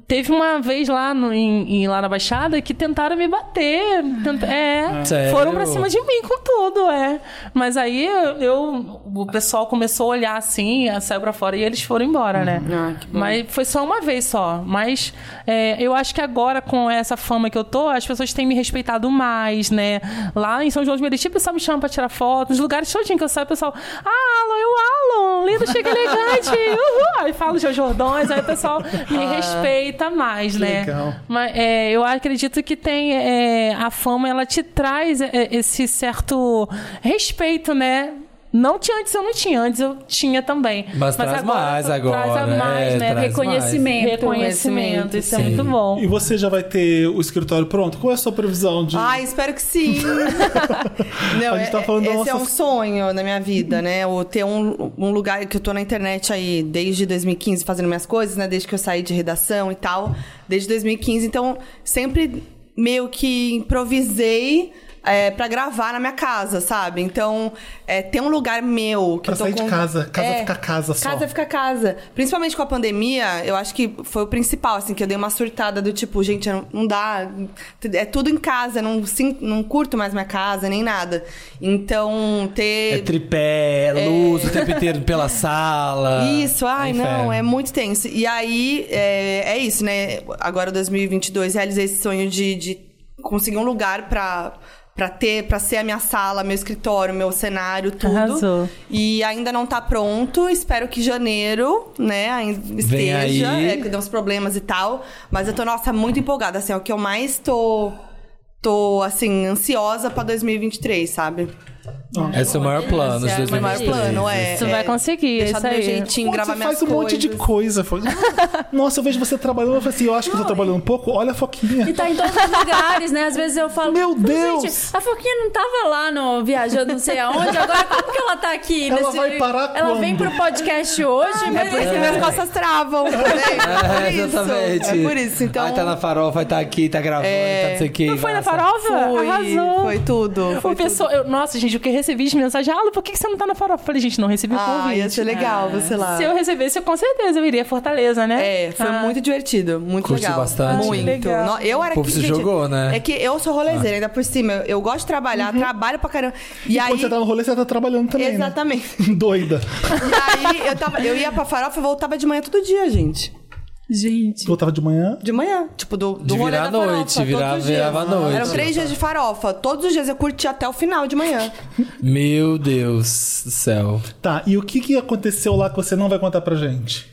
Speaker 4: Teve uma vez lá, no- em- em- lá na Baixada que tentaram me bater. tent- é,
Speaker 6: Ah.
Speaker 1: Sério?
Speaker 4: foram pra cima de mim com tudo, é. Mas aí eu, o pessoal começou a olhar assim, saiu pra fora e eles foram embora, né?
Speaker 5: Ah, que bom.
Speaker 4: Mas foi só uma vez só. Mas é, eu acho que agora, com essa fama que eu tô, as pessoas têm me respeitado mais, né? Lá em São João de Meriti, o pessoal me chama pra tirar foto. Nos lugares todinho que eu saio, o pessoal... Ah, Alan, eu Alan! Lindo,
Speaker 5: <laughs>
Speaker 4: chega elegante! Uhul! Aí falo João Jordões, aí o pessoal me
Speaker 5: Ah,
Speaker 4: respeita mais, né?
Speaker 3: legal.
Speaker 4: Mas é, eu acredito que tem... é, a fama, ela te traz é, esse certo respeito, né? Não que antes eu não tinha, antes eu tinha também.
Speaker 1: Mas traz mais agora,
Speaker 4: Traz a mais,
Speaker 1: é,
Speaker 4: né?
Speaker 1: traz
Speaker 6: Reconhecimento.
Speaker 4: Reconhecimento, isso é
Speaker 1: Sim.
Speaker 4: muito bom.
Speaker 3: E você já vai ter o escritório pronto? Qual é a sua previsão de.
Speaker 5: Ai, espero que sim.
Speaker 3: <laughs>
Speaker 5: Não,
Speaker 3: A gente tá
Speaker 5: é-
Speaker 3: falando da
Speaker 5: esse é
Speaker 3: nossa-
Speaker 5: um sonho na minha vida, né? O ter um, um lugar que eu tô na internet aí desde 2015 fazendo minhas coisas, né? Desde que eu saí de redação e tal, desde 2015. Então, sempre meio que improvisei é, pra gravar na minha casa, sabe? Então, é, ter um lugar meu. Que
Speaker 3: Pra
Speaker 5: eu tô
Speaker 3: sair de
Speaker 5: com- É.
Speaker 3: casa. Casa fica casa só.
Speaker 5: Casa fica casa. Principalmente com a pandemia, eu acho que foi o principal, assim, que eu dei uma surtada do tipo, gente, não, não dá. É tudo em casa, não, sim- não curto mais minha casa, nem nada. Então,
Speaker 1: É
Speaker 5: ter.
Speaker 1: tripé, é luz o tempo inteiro pela sala.
Speaker 5: Isso, ai, não,
Speaker 1: inferno.
Speaker 5: é muito tenso. E aí, é, é isso, né? Agora, 2022, realizei esse sonho de, de conseguir um lugar pra, pra ter, pra ser a minha sala, meu escritório, meu cenário, tudo.
Speaker 4: Arrasou.
Speaker 5: E ainda não tá pronto, espero que janeiro, né, ainda
Speaker 1: Vem
Speaker 5: esteja,
Speaker 1: aí.
Speaker 5: é, que deu uns problemas e tal. Mas eu tô, nossa, muito empolgada, assim, é o que eu mais tô... Tô, assim, ansiosa pra 2023, sabe?
Speaker 1: Esse é o maior plano de
Speaker 6: Esse é o
Speaker 5: Meu maior
Speaker 1: 2023.
Speaker 5: plano é...
Speaker 4: Você
Speaker 5: é
Speaker 4: vai conseguir, é
Speaker 5: Deixar
Speaker 4: isso
Speaker 5: do meu
Speaker 4: aí.
Speaker 5: jeitinho,
Speaker 3: Pô,
Speaker 5: gravar
Speaker 3: você
Speaker 5: minhas
Speaker 3: faz um monte de
Speaker 5: coisas.
Speaker 3: coisa. Fo- <laughs> Nossa, eu vejo você trabalhando. Eu falo assim, eu acho que eu tô trabalhando um pouco. Olha a foquinha.
Speaker 6: E tá em todos os lugares, né? Às vezes eu falo.
Speaker 3: Meu
Speaker 6: "Gente,
Speaker 3: Deus!"
Speaker 6: a Foquinha não tava lá no viajando não sei aonde, agora como que ela tá aqui?
Speaker 3: Ela vai parar
Speaker 6: Ela vem
Speaker 3: quando?
Speaker 6: pro podcast hoje,
Speaker 5: É
Speaker 6: mas
Speaker 5: por isso que minhas costas travam. né?
Speaker 1: <laughs> É,
Speaker 5: É,
Speaker 1: exatamente.
Speaker 5: Isso. É por isso. Então,
Speaker 1: Aí tá na farofa, vai tá aqui, tá gravando, tá não sei o que.
Speaker 4: Não foi na farofa? Ah, Arrasou.
Speaker 5: foi, foi tudo. Foi
Speaker 4: O pessoal, eu- nossa, gente, o que eu recebi de mensagem, ah, Lu, por que que você não tá na farofa? Eu falei, gente, não recebi o
Speaker 5: tudo. Ah,
Speaker 4: convite. né?"
Speaker 5: ia ser legal você lá.
Speaker 4: Se eu recebesse, eu, com certeza eu iria a Fortaleza, né?
Speaker 5: É, foi
Speaker 4: Ah.
Speaker 5: muito divertido, muito
Speaker 1: Curtiu
Speaker 5: legal.
Speaker 1: bastante?
Speaker 5: Muito.
Speaker 4: Legal.
Speaker 5: No- eu era
Speaker 1: O povo
Speaker 5: que,
Speaker 1: se
Speaker 5: gente,
Speaker 1: jogou, né? Ah.
Speaker 5: É que eu sou rolezeira, ainda por cima. Eu, eu gosto de
Speaker 4: Uhum.
Speaker 5: trabalhar, trabalho pra caramba. E, aí.
Speaker 3: Quando você tá no rolê, você tá trabalhando também. né?
Speaker 5: Exatamente.
Speaker 3: <laughs> Doida.
Speaker 5: E aí eu, tava, eu ia pra farofa e voltava de manhã todo dia, gente.
Speaker 3: Você voltava de manhã.
Speaker 5: De manhã. Tipo, do, do
Speaker 1: De
Speaker 5: rolê
Speaker 1: virar
Speaker 5: da
Speaker 1: à noite,
Speaker 5: farofa, todos
Speaker 1: virar-
Speaker 5: os dias.
Speaker 1: virava à noite.
Speaker 5: Eram três dias de farofa. Todos os dias eu curti até o final de
Speaker 4: <laughs>
Speaker 5: manhã.
Speaker 1: Meu Deus do céu.
Speaker 3: Tá, e o que que aconteceu lá que você não vai contar pra gente?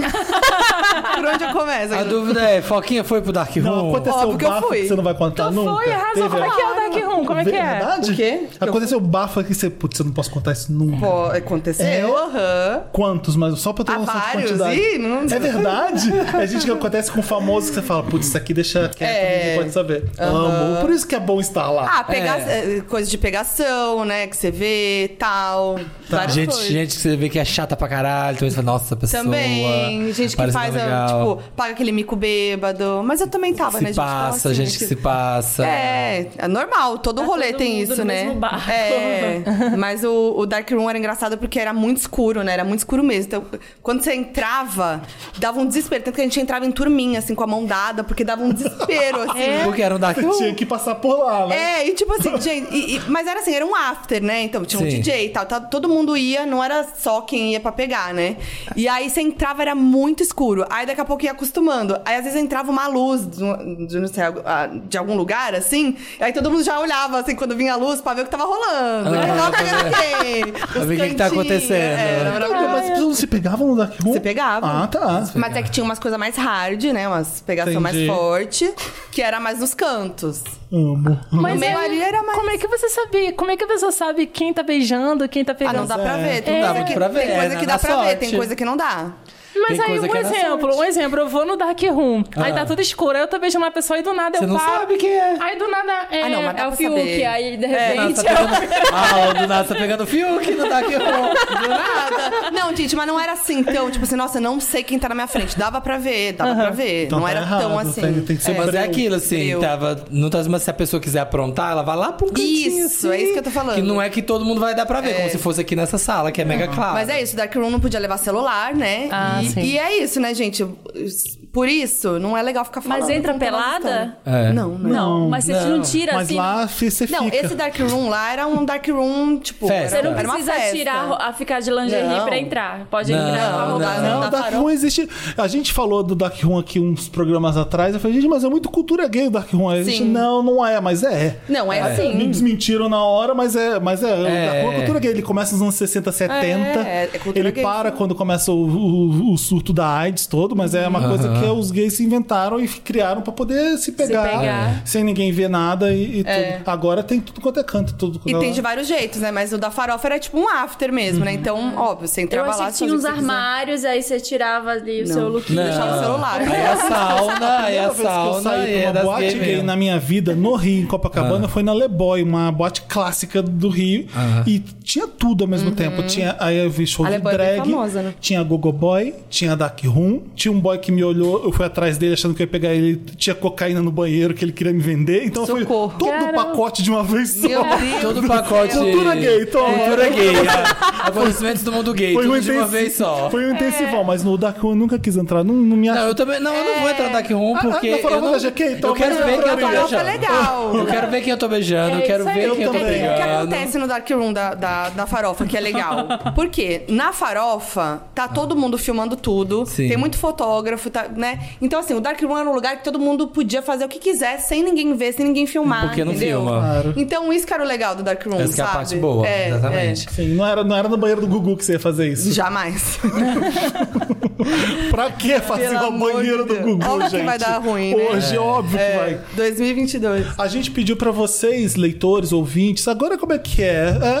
Speaker 5: Por onde eu começo?
Speaker 1: A
Speaker 5: Agnes?
Speaker 1: dúvida é, Foquinha foi pro Dark
Speaker 3: Não,
Speaker 1: Room?
Speaker 3: aconteceu
Speaker 5: Óbvio
Speaker 3: o
Speaker 5: que eu
Speaker 3: bafo
Speaker 5: fui.
Speaker 3: que você não vai contar
Speaker 4: Então
Speaker 3: nunca?
Speaker 4: foi, arrasou.
Speaker 3: Teve-
Speaker 4: Como é que é o Dark Room? Como é que é?
Speaker 3: Verdade?
Speaker 5: O quê?
Speaker 3: Aconteceu o bafo que você... Putz, eu não posso contar isso nunca.
Speaker 5: Pô, aconteceu,
Speaker 3: É?
Speaker 5: aham.
Speaker 3: Quantos, mas só pra eu ter
Speaker 5: Há
Speaker 3: noção de
Speaker 5: vários,
Speaker 3: quantidade.
Speaker 5: ih, não-
Speaker 3: É verdade? É gente que acontece com famoso que você fala, putz, isso aqui deixa quieto,
Speaker 5: É.
Speaker 3: ninguém pode saber. Amo. Por isso que é bom estar lá.
Speaker 5: Ah, pega...
Speaker 1: É.
Speaker 5: eh, coisa de pegação, né? Que você vê, tal. Várias
Speaker 1: Tá, Gente,
Speaker 5: coisas.
Speaker 1: gente que você vê que é chata pra caralho, então você fala, nossa, essa pessoa.
Speaker 5: Também, gente que
Speaker 1: parece
Speaker 5: faz,
Speaker 1: não
Speaker 5: ah,
Speaker 1: legal.
Speaker 5: tipo, paga aquele mico bêbado. Mas eu também tava, né,
Speaker 1: se
Speaker 5: gente? Tava
Speaker 1: passa,
Speaker 5: assim,
Speaker 1: gente que se passa.
Speaker 5: É, é normal, todo rolê
Speaker 6: Tá todo
Speaker 5: tem
Speaker 6: mundo
Speaker 5: isso,
Speaker 6: no
Speaker 5: né?
Speaker 6: mesmo barco.
Speaker 5: É, mas o, o Dark Room era engraçado porque era muito escuro, né? Era muito escuro mesmo. Então, quando você entrava, dava um desespero. Tanto que a gente entrava em turminha, assim, com a mão dada, porque dava
Speaker 6: <laughs>
Speaker 5: um desespero, assim.
Speaker 6: É,
Speaker 1: Porque era um Dark
Speaker 3: Você
Speaker 1: Room.
Speaker 3: <laughs> tinha que passar por lá, né?
Speaker 5: É, e tipo assim, gente, e- e- mas era assim, era um after, né? Então tinha um
Speaker 1: Sim.
Speaker 5: DJ e tal, tá- todo mundo ia, não era só quem ia pra pegar, né? E aí você entrava, era muito escuro. Aí daqui a pouco ia acostumando. Aí às vezes entrava uma luz de, de, não sei, ah, de algum lugar, assim, aí todo mundo já olhava, assim, quando vinha a luz pra ver o que tava rolando.
Speaker 1: Ah,
Speaker 5: Tava
Speaker 1: pra <laughs>
Speaker 5: pegando quem? Os
Speaker 1: ver o que que tá
Speaker 5: cantinhos.
Speaker 1: acontecendo.
Speaker 5: É, era
Speaker 3: Não, mas as pessoas não se pegavam no Dark Room?
Speaker 5: você pegava.
Speaker 3: Ah, tá.
Speaker 5: Mas é que tinha umas coisas mais hard, né? Umas pegação mais
Speaker 3: Entendi.
Speaker 5: forte, que era mais nos cantos.
Speaker 3: Amo.
Speaker 5: no meio
Speaker 4: aí,
Speaker 5: ali era mais.
Speaker 4: Como é que você sabe? Como é que a pessoa sabe quem tá beijando, quem tá
Speaker 5: Ah,
Speaker 4: pegando?
Speaker 5: não dá pra ver. Tem
Speaker 4: É.
Speaker 5: coisa
Speaker 4: Dá
Speaker 5: que,
Speaker 1: pra ver,
Speaker 5: tem coisa
Speaker 1: né?
Speaker 5: que
Speaker 1: Na
Speaker 5: dá pra ver, tem
Speaker 1: sorte.
Speaker 5: coisa que não dá.
Speaker 4: Mas
Speaker 1: Tem
Speaker 4: aí,
Speaker 1: coisa
Speaker 4: um
Speaker 1: que é da
Speaker 4: exemplo,
Speaker 1: sorte.
Speaker 4: um exemplo, eu vou no Dark Room, aí
Speaker 1: Ah.
Speaker 4: tá tudo escuro, aí eu tô beijando uma pessoa e do nada
Speaker 1: Você
Speaker 4: eu
Speaker 1: não
Speaker 4: paro.
Speaker 1: sabe quem
Speaker 5: <laughs>
Speaker 1: é.
Speaker 4: Aí do nada é,
Speaker 5: Ah, não, mas dá
Speaker 6: é o
Speaker 5: pra
Speaker 6: Fiuk,
Speaker 5: saber.
Speaker 6: aí de
Speaker 1: Do nada
Speaker 6: repente.
Speaker 1: tá pegando- Ah, o do nada tá pegando o Fiuk no Dark Room.
Speaker 5: Do nada. <laughs> Não, gente, mas não era assim tão, tipo assim, nossa, não sei quem tá na minha frente. Dava pra ver, dava pra ver.
Speaker 3: Então
Speaker 5: não
Speaker 3: tá
Speaker 5: era
Speaker 3: errado,
Speaker 5: tão assim.
Speaker 3: Tem, tem que ser
Speaker 1: Mas é
Speaker 3: breu.
Speaker 1: aquilo, assim,
Speaker 5: Breu.
Speaker 1: tava. Não tá, mas se a pessoa quiser aprontar, ela vai lá pro cantinho,
Speaker 5: Isso,
Speaker 1: assim,
Speaker 5: é isso que eu tô falando.
Speaker 1: Que não é que todo mundo vai dar pra ver, como se fosse aqui nessa sala, que é mega claro.
Speaker 5: Mas é isso, Dark Room não podia levar celular, né?
Speaker 4: Ah,
Speaker 5: e,
Speaker 4: sim.
Speaker 5: e é isso, né, gente? Por isso, não é legal ficar falando.
Speaker 6: Mas entra
Speaker 5: contando a história.
Speaker 6: pelada?
Speaker 1: É.
Speaker 5: Não, não.
Speaker 6: Não, mas você
Speaker 1: Não.
Speaker 6: não tira
Speaker 3: Mas
Speaker 6: assim.
Speaker 3: lá fi- você fica.
Speaker 5: Não, esse Dark Room lá era um Dark Room, tipo,
Speaker 1: Festa.
Speaker 6: Você
Speaker 5: era,
Speaker 6: não
Speaker 5: era uma
Speaker 6: precisa
Speaker 5: festa.
Speaker 6: tirar a ficar de lingerie
Speaker 5: Não.
Speaker 6: pra entrar. Pode
Speaker 1: Não,
Speaker 6: entrar com a
Speaker 1: não,
Speaker 6: roupa.
Speaker 5: não.
Speaker 3: Não,
Speaker 5: Da
Speaker 3: o Dark
Speaker 5: farofa.
Speaker 3: Room existe. A gente falou do Dark Room aqui uns programas atrás. Eu falei, gente, mas é muito cultura gay o Dark Room. Aí A gente,
Speaker 5: Sim.
Speaker 3: não, não é, mas é.
Speaker 5: Não, é, assim.
Speaker 3: Me desmentiram na hora, mas é. Mas é,
Speaker 1: É.
Speaker 3: O Dark Room é cultura gay. Ele começa nos anos 60, 70.
Speaker 5: É, é cultura
Speaker 3: ele
Speaker 5: gay,
Speaker 3: para
Speaker 5: sim.
Speaker 3: quando começa o, o- o surto da AIDS todo, mas é uma coisa que os gays se inventaram e criaram pra poder se pegar,
Speaker 6: pegar.
Speaker 3: sem ninguém ver nada e, e tudo. Agora tem tudo quanto é canto, tudo
Speaker 5: É. E
Speaker 3: quanto é-
Speaker 5: tem de vários jeitos, né? Mas o da farofa era tipo um after mesmo,
Speaker 1: Uhum.
Speaker 5: né? Então, óbvio, você
Speaker 6: Eu
Speaker 5: entrava
Speaker 6: achei
Speaker 5: lá...
Speaker 6: que
Speaker 5: você
Speaker 6: tinha
Speaker 5: fazia o
Speaker 6: uns
Speaker 5: que você quiser.
Speaker 6: armários, aí você tirava ali o seu look.
Speaker 1: Não.
Speaker 5: Deixava o celular.
Speaker 1: Aí é a sauna, aí é a
Speaker 3: primeira vez que eu
Speaker 1: sauna
Speaker 3: saí
Speaker 1: e
Speaker 3: pra
Speaker 1: é
Speaker 3: uma
Speaker 1: das
Speaker 3: boate
Speaker 1: gay
Speaker 3: gay,
Speaker 1: mesmo.
Speaker 3: na minha vida, no Rio, em
Speaker 5: Ah.
Speaker 3: Copacabana, foi na Leboy, uma boate clássica do Rio. E tinha tudo ao mesmo tempo. Tinha, aí eu vi show
Speaker 5: Uhum. A
Speaker 3: de
Speaker 5: Le Boy é bem
Speaker 3: drag,
Speaker 5: famosa, né?
Speaker 3: tinha Gogo Boy, tinha Dark Room, tinha um boy que me olhou eu fui atrás dele achando que eu ia pegar ele, tinha cocaína no banheiro que ele queria me vender, então
Speaker 5: Socorro.
Speaker 3: foi todo o pacote de uma vez só.
Speaker 5: Meu Deus.
Speaker 1: Todo o pacote.
Speaker 3: Cultura gay, toma.
Speaker 1: Cultura gay. é. Acontecimentos do mundo gay. tudo de uma
Speaker 3: intensi-
Speaker 1: vez só.
Speaker 3: Foi um intensivão,
Speaker 5: É.
Speaker 3: mas no Dark Room eu nunca quis entrar, não, não me
Speaker 1: Não,
Speaker 3: achou.
Speaker 1: eu também. Não, eu não vou entrar na Dark Room
Speaker 3: ah,
Speaker 1: porque.
Speaker 3: tá falando
Speaker 1: eu, não,
Speaker 3: da GK, então
Speaker 1: eu quero
Speaker 3: vai
Speaker 1: ver quem eu tô
Speaker 3: entrar
Speaker 5: Não, foi
Speaker 1: beijando. <laughs>
Speaker 5: é legal.
Speaker 1: Eu quero ver quem eu tô beijando, eu quero
Speaker 4: isso aí.
Speaker 1: ver
Speaker 4: Eu
Speaker 1: quem eu tô
Speaker 3: também.
Speaker 5: É, o que
Speaker 1: beijando.
Speaker 5: acontece no Dark Room da, da, da farofa, que é legal. Por quê? Na farofa, tá todo mundo filmando tudo.
Speaker 1: Ah. Sim.
Speaker 5: Tem muito fotógrafo, tá, né? Então, assim, o Dark Room era um lugar que todo mundo podia fazer o que quiser, sem ninguém ver, sem ninguém filmar.
Speaker 1: Porque não
Speaker 5: entendeu?
Speaker 1: filma. Claro.
Speaker 5: Então, isso que era o legal do Dark Room,
Speaker 1: Essa que é
Speaker 5: sabe?
Speaker 1: a parte boa,
Speaker 5: É,
Speaker 1: exatamente.
Speaker 3: Sim, não era, não era no banheiro do Gugu que você ia fazer
Speaker 5: é.
Speaker 1: <laughs>
Speaker 3: isso.
Speaker 5: Jamais.
Speaker 3: Pra que fazer
Speaker 5: Pelo
Speaker 3: uma
Speaker 5: amor
Speaker 3: banheira
Speaker 5: de
Speaker 3: do
Speaker 5: Deus.
Speaker 3: Gugu,
Speaker 5: Óbvio que
Speaker 3: gente?
Speaker 5: vai dar ruim, né?
Speaker 3: Hoje, óbvio que vai.
Speaker 5: 2022.
Speaker 3: A gente pediu pra vocês, leitores, ouvintes, agora como é que é? é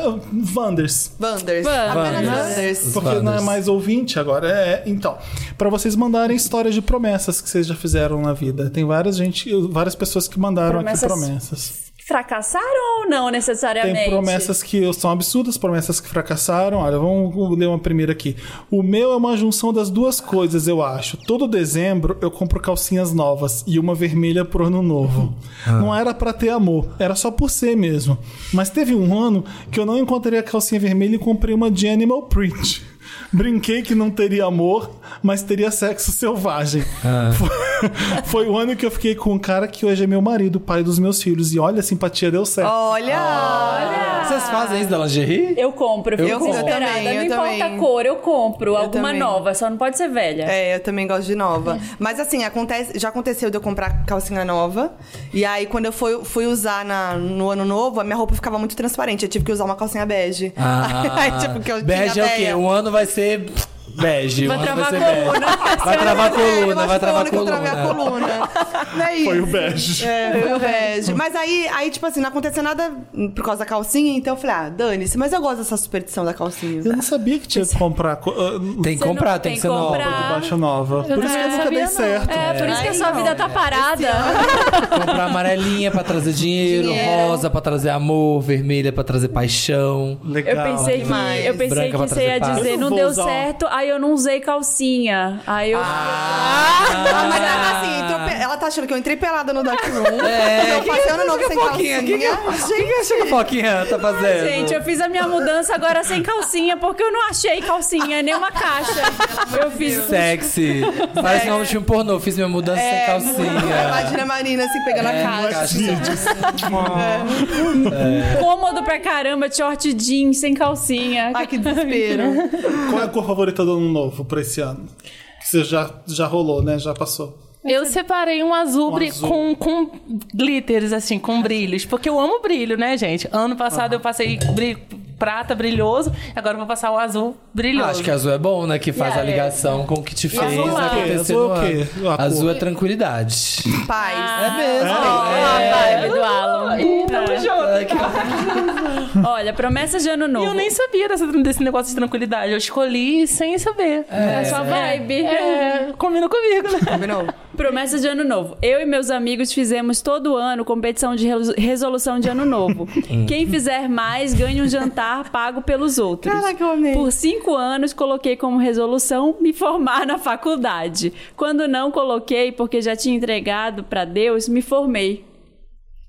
Speaker 3: Wanders.
Speaker 5: Wanders.
Speaker 2: Wanders.
Speaker 5: Apenas
Speaker 1: Wanders.
Speaker 5: Wanders.
Speaker 1: Os
Speaker 3: Porque não é
Speaker 1: Wanders.
Speaker 3: mais ouvinte agora. É, então, pra vocês mandarem histórias de promessas que vocês já fizeram na vida. Tem várias gente, várias pessoas que mandaram
Speaker 2: Promessas
Speaker 3: aqui promessas.
Speaker 2: Fracassaram ou não necessariamente?
Speaker 3: Tem promessas que são absurdas, promessas que fracassaram. Olha, vamos ler uma primeira aqui. O meu é uma junção das duas coisas, eu acho. Todo dezembro eu compro calcinhas novas e uma vermelha pro ano novo. Não era pra ter amor, era só por ser mesmo. Mas teve um ano que eu não encontrei a calcinha vermelha e comprei uma de Animal Print. Brinquei que não teria amor, mas teria sexo selvagem. Foi, foi o ano que eu fiquei com um cara que hoje é meu marido, pai dos meus filhos. E olha, a simpatia deu certo.
Speaker 5: Olha!
Speaker 1: Vocês fazem isso da
Speaker 2: <laughs>
Speaker 1: lingerie?
Speaker 2: Eu compro, eu
Speaker 1: Eu compro.
Speaker 2: fico desesperada.
Speaker 5: Eu também,
Speaker 2: não
Speaker 5: eu
Speaker 2: importa
Speaker 5: também.
Speaker 2: a cor, eu compro alguma
Speaker 5: também.
Speaker 2: nova, só não pode ser velha.
Speaker 5: É, eu também gosto de nova. Mas assim, acontece, já aconteceu de eu comprar calcinha nova. E aí, quando eu fui, fui usar na- no ano novo, a minha roupa ficava muito transparente. Eu tive que usar uma calcinha bege. aí, <laughs> tipo, que eu tinha
Speaker 1: Ah. bege é o quê?
Speaker 5: ideia.
Speaker 1: O ano vai ser bege.
Speaker 2: Vai
Speaker 1: o ano vai
Speaker 2: travar
Speaker 1: ser
Speaker 2: a
Speaker 1: bege. Vai travar a
Speaker 5: Eu
Speaker 1: coluna,
Speaker 5: acho
Speaker 1: vai
Speaker 5: que foi o
Speaker 1: travar a
Speaker 5: ano que eu travei a
Speaker 1: coluna.
Speaker 5: coluna. Não é
Speaker 3: Foi o
Speaker 5: isso.
Speaker 3: bege.
Speaker 5: É, foi o bege. Mas aí, aí, tipo assim, não aconteceu nada por causa da calcinha, então eu falei, ah, dane-se, mas eu gosto dessa superstição da calcinha.
Speaker 3: Eu não sabia que tinha que comprar co- ah,
Speaker 1: Tem que
Speaker 2: Você
Speaker 1: comprar,
Speaker 2: não-
Speaker 1: tem
Speaker 2: tem
Speaker 1: que ser
Speaker 2: que
Speaker 1: nova.
Speaker 2: comprar.
Speaker 3: de baixa nova. Por isso que eu
Speaker 4: também
Speaker 3: nunca
Speaker 4: não sabia,
Speaker 3: dei
Speaker 4: não.
Speaker 3: certo.
Speaker 2: É, por isso que a sua
Speaker 5: Ai,
Speaker 2: vida tá parada.
Speaker 1: Comprar amarelinha pra trazer dinheiro,
Speaker 5: Dinheiro.
Speaker 1: rosa pra trazer amor, vermelha pra trazer paixão.
Speaker 2: Eu
Speaker 3: Legal.
Speaker 2: pensei que,
Speaker 5: tá demais.
Speaker 2: eu pensei
Speaker 1: Branca pra
Speaker 2: que você
Speaker 1: trazer
Speaker 2: ia
Speaker 1: paz.
Speaker 2: dizer,
Speaker 3: Eu não
Speaker 2: não
Speaker 3: vou
Speaker 2: deu
Speaker 3: usar.
Speaker 2: certo, aí eu não usei calcinha. Aí eu.
Speaker 5: Ah, mas ela tá assim, entrou pe- ela tá achando que eu entrei pelada no Dark Room.
Speaker 1: É,
Speaker 5: eu passei ano novo sem calcinha.
Speaker 1: Foquinha, o que que que a Foquinha tá fazendo?
Speaker 2: Gente, eu fiz a minha mudança agora sem calcinha, porque eu não achei calcinha, nem uma caixa. Eu
Speaker 1: <laughs>
Speaker 2: fiz.
Speaker 5: <laughs>
Speaker 1: Sexy. Parece
Speaker 5: É.
Speaker 1: nome de filme pornô. Fiz minha mudança sem calcinha.
Speaker 5: <laughs> Imagina a Marina assim, pegando
Speaker 1: É,
Speaker 5: a caixa.
Speaker 2: Cômodo pra caramba, de short jeans sem calcinha.
Speaker 5: Ai, que desespero.
Speaker 3: Qual é a cor favorita do ano novo pra esse ano? Que você já, já rolou, né? Já passou.
Speaker 4: Eu separei um azul,
Speaker 3: Um
Speaker 4: bri-
Speaker 3: azul.
Speaker 4: Com, com glitters, assim, com brilhos. Porque eu amo brilho, né, gente? Ano passado eu passei bri- prata brilhoso, agora eu vou passar o azul brilhoso.
Speaker 1: Acho que azul é bom, né? Que faz a ligação com o que te fez
Speaker 3: azul é o quê?
Speaker 1: acontecer
Speaker 3: Azul
Speaker 1: no
Speaker 3: é o
Speaker 1: ano.
Speaker 3: quê? A cor.
Speaker 1: Azul é tranquilidade.
Speaker 5: Paz.
Speaker 1: É mesmo.
Speaker 2: Olha a vibe do Alan.
Speaker 4: Tamo junto.
Speaker 2: Olha, promessas de ano
Speaker 4: E
Speaker 2: novo.
Speaker 4: eu nem sabia dessa- desse negócio de tranquilidade. Eu escolhi sem saber.
Speaker 2: É a sua vibe.
Speaker 4: É, combina comigo, né?
Speaker 5: Combinou?
Speaker 2: Promessa de ano novo. Eu e meus amigos fizemos todo ano competição de re- resolução de ano novo. Quem fizer mais ganha um jantar pago pelos outros.
Speaker 5: Caraca, eu amei.
Speaker 2: Por cinco anos coloquei como resolução me formar na faculdade. Quando não coloquei, porque já tinha entregado pra Deus, me formei.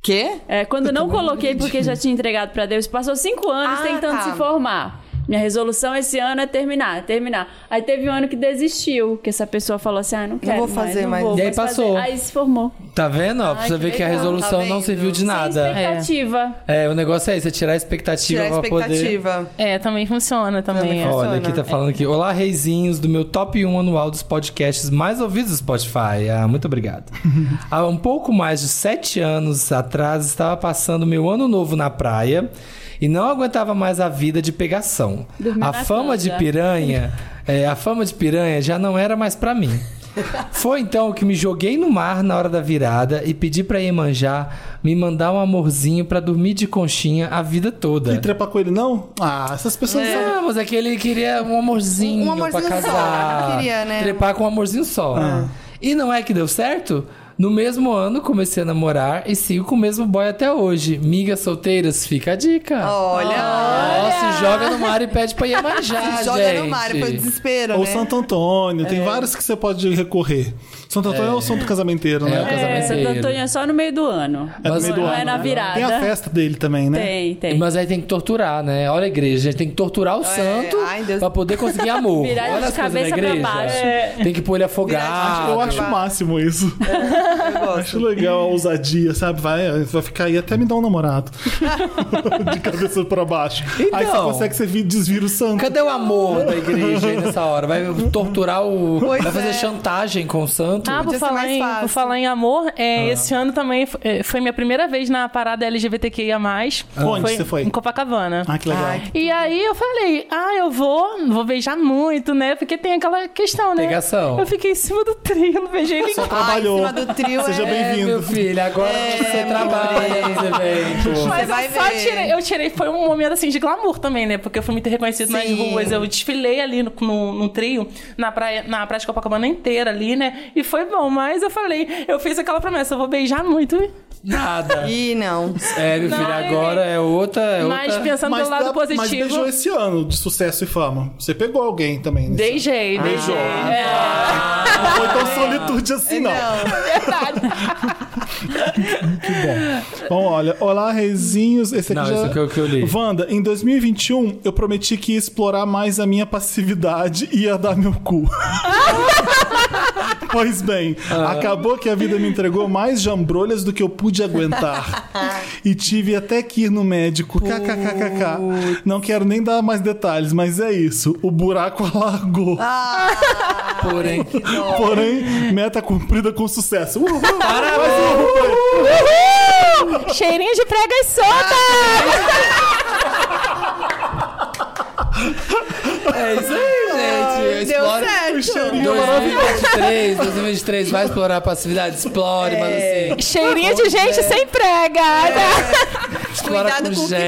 Speaker 5: Quê?
Speaker 2: É, quando não coloquei porque já tinha entregado pra Deus, passou cinco anos
Speaker 5: Ah,
Speaker 2: tentando
Speaker 5: tá.
Speaker 2: se formar. Minha resolução esse ano é terminar, terminar. Aí teve um ano que desistiu, que essa pessoa falou assim: ah, não quero.
Speaker 5: vou fazer
Speaker 2: mais.
Speaker 5: mais.
Speaker 2: não vou
Speaker 1: E aí
Speaker 2: fazer.
Speaker 1: passou.
Speaker 2: Aí se formou.
Speaker 1: Tá vendo? Ó, pra você ver que a
Speaker 5: legal,
Speaker 1: resolução
Speaker 5: tá
Speaker 1: não
Speaker 5: vendo?
Speaker 1: serviu de nada.
Speaker 2: Expectativa.
Speaker 1: É, o negócio é esse, é tirar a expectativa
Speaker 5: Tirar a
Speaker 1: pra poder.
Speaker 5: expectativa.
Speaker 4: É, também funciona também.
Speaker 5: Também
Speaker 4: é.
Speaker 1: Olha,
Speaker 5: Funciona.
Speaker 1: aqui tá falando aqui. Olá, reizinhos do meu top 1 anual dos podcasts mais ouvidos do Spotify. Ah, muito obrigado. Há um pouco mais de sete anos atrás, estava passando meu ano novo na praia e não aguentava mais a vida de pegação.
Speaker 2: Dormiu
Speaker 1: a
Speaker 2: na
Speaker 1: fama de
Speaker 2: cama.
Speaker 1: piranha, é, a fama de piranha já não era mais pra mim. Foi então que me joguei no mar na hora da virada e pedi pra Iemanjá me mandar um amorzinho pra dormir de conchinha a vida toda.
Speaker 3: E trepar com ele, não? Ah, essas pessoas... não
Speaker 1: Não, mas é que ele queria um amorzinho,
Speaker 5: Um amorzinho
Speaker 1: pra
Speaker 5: só,
Speaker 1: casar.
Speaker 5: não queria, né?
Speaker 1: Trepar com um amorzinho só. E não é que deu certo? No mesmo ano, comecei a namorar e sigo com o mesmo boy até hoje. Migas solteiras, fica a dica.
Speaker 5: Olha.
Speaker 1: Nossa, se joga no mar e pede pra Iemanjá, gente.
Speaker 5: <laughs> se joga no mar, foi desespero,
Speaker 3: Ou
Speaker 5: né?
Speaker 3: Santo Antônio, tem vários que você pode recorrer. Santo Antônio é, o santo casamenteiro,
Speaker 1: É, o
Speaker 3: né?
Speaker 2: É,
Speaker 1: casamento
Speaker 2: Santo
Speaker 1: inteiro.
Speaker 2: Antônio é só no meio do ano.
Speaker 3: É do
Speaker 1: Mas-
Speaker 3: meio do
Speaker 1: Não
Speaker 3: ano.
Speaker 2: é na
Speaker 3: né?
Speaker 2: virada.
Speaker 3: Tem a festa dele também, né?
Speaker 2: Tem, tem.
Speaker 1: Mas aí tem que torturar, né? Olha a igreja, tem que torturar o santo
Speaker 5: É, ai, Deus.
Speaker 1: pra poder conseguir amor.
Speaker 2: <laughs> Virar ele
Speaker 1: Olha
Speaker 2: de
Speaker 1: as coisas da
Speaker 2: cabeça pra
Speaker 1: igreja.
Speaker 2: baixo.
Speaker 1: Tem que pôr ele
Speaker 5: Virar
Speaker 1: afogado.
Speaker 5: de-
Speaker 3: Eu acho o máximo isso.
Speaker 5: Eu
Speaker 3: Acho
Speaker 5: gosto.
Speaker 3: legal a ousadia, sabe? Vai, é, vai ficar aí até me dar um namorado. <laughs> de cabeça pra baixo. aí você
Speaker 1: Então.
Speaker 3: consegue você vi- desvira o santo.
Speaker 1: Cadê o amor da igreja aí nessa hora? Vai torturar o.
Speaker 5: Pois
Speaker 1: vai fazer
Speaker 5: é.
Speaker 1: chantagem com o santo?
Speaker 4: Ah, por
Speaker 5: Podia ser
Speaker 4: falar,
Speaker 5: mais
Speaker 4: em,
Speaker 5: fácil.
Speaker 4: por falar em amor,
Speaker 3: Ah.
Speaker 4: é, esse ano também f- é, foi minha primeira vez na parada LGBTQIA.
Speaker 3: Ah. Onde você foi?
Speaker 4: Em Copacabana.
Speaker 3: Ah, que legal.
Speaker 5: Ai,
Speaker 4: E aí eu falei, ah, eu vou, vou beijar muito, né? Porque tem aquela questão, né?
Speaker 1: Pegação.
Speaker 4: Eu fiquei em cima do trio, não beijei
Speaker 3: Só
Speaker 5: <laughs>
Speaker 4: ninguém.
Speaker 3: trabalhou.
Speaker 5: Ah, em cima do trio
Speaker 3: Seja
Speaker 5: é-
Speaker 1: É, meu
Speaker 3: bem-vindo.
Speaker 1: filho, agora você trabalha nos eventos.
Speaker 4: Mas
Speaker 5: vai
Speaker 4: eu só
Speaker 5: ver.
Speaker 4: tirei, eu tirei, foi um momento assim de glamour também, né? Porque eu fui muito reconhecido nas
Speaker 5: Sim.
Speaker 4: ruas, eu desfilei ali no, no, no trio, na praia, na praia de Copacabana inteira ali, né? E foi bom, mas eu falei, eu fiz aquela promessa, eu vou beijar muito.
Speaker 1: Nada.
Speaker 5: Ih, não.
Speaker 1: É, meu
Speaker 4: Não,
Speaker 1: filho,
Speaker 4: é-
Speaker 1: agora é outra. É
Speaker 4: Mas
Speaker 1: outra...
Speaker 4: pensando pelo
Speaker 1: tá-
Speaker 4: lado
Speaker 3: dá- mas
Speaker 4: positivo.
Speaker 3: beijou esse ano de sucesso e fama. Você pegou alguém também. nesse
Speaker 4: Beijei, beijei.
Speaker 3: ano. Não foi tão solitude assim, não.
Speaker 5: Não.
Speaker 4: É verdade.
Speaker 3: Bom, bom, olha. Olá, reizinhos. Esse aqui
Speaker 1: Não,
Speaker 3: já...
Speaker 1: esse aqui é o que eu li.
Speaker 3: Wanda, em 2021, eu prometi que ia explorar mais a minha passividade e ia dar meu cu. <laughs> pois bem,
Speaker 1: Ah.
Speaker 3: acabou que a vida me entregou mais jambrolhas do que eu pude aguentar. e tive até que ir no médico. KKKKK. Não quero nem dar mais detalhes, mas é isso. O buraco <laughs> alargou.
Speaker 1: Porém.
Speaker 3: Porém, meta cumprida com sucesso. Uhul!
Speaker 1: Tá
Speaker 4: Uhul! Cheirinho de prega e solta!
Speaker 1: É isso aí, gente.
Speaker 5: Deu
Speaker 1: Explora.
Speaker 5: certo.
Speaker 1: 2023, 2023, vai explorar a passividade, explore, mas assim,
Speaker 4: Cheirinho de gente sem prega!
Speaker 1: É.
Speaker 4: Tá.
Speaker 1: explora
Speaker 5: Cuidado
Speaker 1: com
Speaker 5: com o que
Speaker 1: gel,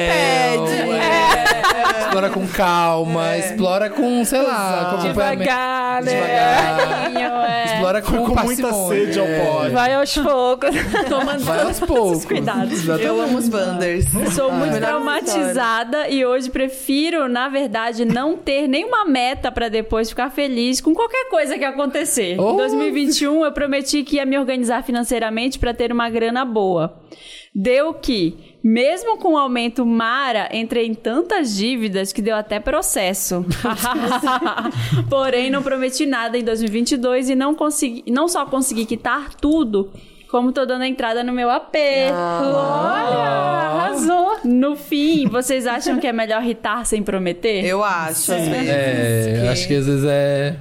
Speaker 5: pede.
Speaker 1: é. explora com calma, explora com, sei lá, com acompanhamento.
Speaker 4: Devagar, né?
Speaker 1: Devagar.
Speaker 2: É.
Speaker 1: Explora com,
Speaker 3: Foi com muita
Speaker 1: parcimônia,
Speaker 3: sede ao
Speaker 1: é.
Speaker 3: pote.
Speaker 4: Vai aos poucos.
Speaker 2: Tomando
Speaker 1: Vai aos poucos.
Speaker 2: cuidados.
Speaker 1: Exatamente.
Speaker 5: Eu amo os Wanders.
Speaker 2: Sou muito
Speaker 5: melhor
Speaker 2: traumatizada e hoje prefiro, na verdade, não ter nenhuma meta pra depois ficar feliz com qualquer coisa que acontecer.
Speaker 1: Oh.
Speaker 2: Em 2021, eu prometi que ia me organizar financeiramente pra ter uma grana boa. Deu que, mesmo com o aumento Mara, entrei em tantas dívidas que deu até processo. <laughs> Porém, não prometi nada em 2022 e não consegui, não só consegui quitar tudo, como tô dando a entrada no meu AP. Olha!
Speaker 4: Ah, Arrasou.
Speaker 2: No fim, vocês acham que é melhor irritar sem prometer?
Speaker 5: Eu acho, às vezes.
Speaker 1: É, eu acho que às vezes é.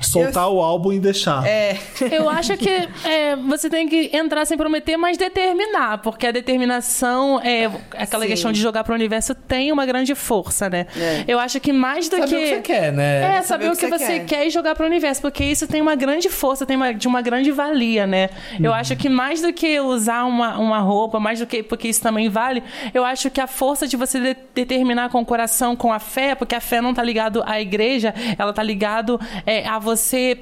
Speaker 3: Soltar o álbum e deixar.
Speaker 5: É.
Speaker 4: Eu acho que é, você tem que entrar sem prometer, mas determinar, porque a determinação, é, aquela
Speaker 5: Sim.
Speaker 4: questão de jogar pro universo, tem uma grande força, né?
Speaker 5: É.
Speaker 4: Eu acho que mais do
Speaker 1: Sabe
Speaker 4: que.
Speaker 1: o que você quer, né?
Speaker 4: É, saber o que, você, quer. e jogar pro universo, porque isso tem uma grande força, tem uma, de uma grande valia, né? Eu acho que mais do que usar uma, uma roupa, mais do que. Porque isso também vale, eu acho que a força de você de- determinar com o coração, com a fé, porque a fé não tá ligado à igreja, ela tá ligado é, a você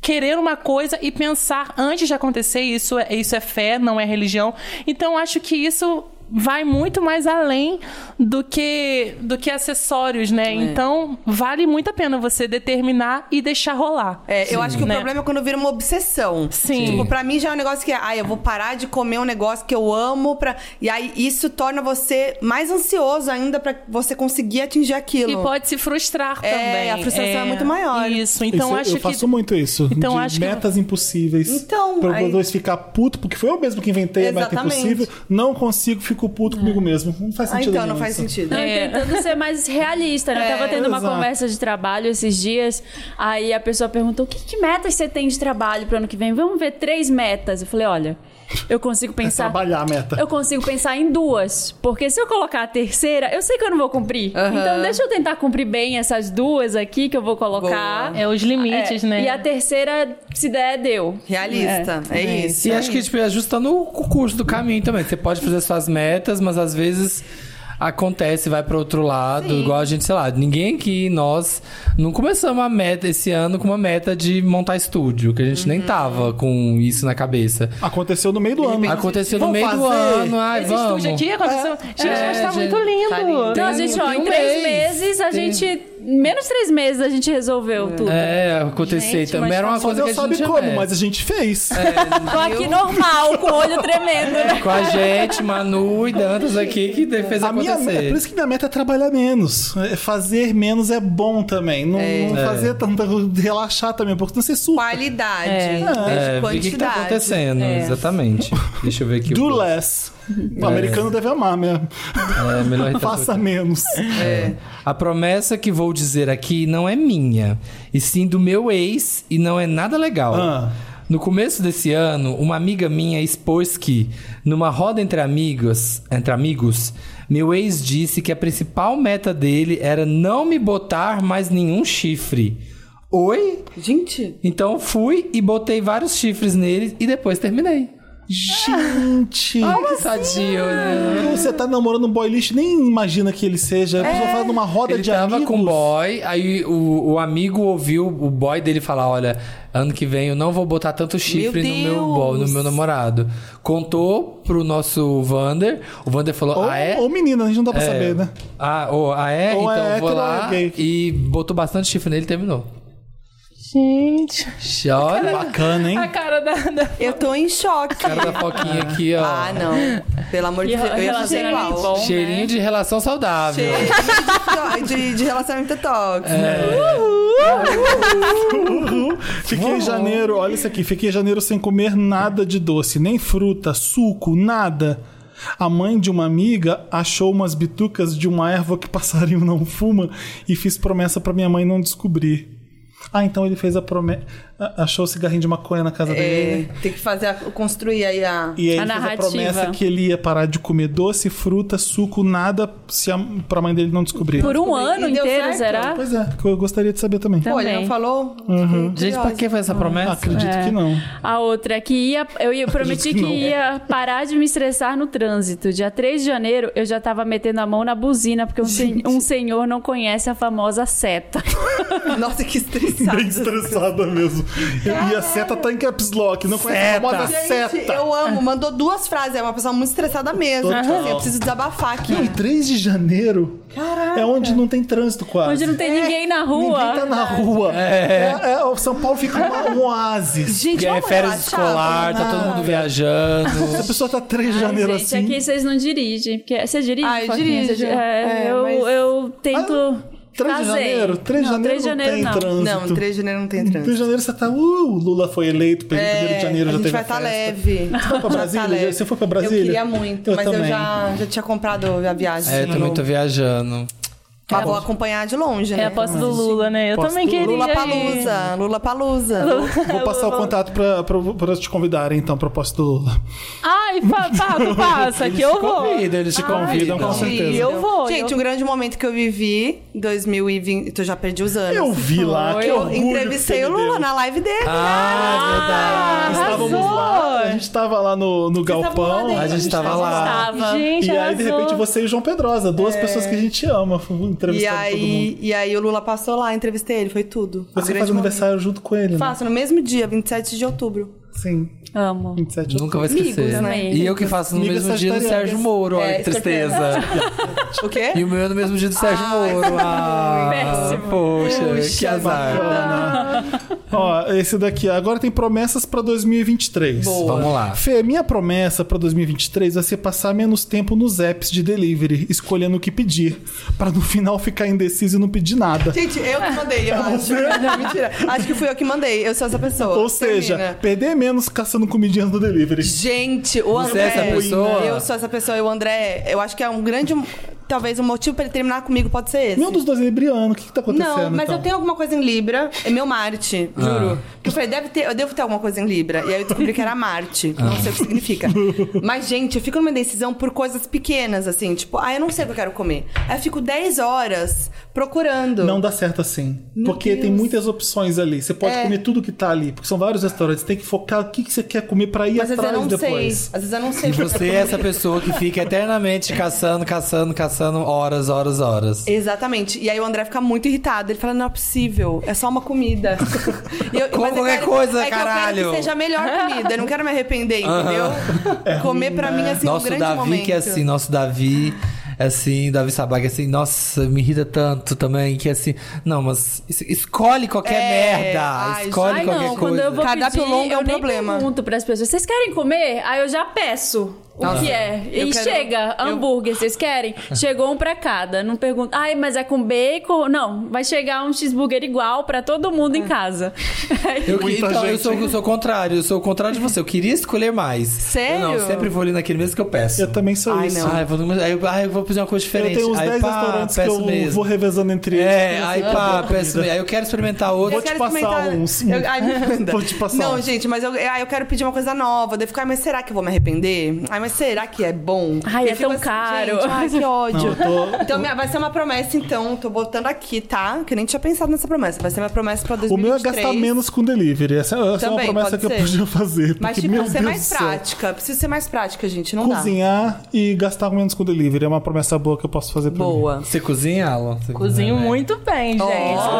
Speaker 4: querer uma coisa e pensar antes de acontecer isso é, isso é fé não é religião então acho que isso vai muito mais além do que do que acessórios né então vale muito a pena você determinar e deixar rolar
Speaker 5: É, eu acho que o
Speaker 4: Né?
Speaker 5: problema é quando vira uma obsessão.
Speaker 4: Sim.
Speaker 5: Tipo, pra mim já é um negócio que é, ai, eu vou parar de comer um negócio que eu amo pra. E aí isso torna você mais ansioso ainda pra você conseguir atingir aquilo.
Speaker 4: e pode se frustrar
Speaker 5: É,
Speaker 4: também
Speaker 5: a frustração é muito maior.
Speaker 4: isso então
Speaker 3: Isso,
Speaker 4: acho
Speaker 3: eu
Speaker 4: que
Speaker 3: faço muito isso.
Speaker 4: Então
Speaker 3: de
Speaker 4: acho que-
Speaker 3: metas impossíveis.
Speaker 5: Então,
Speaker 3: Pra eu
Speaker 5: aí-
Speaker 3: depois ficar puto, porque foi eu mesmo que inventei a meta
Speaker 5: Exatamente.
Speaker 3: impossível. Não consigo, fico puto comigo mesmo. Não faz
Speaker 5: Ah,
Speaker 3: sentido.
Speaker 5: então
Speaker 3: nenhum
Speaker 5: não faz
Speaker 3: isso.
Speaker 5: sentido.
Speaker 2: Não,
Speaker 4: É.
Speaker 2: e tentando ser mais realista, né? Eu tava tendo uma
Speaker 3: exato.
Speaker 2: conversa de trabalho esses dias, aí a pessoa perguntou: que, que metas você tem de trabalho pro ano que vem? Vamos ver três metas. Eu falei: olha, eu consigo pensar.
Speaker 3: Trabalhar a meta.
Speaker 2: eu consigo pensar em duas, porque se eu colocar a terceira, eu sei que eu não vou cumprir. Então deixa eu tentar cumprir bem essas duas aqui que eu vou colocar.
Speaker 4: é os limites
Speaker 2: É,
Speaker 4: né
Speaker 2: E a terceira, se der, deu.
Speaker 5: Realista. É, isso.
Speaker 1: tá E acho que, tipo, é ajustando o curso do caminho também. Você pode fazer suas metas, mas às vezes acontece, vai para outro lado, igual a gente, sei lá, ninguém aqui, nós não começamos a meta esse ano com uma meta de montar estúdio, que a gente nem tava com isso na cabeça.
Speaker 3: Aconteceu no meio do ano.
Speaker 1: Aconteceu no
Speaker 3: Vamos
Speaker 1: meio do
Speaker 3: fazer?
Speaker 1: ano, ai,
Speaker 4: Esse
Speaker 1: vamos.
Speaker 4: estúdio aqui aconteceu. Gente, mas tá
Speaker 1: gente,
Speaker 4: muito lindo.
Speaker 5: tá lindo.
Speaker 6: Então, a
Speaker 1: Tem-
Speaker 6: gente, ó,
Speaker 1: tem
Speaker 6: em
Speaker 1: um
Speaker 6: três
Speaker 1: mês.
Speaker 6: meses, a
Speaker 1: Tem-
Speaker 6: gente. Menos três meses a gente resolveu tudo.
Speaker 1: É, aconteceu
Speaker 6: Gente,
Speaker 1: também.
Speaker 6: mas
Speaker 1: Era uma
Speaker 6: faz-
Speaker 1: coisa que
Speaker 3: Deus
Speaker 1: a gente é.
Speaker 3: sabe
Speaker 1: tinha
Speaker 3: como,
Speaker 1: medo.
Speaker 3: mas a gente fez.
Speaker 6: Tô aqui normal, com o olho tremendo,
Speaker 3: <laughs>
Speaker 6: né?
Speaker 1: Com a gente, Manu e Dantas aqui, que de- fez
Speaker 3: A minha
Speaker 1: acontecer.
Speaker 3: meta, por isso que minha meta é trabalhar menos. É, Fazer menos é bom também. Não,
Speaker 1: É.
Speaker 3: não fazer tanta relaxar também, porque não ser surta.
Speaker 5: Qualidade.
Speaker 1: É, o que,
Speaker 5: É.
Speaker 1: que tá
Speaker 5: Quantidade.
Speaker 1: acontecendo, exatamente. Deixa eu ver aqui. o
Speaker 3: Do
Speaker 1: próximo.
Speaker 3: less. O americano deve amar mesmo.
Speaker 1: É, melhor então-
Speaker 3: Faça menos.
Speaker 1: É. A promessa que vou dizer aqui não é minha, e sim do meu ex, e não é nada legal.
Speaker 3: Ah.
Speaker 1: No começo desse ano, uma amiga minha expôs que, numa roda entre amigos, entre amigos, meu ex disse que a principal meta dele era não me botar mais nenhum chifre. Oi?
Speaker 5: Gente,
Speaker 1: Então fui e botei vários chifres nele e depois terminei.
Speaker 3: Gente.
Speaker 1: Olha que sadio, né?
Speaker 3: Você tá namorando um boy lixo, nem imagina que ele seja. A pessoa fala numa roda
Speaker 1: Ele
Speaker 3: de
Speaker 1: tava
Speaker 3: amigos.
Speaker 1: com um o boy, aí o, o amigo ouviu o boy dele falar: Olha, ano que vem eu não vou botar tanto chifre no meu, boy, no meu namorado. Contou pro nosso Vander. O Vander falou:
Speaker 3: Ou,
Speaker 1: Ah, é?
Speaker 3: ou menina, a gente não dá pra saber, né?
Speaker 1: Ah, ou, ah, é?
Speaker 3: Ou é
Speaker 1: então eu vou
Speaker 3: hétero ou
Speaker 1: lá.
Speaker 3: é gay.
Speaker 1: E botou bastante chifre nele e terminou.
Speaker 4: Gente,
Speaker 1: Olha
Speaker 3: Bacana, hein?
Speaker 4: a cara da. da-
Speaker 5: eu tô em choque.
Speaker 1: a cara da Foquinha aqui, ó.
Speaker 5: Ah, não. Pelo amor de
Speaker 2: E
Speaker 5: Deus, eu ia fazer
Speaker 2: relacionamento
Speaker 5: igual.
Speaker 2: bom, né?
Speaker 1: Cheirinho de relação saudável.
Speaker 5: Cheio de, de, de relacionamento é tóxico.
Speaker 1: É.
Speaker 3: Fiquei em janeiro, olha isso aqui. Fiquei em janeiro sem comer nada de doce, nem fruta, suco, nada. A mãe de uma amiga achou umas bitucas de uma erva que passarinho não fuma e fiz promessa pra minha mãe não descobrir. Ah, então ele fez a promessa. Achou o cigarrinho de maconha na casa
Speaker 5: É,
Speaker 3: dele. né?
Speaker 5: tem que fazer, a- construir aí a...
Speaker 3: E aí ele fez
Speaker 2: A
Speaker 3: a
Speaker 2: narrativa.
Speaker 3: promessa que ele ia parar de comer doce, fruta, suco, nada se a, pra mãe dele não descobrir.
Speaker 2: Por um
Speaker 5: E
Speaker 2: ano
Speaker 5: deu
Speaker 2: inteiro,
Speaker 5: certo?
Speaker 2: será?
Speaker 3: Pois é, que eu gostaria de saber também.
Speaker 2: Tá.
Speaker 5: Olha,
Speaker 2: também.
Speaker 5: não falou?
Speaker 1: Gente, pra que faz essa promessa?
Speaker 3: Acredito
Speaker 2: é.
Speaker 3: que não.
Speaker 2: A outra é que ia, eu ia, prometi
Speaker 3: que
Speaker 2: que
Speaker 3: não.
Speaker 2: ia parar de me estressar no trânsito. Dia 3 de janeiro, eu já tava metendo a mão na buzina, porque um, sen- um senhor não conhece a famosa seta. <laughs>
Speaker 5: <laughs> Nossa, que
Speaker 3: Tá. Bem
Speaker 5: estressado.
Speaker 3: estressada mesmo. E a seta tá em caps lock, não conhece a famosa
Speaker 5: Gente,
Speaker 3: seta.
Speaker 5: eu amo. Mandou duas frases. É uma pessoa muito estressada mesmo.
Speaker 3: Total.
Speaker 5: Tipo assim, eu preciso desabafar aqui.
Speaker 3: Não, 3 de janeiro é onde não tem trânsito quase.
Speaker 2: Onde não tem ninguém na
Speaker 3: É. Ninguém
Speaker 2: rua.
Speaker 3: tá na rua. É. é, o São Paulo fica uma- um oásis.
Speaker 5: Gente,
Speaker 1: Porque é
Speaker 5: vamos
Speaker 1: férias
Speaker 5: relaxar,
Speaker 1: escolar, tá todo mundo viajando.
Speaker 3: A pessoa tá 3 de janeiro
Speaker 2: Gente,
Speaker 3: assim.
Speaker 2: aqui é vocês não dirigem. Porque você dirige?
Speaker 5: Ah, eu
Speaker 2: Foquinha? Você
Speaker 5: dirijo.
Speaker 2: di- é,
Speaker 5: É,
Speaker 2: eu,
Speaker 5: mas-
Speaker 2: eu tento.
Speaker 3: Ah, 3 de
Speaker 2: fazer.
Speaker 3: janeiro? 3 de
Speaker 2: Não,
Speaker 3: janeiro
Speaker 2: 3 de
Speaker 3: não
Speaker 2: janeiro
Speaker 3: tem
Speaker 2: não.
Speaker 3: trânsito.
Speaker 5: Não, 3 de janeiro não tem
Speaker 3: 3 de
Speaker 5: trânsito.
Speaker 3: janeiro você tá. Uh, o Lula foi eleito pelo 1 de janeiro,
Speaker 5: É, a
Speaker 3: já
Speaker 5: gente
Speaker 3: teve
Speaker 5: vai
Speaker 3: a
Speaker 5: estar
Speaker 3: festa.
Speaker 5: leve.
Speaker 3: Você foi pra Brasília? Você foi pra Brasília?
Speaker 5: Eu queria muito,
Speaker 3: Eu
Speaker 5: mas
Speaker 3: também.
Speaker 5: eu já, já tinha comprado a viagem.
Speaker 1: é,
Speaker 5: de
Speaker 1: também
Speaker 5: novo.
Speaker 1: tô viajando.
Speaker 5: Mas vou acompanhar de longe,
Speaker 4: É
Speaker 5: né?
Speaker 4: a posse do Lula, né? Eu
Speaker 3: Posse
Speaker 4: também
Speaker 3: do
Speaker 4: queria.
Speaker 5: Lula
Speaker 4: ir.
Speaker 5: Palusa, Lula Palusa.
Speaker 3: Vou passar o contato pra, pra, pra te convidarem, então, pra posse do Lula.
Speaker 4: Ai, pa- Pato, passa, que eu vou.
Speaker 1: Convida, eles te convidam,
Speaker 3: com
Speaker 1: com
Speaker 3: certeza.
Speaker 4: Eu vou.
Speaker 5: Gente,
Speaker 4: eu...
Speaker 5: um grande momento que eu vivi, 2020, eu já perdi os anos.
Speaker 3: Eu vi lá, que
Speaker 5: Eu
Speaker 3: orgulho
Speaker 5: entrevistei
Speaker 3: que
Speaker 5: o
Speaker 3: ele
Speaker 5: Lula
Speaker 3: deu.
Speaker 5: na live dele.
Speaker 1: Ah,
Speaker 3: Estávamos lá, a gente tava lá no, no galpão.
Speaker 1: verdade. A gente tava lá.
Speaker 2: Tava.
Speaker 4: Gente,
Speaker 3: E aí, de
Speaker 4: arrasou.
Speaker 3: repente, você e o João Pedrosa, duas pessoas que a gente ama, fui
Speaker 5: É. E
Speaker 3: entrevistando todo mundo.
Speaker 5: aí, e aí o Lula passou lá, entrevistei ele, foi tudo. Um
Speaker 3: Você
Speaker 5: grande
Speaker 3: faz
Speaker 5: momento.
Speaker 3: aniversário junto com ele, né?
Speaker 5: Faço no mesmo dia, 27 de outubro.
Speaker 3: Sim,
Speaker 2: Amo.
Speaker 3: 27 de
Speaker 1: Nunca vou esquecer.
Speaker 5: Amigos,
Speaker 2: né?
Speaker 1: E eu que faço no
Speaker 3: Amigas
Speaker 1: mesmo dia do
Speaker 3: sagitarianas.
Speaker 1: Sérgio Moro, olha
Speaker 5: É,
Speaker 1: que tristeza.
Speaker 5: O quê?
Speaker 1: E o meu é no mesmo dia do Sérgio Moro. Ah,
Speaker 2: Péssimo.
Speaker 1: Poxa, que azar.
Speaker 3: Bacana. Ó, esse daqui. Agora tem promessas pra 2023.
Speaker 1: Vamos lá.
Speaker 3: Fê, minha promessa pra 2023 vai ser passar menos tempo nos apps de delivery, escolhendo o que pedir, Pra no final ficar indeciso e não pedir nada.
Speaker 5: Gente, eu que
Speaker 3: <laughs>
Speaker 5: mandei, eu
Speaker 3: Ah,
Speaker 5: acho. Não, mentira. Acho que fui eu que mandei. Eu sou essa pessoa.
Speaker 3: Ou seja,
Speaker 5: Termina.
Speaker 3: perder menos caçando comidinhas no delivery.
Speaker 5: Gente, o
Speaker 1: Você
Speaker 5: André.
Speaker 1: é essa pessoa?
Speaker 5: Eu sou essa pessoa. E o André, eu acho que é um grande. Talvez um motivo pra ele terminar comigo pode ser esse.
Speaker 3: Nenhum dos dois é libriano. O que, que tá acontecendo?
Speaker 5: Não, mas
Speaker 3: então?
Speaker 5: eu tenho alguma coisa em Libra. É meu Marte,
Speaker 1: Ah.
Speaker 5: juro. Porque eu falei, deve ter, eu devo ter alguma coisa em Libra. E aí eu descobri que era Marte.
Speaker 1: Ah.
Speaker 5: Não sei o que significa. Mas, gente, eu fico numa indecisão por coisas pequenas, assim. Tipo, ah, eu não sei o que eu quero comer. Aí eu fico 10 horas procurando.
Speaker 3: Não dá certo assim. porque tem muitas opções ali. Você
Speaker 5: É.
Speaker 3: pode comer tudo que tá ali. Porque são vários restaurantes. Tem que focar o que, que você quer comer pra ir
Speaker 5: Mas às vezes eu
Speaker 3: atrás
Speaker 5: não
Speaker 3: depois.
Speaker 5: sei. Às vezes eu não sei. o que eu
Speaker 1: Você é
Speaker 5: quero comer.
Speaker 1: essa pessoa que fica eternamente caçando, caçando, passando horas, horas, horas.
Speaker 5: Exatamente. E aí o André fica muito irritado. Ele fala: não é possível, é só uma
Speaker 1: <laughs>
Speaker 5: comida. E eu-
Speaker 1: Come
Speaker 5: mas eu
Speaker 1: qualquer coisa,
Speaker 5: é que Eu quero
Speaker 1: caralho.
Speaker 5: que seja a melhor comida. Eu não quero me arrepender, entendeu? Comer pra mim assim um
Speaker 1: nosso
Speaker 5: grande
Speaker 1: É Davi
Speaker 5: momento.
Speaker 1: que é assim, nosso Davi é assim, Davi Sabag é assim, nossa, me irrita tanto também, que é assim, não, mas es- escolhe qualquer
Speaker 5: É,
Speaker 1: merda,
Speaker 5: ai,
Speaker 1: escolhe
Speaker 2: Ai,
Speaker 1: qualquer
Speaker 2: não, quando
Speaker 1: coisa.
Speaker 2: eu vou
Speaker 5: Cardápio
Speaker 2: pedir,
Speaker 5: longo é
Speaker 2: eu
Speaker 5: um
Speaker 2: nem
Speaker 5: problema.
Speaker 2: pergunto pras pessoas, vocês querem comer? Aí eu já peço o
Speaker 5: Nossa.
Speaker 2: que é.
Speaker 5: Eu
Speaker 2: E
Speaker 5: quero-
Speaker 2: chega,
Speaker 5: eu-
Speaker 2: hambúrguer,
Speaker 3: <laughs>
Speaker 2: vocês querem? Chegou um pra cada. Não pergunta, ai, mas é com bacon? Não, vai chegar um cheeseburger igual pra todo mundo
Speaker 5: É.
Speaker 2: em casa. <laughs>
Speaker 1: Eu,
Speaker 3: Muita
Speaker 1: então, eu
Speaker 3: gente.
Speaker 1: sou, eu sou o contrário, eu sou o contrário de você. Eu queria escolher mais.
Speaker 5: Sério?
Speaker 1: Eu não, sempre vou ali naquele mesmo que eu peço.
Speaker 3: Eu também sou
Speaker 5: Ai,
Speaker 3: isso.
Speaker 5: não.
Speaker 1: Ah, eu vou, no- aí eu, ah, eu vou pedir uma coisa
Speaker 3: Eu
Speaker 1: diferente.
Speaker 3: tenho uns
Speaker 1: aí,
Speaker 3: 10
Speaker 1: pá,
Speaker 3: restaurantes que
Speaker 1: peço
Speaker 3: eu
Speaker 1: mesmo.
Speaker 3: vou revezando entre eles. né?
Speaker 1: É,
Speaker 3: porque
Speaker 1: aí
Speaker 3: eu
Speaker 1: pá,
Speaker 3: adoro
Speaker 1: peço
Speaker 3: comida.
Speaker 1: mesmo. Aí eu quero experimentar outro.
Speaker 5: Eu
Speaker 3: te
Speaker 5: quero
Speaker 3: passar
Speaker 5: experimentar-
Speaker 3: uns.
Speaker 5: Eu- ai,
Speaker 3: <laughs>
Speaker 5: me manda.
Speaker 3: Vou te passar
Speaker 5: Não,
Speaker 3: uns.
Speaker 5: gente, mas eu, ai, eu quero pedir uma coisa nova. Daí eu fico, ai, mas será que eu vou me arrepender? Ai, mas será que é bom?
Speaker 2: Ai,
Speaker 5: Eu
Speaker 2: é
Speaker 5: fico
Speaker 2: tão
Speaker 5: assim,
Speaker 2: caro.
Speaker 5: gente,
Speaker 4: <laughs>
Speaker 5: ai, que ódio.
Speaker 3: Não, eu tô-
Speaker 5: Então minha- vai ser uma promessa, então. Tô botando aqui, tá? Que eu nem tinha pensado nessa promessa. Vai ser minha promessa pra
Speaker 3: O
Speaker 5: 2023.
Speaker 3: meu é gastar menos com delivery. Essa, essa é uma
Speaker 5: Também,
Speaker 3: promessa
Speaker 5: pode
Speaker 3: que
Speaker 5: ser.
Speaker 3: eu podia fazer. Porque,
Speaker 5: Mas, tipo,
Speaker 3: meu
Speaker 5: ser
Speaker 3: Deus
Speaker 5: mais
Speaker 3: do céu.
Speaker 5: prática. Preciso ser mais prática, gente. Não
Speaker 3: Cozinhar e gastar menos com delivery. É uma promessa boa que eu posso fazer
Speaker 5: dá.
Speaker 3: pra mim.
Speaker 5: Boa.
Speaker 1: Você cozinha, Alan? Você
Speaker 4: Cozinho
Speaker 1: cozinha, né?
Speaker 4: muito bem, gente.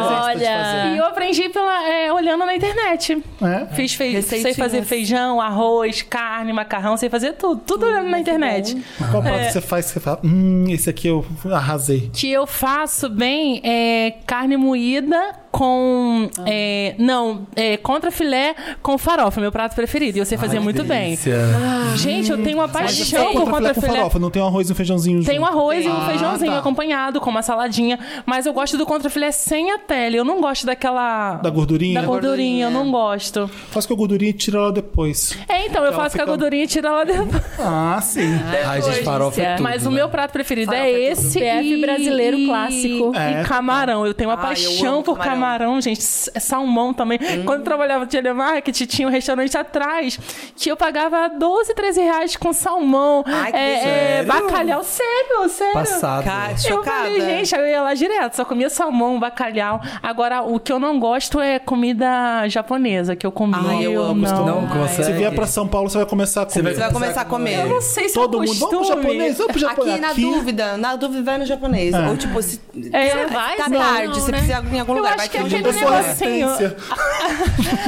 Speaker 4: E
Speaker 2: Olha,
Speaker 4: eu aprendi pela, é, olhando na internet.
Speaker 3: É?
Speaker 4: Fiz fei... sei
Speaker 5: Receitinhas.
Speaker 4: fazer feijão, arroz, carne, macarrão, sei fazer tudo. Tudo olhando na internet.
Speaker 3: Qual prato que você faz que você fala? Hum, esse aqui eu arrasei.
Speaker 4: que eu faço bem é carne moída com. é, não, é, contra filé com farofa, meu prato preferido. E eu sei fazer
Speaker 1: Ai, que
Speaker 4: muito
Speaker 1: delícia.
Speaker 4: bem. Gente, eu tenho uma paixão por
Speaker 3: é Contra
Speaker 4: contra
Speaker 3: com
Speaker 4: filé.
Speaker 3: farofa, não tem um arroz e um feijãozinho
Speaker 4: Tem um
Speaker 3: junto.
Speaker 4: arroz e um
Speaker 5: Ah,
Speaker 4: feijãozinho
Speaker 5: tá.
Speaker 4: acompanhado, com uma saladinha. Mas eu gosto do contrafilé sem a pele. Eu não gosto daquela.
Speaker 3: Da gordurinha?
Speaker 4: Da gordurinha, eu não gosto.
Speaker 3: Faz com a gordurinha e tira ela depois.
Speaker 4: É, então, eu faço
Speaker 3: Ela
Speaker 4: com a
Speaker 3: fica-
Speaker 4: gordurinha e tiro ela depois.
Speaker 3: <laughs> Ah, sim.
Speaker 1: Ai, gente, farofa é tudo.
Speaker 4: Mas o
Speaker 1: né?
Speaker 4: meu prato preferido é esse.
Speaker 2: PF
Speaker 4: e-
Speaker 2: brasileiro clássico.
Speaker 3: É.
Speaker 4: E camarão. Eu tenho uma
Speaker 5: Ai, eu
Speaker 4: paixão
Speaker 5: amo
Speaker 4: por
Speaker 5: camarão.
Speaker 4: camarão. gente. S- é Salmão também.
Speaker 3: Hum.
Speaker 4: Quando eu trabalhava de telemarketing, tinha um restaurante atrás que eu pagava 12, 13 reais com salmão.
Speaker 5: Ai, que
Speaker 4: é,
Speaker 5: delícia.
Speaker 4: é,
Speaker 1: Sério?
Speaker 4: bacalhau. Sério, sério.
Speaker 1: Passado.
Speaker 5: Cara,
Speaker 4: Eu
Speaker 5: chocada.
Speaker 4: falei, gente, eu ia lá direto, só comia salmão, bacalhau. Agora, o que eu não gosto é comida japonesa, que eu comi.
Speaker 5: Ai, eu amo
Speaker 4: não.
Speaker 1: Não consegue.
Speaker 3: Se vier pra São Paulo, você vai começar a comer.
Speaker 5: Você vai começar a comer.
Speaker 4: Eu não sei se
Speaker 3: Todo
Speaker 4: é um
Speaker 3: mundo. Vamos pro
Speaker 4: costume.
Speaker 3: japonês, vamos pro japonês.
Speaker 5: Aqui, na dúvida, na dúvida, vai no japonês. Ou, tipo, se,
Speaker 4: É,
Speaker 5: se
Speaker 4: vai,
Speaker 5: tá
Speaker 4: não,
Speaker 5: tarde,
Speaker 4: não,
Speaker 5: você
Speaker 4: né?
Speaker 5: precisa ir em algum
Speaker 4: Eu
Speaker 5: lugar.
Speaker 4: acho
Speaker 5: Vai
Speaker 4: que é
Speaker 5: ter um
Speaker 4: aquele
Speaker 5: japonês.
Speaker 4: negócio- negocinho.
Speaker 3: resistência.
Speaker 4: <laughs>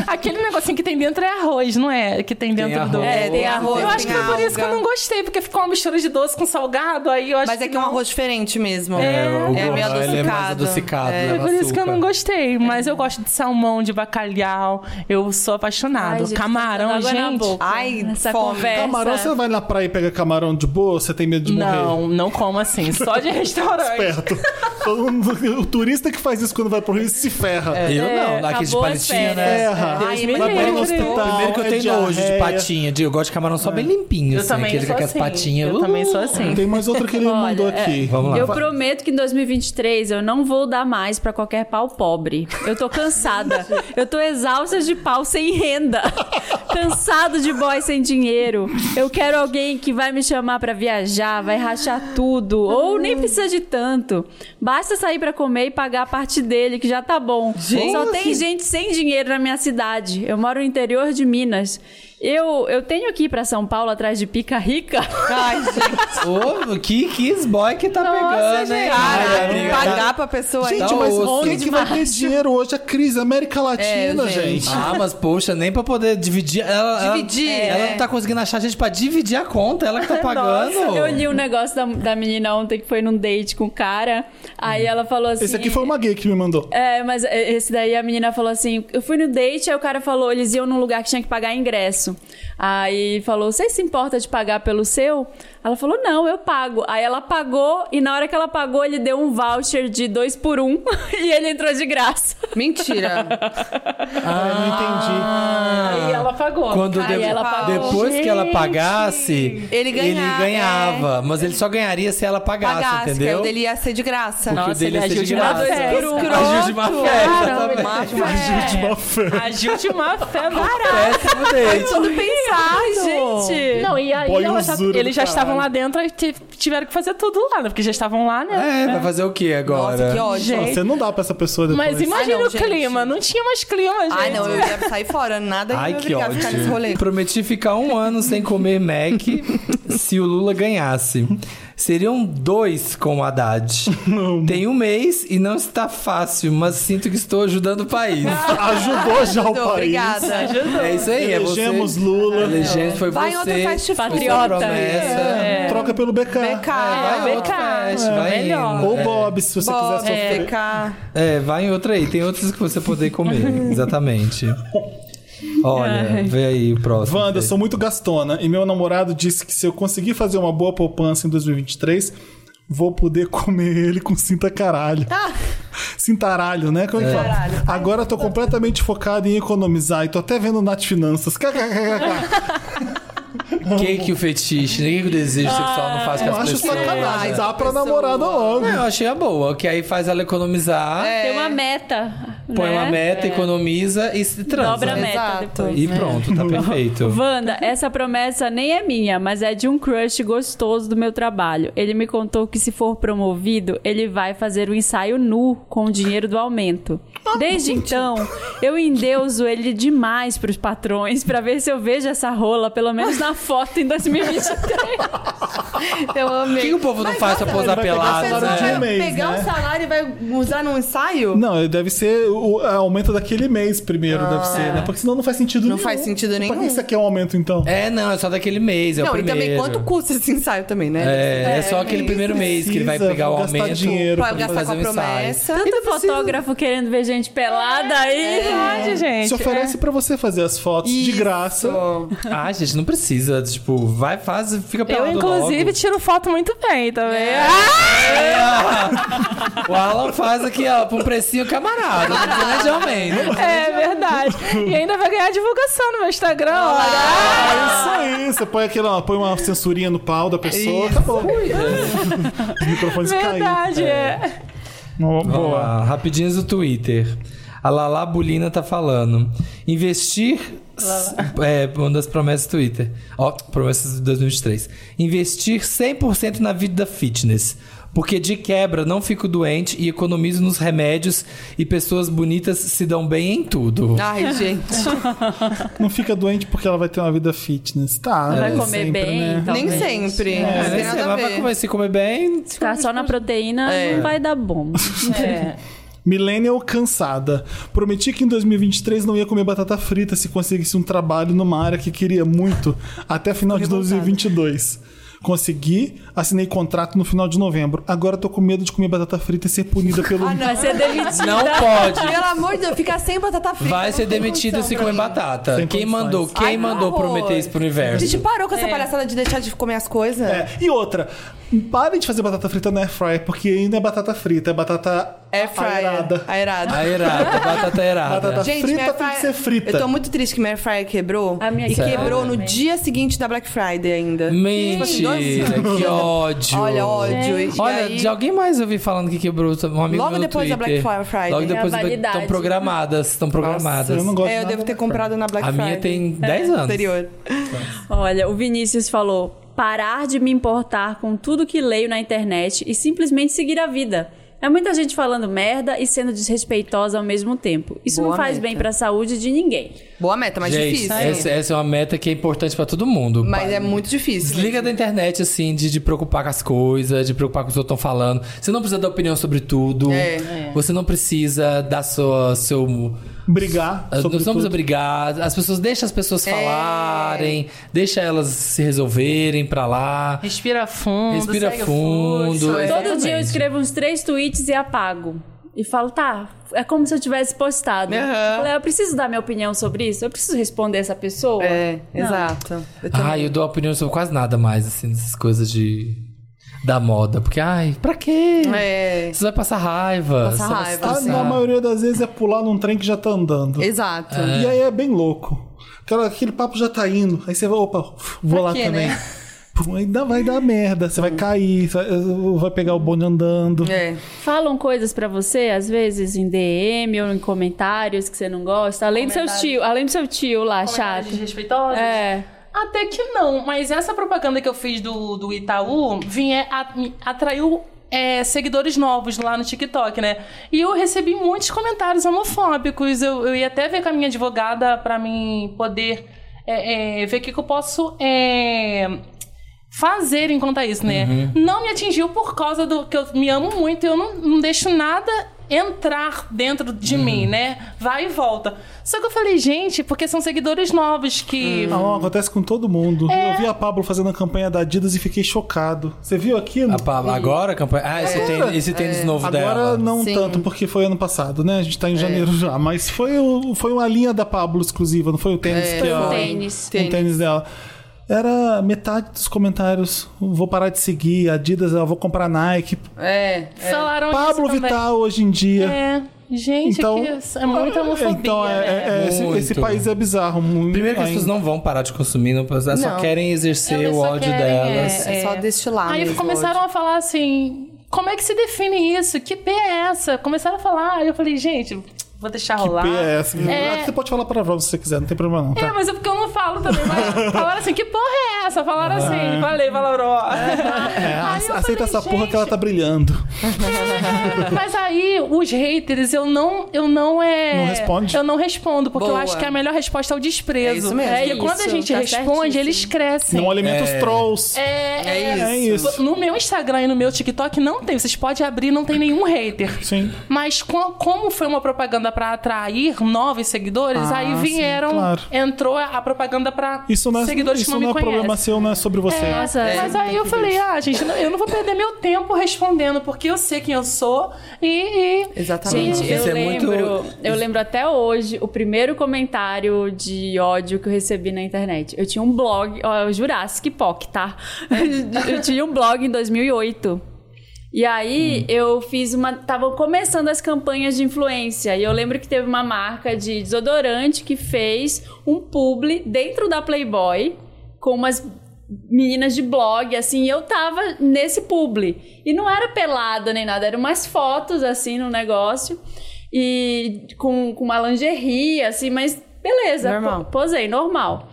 Speaker 4: Aquele negocinho que tem dentro é arroz, não é? Que tem dentro do.
Speaker 1: arroz.
Speaker 5: É, tem arroz,
Speaker 4: Eu acho que
Speaker 5: tem
Speaker 4: foi por isso que eu
Speaker 5: alga.
Speaker 4: não gostei, porque ficou uma mistura de doce com salgado, aí eu acho
Speaker 5: Mas é que é um
Speaker 4: não.
Speaker 5: arroz diferente mesmo.
Speaker 1: É, o Ele é
Speaker 5: É meio
Speaker 1: mais
Speaker 5: adocicado.
Speaker 1: adocicado.
Speaker 5: É.
Speaker 4: Foi
Speaker 1: leva
Speaker 4: por isso que eu
Speaker 1: açúcar.
Speaker 4: não gostei, mas eu gosto de salmão, de bacalhau, eu sou apaixonado.
Speaker 2: Ai, gente, tá
Speaker 4: Camarão,
Speaker 2: dando água na
Speaker 4: gente.
Speaker 2: boca.
Speaker 5: Ai,
Speaker 2: Essa
Speaker 5: fome.
Speaker 2: conversa.
Speaker 3: Camarão, você vai na praia e pega camarão de boa? Você tem medo de morrer?
Speaker 4: Não, não como assim,
Speaker 1: <laughs>
Speaker 4: só de restaurante.
Speaker 3: Perto. Todo mundo- o turista que faz isso quando vai pro Rio se ferra.
Speaker 1: Eu
Speaker 2: É,
Speaker 1: não, aqui de
Speaker 2: acabou as
Speaker 1: palitinha, né?
Speaker 2: férias.
Speaker 3: Ferra.
Speaker 4: Deus me
Speaker 3: vai parar
Speaker 4: livre.
Speaker 3: no hospital.
Speaker 1: Primeiro que eu
Speaker 3: é
Speaker 1: tenho nojo de
Speaker 3: diarreia.
Speaker 1: patinha. de- eu gosto de camarão só bem limpinho,
Speaker 4: Eu
Speaker 1: assim.
Speaker 4: também
Speaker 1: aquele
Speaker 4: sou
Speaker 1: com as
Speaker 4: assim.
Speaker 1: patinhas.
Speaker 4: Eu
Speaker 1: Uh,
Speaker 4: também sou assim.
Speaker 3: Tem mais outra que ele
Speaker 2: Olha,
Speaker 3: mandou
Speaker 2: é.
Speaker 3: aqui.
Speaker 1: Vamos lá.
Speaker 2: Eu prometo que em 2023 eu não vou dar mais pra qualquer pau pobre. Eu tô
Speaker 1: <laughs>
Speaker 2: cansada. eu tô exausta de pau sem renda. Cansado de boy sem dinheiro. Eu quero alguém que vai me chamar pra viajar, vai rachar tudo. Ou nem precisa de tanto. Basta sair pra comer e pagar a parte dele, que já tá bom. Só tem gente sem dinheiro na minha cidade. Eu moro no interior de Minas. Eu, eu tenho que ir pra São Paulo atrás de pica
Speaker 1: <laughs>
Speaker 2: rica.
Speaker 5: Ai, gente,
Speaker 1: Ô, que, que boy que tá pegando, hein? Ai,
Speaker 5: caralho.
Speaker 1: amiga,
Speaker 5: Pagar
Speaker 1: tá-
Speaker 5: pra pessoa
Speaker 3: Gente,
Speaker 5: ainda.
Speaker 1: Dá
Speaker 3: mas
Speaker 1: osso.
Speaker 3: onde que vai ter dinheiro hoje? A crise, América Latina,
Speaker 5: É, gente.
Speaker 3: gente.
Speaker 1: Ah, mas poxa, nem pra poder dividir. Ela, ela-
Speaker 5: Dividir,
Speaker 1: Ela,
Speaker 5: é.
Speaker 1: não tá conseguindo achar gente pra dividir a conta. Ela que tá pagando.
Speaker 2: Nossa, eu li um negócio da, da menina ontem que foi num date com o cara. Aí ela falou assim.
Speaker 3: Esse aqui foi um uma gay que me mandou.
Speaker 2: É, mas esse daí a menina falou assim: eu fui no date, aí o cara falou, eles iam num lugar que tinha que pagar ingresso. Aí falou: você se importa de pagar pelo seu? Ela falou: não, eu pago. Aí ela pagou, e na hora que ela pagou, ele deu um voucher de dois por um <laughs> e ele entrou de graça.
Speaker 1: <laughs>
Speaker 5: Mentira.
Speaker 3: Ah,
Speaker 4: Aí ela pagou.
Speaker 1: Quando
Speaker 2: Aí
Speaker 1: de-
Speaker 2: ela pagou.
Speaker 1: depois que ela
Speaker 4: Gente.
Speaker 1: pagasse,
Speaker 5: Ele ganhava, é.
Speaker 1: ganhava, mas ele só ganharia se ela pagasse,
Speaker 5: Pagasse, que um aí
Speaker 1: entendeu?
Speaker 5: o dele ia ser de graça. é
Speaker 1: Porque
Speaker 4: Nossa,
Speaker 1: o dele
Speaker 4: ele
Speaker 1: ia ser
Speaker 4: agiu
Speaker 1: de
Speaker 4: de má
Speaker 1: graça.
Speaker 4: fé.
Speaker 1: Agiu de tá má fé,
Speaker 4: Caramba,
Speaker 1: exatamente.
Speaker 5: Macho,
Speaker 3: entendi. Agiu de má fé.
Speaker 1: <laughs>
Speaker 4: Agiu de má fé, barato.
Speaker 1: Péssimo date.
Speaker 5: é tudo pensado.
Speaker 2: Gente!
Speaker 4: Não, e aí
Speaker 3: Boy
Speaker 4: ela já-
Speaker 3: usura do
Speaker 4: eles já estavam
Speaker 3: caralho.
Speaker 4: lá dentro e ti- tiveram que fazer tudo lá, né? Porque já estavam lá, né?
Speaker 1: É, vai fazer o que agora?
Speaker 5: Nossa, que ódio.
Speaker 4: Gente.
Speaker 3: Você não dá pra essa pessoa depois.
Speaker 4: Mas imagina
Speaker 5: Ah, não,
Speaker 4: o
Speaker 5: gente.
Speaker 4: clima. Não tinha mais clima, gente.
Speaker 5: Ai, não, eu ia sair fora. Nada
Speaker 1: Ai,
Speaker 5: que
Speaker 1: que
Speaker 5: me obrigar a ficar nesse rolê.
Speaker 1: ódio. Prometi ficar um ano sem comer Mac <laughs> se o Lula ganhasse. Seriam dois com o Haddad. Tem um mês e não está fácil, mas sinto que estou ajudando o país.
Speaker 3: Ajudou já o
Speaker 5: Tô,
Speaker 3: país.
Speaker 5: Obrigada.
Speaker 1: é isso aí,
Speaker 3: Elegemos
Speaker 1: é você.
Speaker 3: Lula.
Speaker 1: Elegemos, foi
Speaker 5: Vai em
Speaker 1: você.
Speaker 5: outro fast
Speaker 1: foi
Speaker 5: É,
Speaker 1: sua
Speaker 2: patriota.
Speaker 1: promessa.
Speaker 3: Troca pelo BK.
Speaker 5: BK.
Speaker 1: Vai
Speaker 4: É,
Speaker 1: em outro
Speaker 4: BK,
Speaker 1: fast,
Speaker 4: é
Speaker 1: vai
Speaker 4: melhor.
Speaker 1: indo.
Speaker 3: Ou Bob, se você quiser
Speaker 5: Bob,
Speaker 3: sofrer.
Speaker 5: BK.
Speaker 1: É, vai em outra aí. Tem outras que você poder comer. Exatamente. Olha, vê aí o próximo.
Speaker 3: Wanda, eu sou muito gastona e meu namorado disse que se eu conseguir fazer uma boa poupança em 2023, vou poder <laughs> comer ele com cinta caralho.
Speaker 5: Ah.
Speaker 3: Cintaralho, né? Como é que fala? Agora eu tô completamente focado em economizar e tô até vendo Nath Finanças. <laughs> KKKK.
Speaker 1: O que que o fetiche, o que que o desejo sexual não faz com
Speaker 3: Eu
Speaker 1: as
Speaker 3: acho
Speaker 1: pessoas?
Speaker 3: sacanagem.
Speaker 5: as
Speaker 3: Dá pra
Speaker 5: pessoas.
Speaker 3: namorada logo.
Speaker 1: Não, eu achei a boa, que aí faz ela economizar,
Speaker 2: É,
Speaker 6: Tem uma meta.
Speaker 1: põe
Speaker 6: né?
Speaker 1: uma meta, economiza e se transa.
Speaker 2: Dobra a meta
Speaker 5: Exato.
Speaker 2: depois.
Speaker 1: E pronto, tá perfeito.
Speaker 2: <laughs> Wanda, essa promessa nem é minha, mas é de um crush gostoso do meu trabalho. Ele me contou que se for promovido, ele vai fazer o ensaio nu com o dinheiro do aumento. Desde então, eu endeuso ele demais pros patrões pra ver se eu vejo essa rola, pelo menos na foto em <laughs> 2023.
Speaker 5: Eu
Speaker 1: O que, que
Speaker 5: amei.
Speaker 1: o povo não faz pra posar
Speaker 3: vai pegar
Speaker 5: A
Speaker 1: pelado,
Speaker 3: essa
Speaker 5: pessoa
Speaker 3: de
Speaker 1: né?
Speaker 5: vai
Speaker 3: mês,
Speaker 5: pegar
Speaker 3: né?
Speaker 5: o salário e vai usar num ensaio?
Speaker 3: Não, deve ser o o aumento daquele mês primeiro, deve ser, né? Porque senão não faz sentido
Speaker 5: Ah. Não
Speaker 3: nenhum.
Speaker 5: faz sentido
Speaker 3: Pra que
Speaker 5: nenhum.
Speaker 3: isso aqui é um aumento, então?
Speaker 1: É, não, é só daquele mês, é o
Speaker 5: Não, e
Speaker 1: primeiro.
Speaker 5: também quanto custa esse ensaio também, né?
Speaker 1: É, é só aquele primeiro mês que ele vai
Speaker 3: Precisa
Speaker 1: pegar o
Speaker 3: gastar
Speaker 1: aumento.
Speaker 3: dinheiro
Speaker 5: Vai
Speaker 3: pra
Speaker 5: gastar com
Speaker 1: fazer
Speaker 5: a
Speaker 1: um ensaio.
Speaker 5: promessa.
Speaker 2: Tanto fotógrafo querendo ver gente pelada aí.
Speaker 4: É Verdade,
Speaker 5: É,
Speaker 4: gente.
Speaker 3: Se oferece pra você fazer as fotos de graça.
Speaker 1: Ah, gente, não precisa. Tipo, vai, faz, fica
Speaker 4: Eu,
Speaker 1: pelado
Speaker 4: inclusive,
Speaker 1: logo.
Speaker 4: tiro foto muito bem também. Ah,
Speaker 1: É. O Alan faz aqui, ó, pra um precinho camarada. Não precisa nem de aumento.
Speaker 4: É verdade. E ainda vai ganhar divulgação no meu Instagram. Olha. É
Speaker 3: Ah, isso aí. Você põe aquela, põe uma censurinha no pau da pessoa, acabou. Os microfones caíram.
Speaker 4: Verdade, é.
Speaker 3: Ó,
Speaker 1: Vamos
Speaker 3: Boa.
Speaker 1: lá, rapidinhas do Twitter. A Lala Bulina tá falando. Investir. É, uma das promessas do Twitter. Ó, promessas de 2023. Investir 100% na vida fitness. Porque de quebra não fico doente e economizo nos remédios e pessoas bonitas se dão bem em tudo.
Speaker 5: Ai, gente.
Speaker 3: Não fica doente porque ela vai ter uma vida fitness. Tá, né?
Speaker 2: Vai comer
Speaker 3: Sempre,
Speaker 2: bem, então.
Speaker 3: né?
Speaker 2: talvez.
Speaker 5: Nem sempre.
Speaker 1: É,
Speaker 5: não
Speaker 1: né?
Speaker 5: tem
Speaker 1: Você
Speaker 5: nada a
Speaker 1: vai- vai
Speaker 5: ver.
Speaker 1: comer, se comer bem.
Speaker 2: Ficar só na proteína
Speaker 5: É.
Speaker 2: não vai dar bom. É.
Speaker 3: Millennial cansada. Prometi que em 2023 não ia comer batata frita se conseguisse um trabalho numa área que queria muito até final de 2022. Consegui, assinei contrato no final de novembro. Agora tô com medo de comer batata frita e ser punida
Speaker 2: <laughs>
Speaker 3: pelo.
Speaker 2: Vai ser demitida.
Speaker 1: <laughs> Não pode.
Speaker 5: Ah, <laughs> Pelo amor de Deus, ficar sem batata frita.
Speaker 1: Vai
Speaker 5: não
Speaker 1: ser
Speaker 5: tem
Speaker 1: demitido
Speaker 5: condição
Speaker 1: se
Speaker 5: pra
Speaker 1: comer
Speaker 5: mim.
Speaker 1: batata.
Speaker 3: Sem
Speaker 1: quem
Speaker 3: condições.
Speaker 1: mandou, quem
Speaker 5: Ai,
Speaker 1: mandou
Speaker 5: que horror.
Speaker 1: prometer isso pro
Speaker 5: A
Speaker 1: universo?
Speaker 5: gente parou com essa
Speaker 2: É.
Speaker 5: palhaçada de deixar de comer as coisas.
Speaker 3: É, e outra, pare de fazer batata frita na air fryer, porque ainda é batata frita, é batata
Speaker 5: É fryer.
Speaker 3: airada.
Speaker 5: Airada.
Speaker 1: A erada, batata erada.
Speaker 3: Batata- frita
Speaker 5: minha
Speaker 3: tem que
Speaker 5: airfryer-
Speaker 3: ser frita.
Speaker 5: Eu tô muito triste que minha air fryer quebrou.
Speaker 2: A minha É.
Speaker 5: e
Speaker 2: quebrou
Speaker 5: quebrou no
Speaker 2: também.
Speaker 5: dia seguinte da Black Friday ainda.
Speaker 1: Mentira, né? que ódio.
Speaker 5: assim, Olha, ódio. E
Speaker 1: Olha,
Speaker 5: aí- é,
Speaker 1: de alguém mais eu ouvi falando que quebrou um amigo
Speaker 5: Logo
Speaker 1: meu no
Speaker 5: depois da
Speaker 1: Twitter.
Speaker 5: Black Friday.
Speaker 1: Logo
Speaker 5: É a
Speaker 1: depois
Speaker 6: validade.
Speaker 1: estão programadas, estão programadas.
Speaker 3: Eu não gosto
Speaker 5: É, eu
Speaker 3: de nada.
Speaker 5: devo ter comprado na
Speaker 1: A
Speaker 5: Black Friday. É,
Speaker 1: minha tem 10 anos.
Speaker 5: Anterior.
Speaker 2: Olha, o Vinícius falou: parar de me importar com tudo que leio na internet e simplesmente seguir a vida. É muita gente falando merda e sendo desrespeitosa ao mesmo tempo. Isso
Speaker 5: Boa
Speaker 2: não faz
Speaker 5: meta.
Speaker 2: bem pra saúde de ninguém.
Speaker 5: Boa meta, mas
Speaker 1: Gente,
Speaker 5: difícil.
Speaker 1: Essa, essa é uma meta que é importante pra todo mundo.
Speaker 5: Mas é muito difícil.
Speaker 1: Desliga da internet, assim, de, de preocupar com as coisas, de preocupar com o que os outros estão falando. Você não precisa dar opinião sobre tudo.
Speaker 5: É.
Speaker 1: Você não precisa dar sua, seu.
Speaker 3: Brigar
Speaker 1: É, Nós não
Speaker 3: sobre
Speaker 1: precisamos
Speaker 3: tudo.
Speaker 1: obrigar. As pessoas deixam as pessoas
Speaker 5: É.
Speaker 1: falarem, deixa elas se resolverem pra lá.
Speaker 4: Respira fundo.
Speaker 1: Respira
Speaker 4: segue o fluxo.
Speaker 1: fundo.
Speaker 5: é.
Speaker 2: Todo dia eu
Speaker 1: exatamente.
Speaker 2: escrevo uns três tweets e apago. E falo, tá, é como se eu tivesse postado.
Speaker 5: Aham.
Speaker 2: Falei, "Ah, eu preciso dar minha opinião sobre isso? Eu preciso responder essa pessoa?
Speaker 5: É,
Speaker 2: Não.
Speaker 5: exato. Eu também.
Speaker 1: Ai, eu dou opinião sobre quase nada mais, assim, nessas coisas de. da moda. Porque, ai, pra quê?
Speaker 5: É.
Speaker 1: Você vai passar raiva.
Speaker 5: Passar
Speaker 1: você vai
Speaker 5: raiva.
Speaker 1: se
Speaker 3: Ah,
Speaker 1: estressar.
Speaker 3: na maioria das vezes é pular num trem que já tá andando.
Speaker 5: Exato.
Speaker 1: Ah.
Speaker 3: E aí é bem louco. Aquela- aquele papo já tá indo. Aí você vai, opa, uf, vou lá
Speaker 5: quê,
Speaker 3: também.
Speaker 5: né?
Speaker 3: pum, ainda vai dar merda, você vai cair, você vai vai pegar o bonde andando.
Speaker 5: É.
Speaker 2: Falam coisas pra você, às vezes, em DM ou em comentários que você não gosta. Além do seu tio, além do seu tio lá, chato.
Speaker 4: Desrespeitosos?
Speaker 2: É.
Speaker 4: Até que não, mas essa propaganda que eu fiz do, do Itaú vinha, a- me atraiu é, seguidores novos lá no TikTok, né? E eu recebi muitos comentários homofóbicos. Eu, eu ia até ver com a minha advogada pra mim poder é, é, ver o que, que eu posso. é, fazer enquanto é isso, né? Não me atingiu por causa do que eu me amo muito, eu não, não deixo nada entrar dentro de mim, né? Vai e volta. Só que eu falei, gente, porque são seguidores novos que
Speaker 3: Ah, não, acontece com todo mundo.
Speaker 5: É.
Speaker 3: Eu vi a Pablo fazendo a campanha da Adidas e fiquei chocado. Você viu aquilo?
Speaker 1: A Pablo, agora a campanha. Ah, esse, tênis, esse tênis novo
Speaker 3: Agora
Speaker 1: dela.
Speaker 3: não
Speaker 5: Sim.
Speaker 3: tanto, porque foi ano passado, né? A gente tá em janeiro já. Mas foi, o- foi uma linha da Pablo exclusiva, não É, foi o tênis que
Speaker 2: um
Speaker 3: ela-
Speaker 2: tênis. Então,
Speaker 3: um tênis dela. Era metade dos comentários. Vou parar de seguir Adidas, eu vou comprar Nike.
Speaker 5: É.
Speaker 4: falaram
Speaker 3: Pablo
Speaker 4: disso também.
Speaker 3: Vittar hoje em dia.
Speaker 4: É, gente,
Speaker 3: Então-
Speaker 4: que é muita homofobia,
Speaker 3: Então, é,
Speaker 4: né?
Speaker 3: é- é, esse,
Speaker 1: Muito.
Speaker 3: esse país é bizarro. Muito
Speaker 1: Primeiro que as
Speaker 3: ainda.
Speaker 1: pessoas não vão parar de consumir, não, elas só
Speaker 5: Não.
Speaker 1: querem exercer
Speaker 4: Elas
Speaker 1: o
Speaker 4: só
Speaker 1: ódio
Speaker 4: querem,
Speaker 1: delas.
Speaker 5: É, só destilar.
Speaker 4: Aí
Speaker 5: mesmo
Speaker 4: começaram
Speaker 5: hoje.
Speaker 4: a falar assim: como é que se define isso? Que P é essa? Começaram a falar, aí eu falei, gente, vou deixar rolar.
Speaker 3: PS.
Speaker 4: É.
Speaker 3: assim, ah, Você pode falar palavrão se você quiser, não tem problema não, tá?
Speaker 4: É, mas é porque eu não falo também,
Speaker 3: <laughs>
Speaker 4: mas falaram assim, que porra é essa? Falaram assim, falei, valoró.
Speaker 3: Ah. É,
Speaker 4: Aí eu
Speaker 3: ace-
Speaker 4: falei,
Speaker 3: aceita essa porra
Speaker 4: gente.
Speaker 3: que ela tá brilhando.
Speaker 4: <laughs> Mas aí, os haters, eu não, eu não é.
Speaker 3: Não responde?
Speaker 4: Eu não respondo, porque
Speaker 5: Boa.
Speaker 4: eu acho que a melhor resposta é o desprezo.
Speaker 5: É isso mesmo.
Speaker 4: e
Speaker 2: É
Speaker 4: quando a
Speaker 2: isso,
Speaker 4: gente
Speaker 2: tá
Speaker 4: responde,
Speaker 2: certíssimo.
Speaker 4: eles crescem.
Speaker 3: Não é- alimenta os trolls.
Speaker 4: É,
Speaker 5: É isso.
Speaker 3: É isso.
Speaker 4: No meu Instagram e no meu TikTok não tem. Vocês podem abrir, não tem nenhum hater.
Speaker 3: Sim.
Speaker 4: Mas co- como foi uma propaganda pra atrair novos seguidores,
Speaker 3: Ah,
Speaker 4: aí
Speaker 3: sim,
Speaker 4: vieram,
Speaker 3: claro.
Speaker 4: entrou a a propaganda pra
Speaker 3: Isso não é,
Speaker 4: seguidores
Speaker 3: isso
Speaker 4: que não
Speaker 3: não
Speaker 4: me
Speaker 3: é
Speaker 4: conhecem.
Speaker 3: problema seu, não é sobre você.
Speaker 4: É,
Speaker 2: Nossa, é,
Speaker 4: mas
Speaker 2: não
Speaker 4: aí eu falei, ah, gente, não- eu não vou perder meu tempo respondendo, porque eu sei quem eu sou e. e-
Speaker 5: Exatamente.
Speaker 2: Gente, eu
Speaker 1: Isso é muito-
Speaker 2: lembro, eu lembro até hoje o primeiro comentário de ódio que eu recebi na internet. Eu tinha um blog, ó, o Jurassic Pop, tá? <laughs> eu tinha um blog em 2008. E aí eu fiz uma, tava começando as campanhas de influência e eu lembro que teve uma marca de desodorante que fez um publi dentro da Playboy com umas meninas de blog, assim, e eu tava nesse publi. E não era pelada nem nada, eram umas fotos, assim, no negócio. E com, com uma lingerie, assim, mas beleza.
Speaker 5: Normal.
Speaker 2: po- Posei, normal.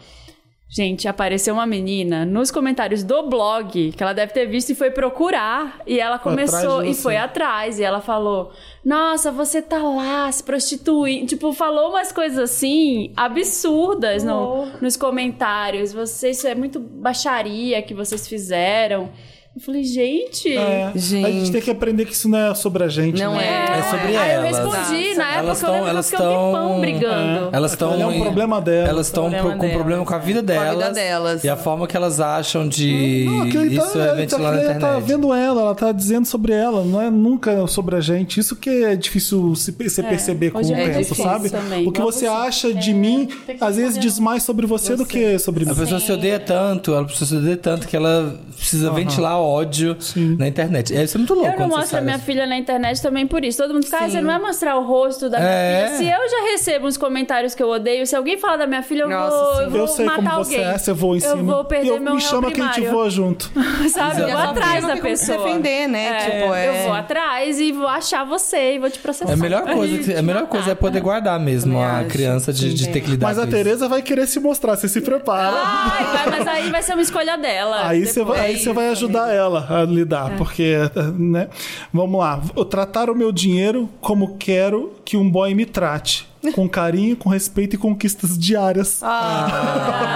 Speaker 2: Gente, apareceu uma menina nos comentários do blog, que ela deve ter visto e foi procurar. E ela começou
Speaker 3: atrás de
Speaker 2: e
Speaker 3: você.
Speaker 2: foi atrás. E ela falou: Nossa, você tá lá se prostituindo. Tipo, falou umas coisas assim absurdas no- nos comentários. Você, isso é muito baixaria que vocês fizeram. Eu falei, gente.
Speaker 3: É. A gente
Speaker 5: Gente.
Speaker 3: tem que aprender que isso não é sobre a gente.
Speaker 5: Não
Speaker 3: né?
Speaker 5: é.
Speaker 1: É sobre
Speaker 2: Aí eu
Speaker 1: elas.
Speaker 2: respondi, na época
Speaker 1: Elas
Speaker 2: eu
Speaker 1: tão-
Speaker 2: lembro
Speaker 1: elas
Speaker 2: que eu fiquei um
Speaker 1: tão-
Speaker 2: tempão brigando.
Speaker 1: Elas estão.
Speaker 3: Olha, é um problema dela.
Speaker 1: Elas estão
Speaker 4: Problema
Speaker 1: com
Speaker 4: delas.
Speaker 1: problema com a vida delas.
Speaker 5: delas.
Speaker 1: E a forma que elas acham de.
Speaker 3: Não, aquele
Speaker 1: isso
Speaker 3: tá,
Speaker 1: é
Speaker 3: ele tá,
Speaker 1: ventilado na
Speaker 3: ele
Speaker 1: internet.
Speaker 3: tá vendo ela, ela tá dizendo sobre ela, não é nunca sobre a gente. Isso que é difícil se, pe- se perceber com o
Speaker 2: hoje é
Speaker 3: tempo,
Speaker 2: difícil
Speaker 3: sabe?
Speaker 2: também. É,
Speaker 3: O que você acha de mim, às vezes diz mais sobre você, do que sobre mim.
Speaker 1: A pessoa se odeia tanto, ela precisa se odeia tanto que ela precisa ventilar ódio na internet. É, Isso é muito louco.
Speaker 2: Eu não
Speaker 1: quando você
Speaker 2: mostro a
Speaker 1: sabe
Speaker 2: minha
Speaker 1: isso.
Speaker 2: filha na internet também por isso. Todo mundo fica, ah, você não vai mostrar o rosto da
Speaker 1: É.
Speaker 2: minha filha. Se eu já recebo uns comentários que eu odeio, se alguém falar da minha filha, eu
Speaker 5: Nossa,
Speaker 2: vou,
Speaker 5: sim.
Speaker 2: eu vou
Speaker 3: Eu sei
Speaker 2: matar
Speaker 3: como
Speaker 2: alguém.
Speaker 3: você é, você voa em
Speaker 2: Eu
Speaker 3: cima.
Speaker 2: vou perder
Speaker 3: eu
Speaker 2: meu
Speaker 3: me
Speaker 2: réu
Speaker 3: chama que a gente
Speaker 2: primário.
Speaker 3: voa junto.
Speaker 2: <laughs> Sabe? Eu vou
Speaker 1: Exatamente.
Speaker 5: Não
Speaker 2: atrás da
Speaker 5: tem como se
Speaker 2: pessoa.
Speaker 5: defender, né?
Speaker 2: É,
Speaker 5: Tipo, é-
Speaker 2: Eu vou atrás e vou achar você e vou te processar.
Speaker 1: É a melhor coisa, que-
Speaker 2: Te
Speaker 1: a melhor
Speaker 2: matar.
Speaker 1: coisa é poder guardar mesmo
Speaker 5: Também
Speaker 1: a
Speaker 5: acho.
Speaker 1: criança de, de ter que lidar
Speaker 3: Mas
Speaker 1: com
Speaker 3: a
Speaker 1: isso.
Speaker 3: Tereza vai querer se mostrar, você se prepara.
Speaker 2: Ai, vai, mas aí vai ser uma escolha dela.
Speaker 3: Aí você vai,
Speaker 2: é
Speaker 3: aí você vai ajudar
Speaker 2: né?
Speaker 3: ela a lidar, porque, né? Vamos lá. Eu tratar o meu dinheiro como quero que um boy me trate. Com carinho, com respeito e conquistas diárias.
Speaker 2: Ah,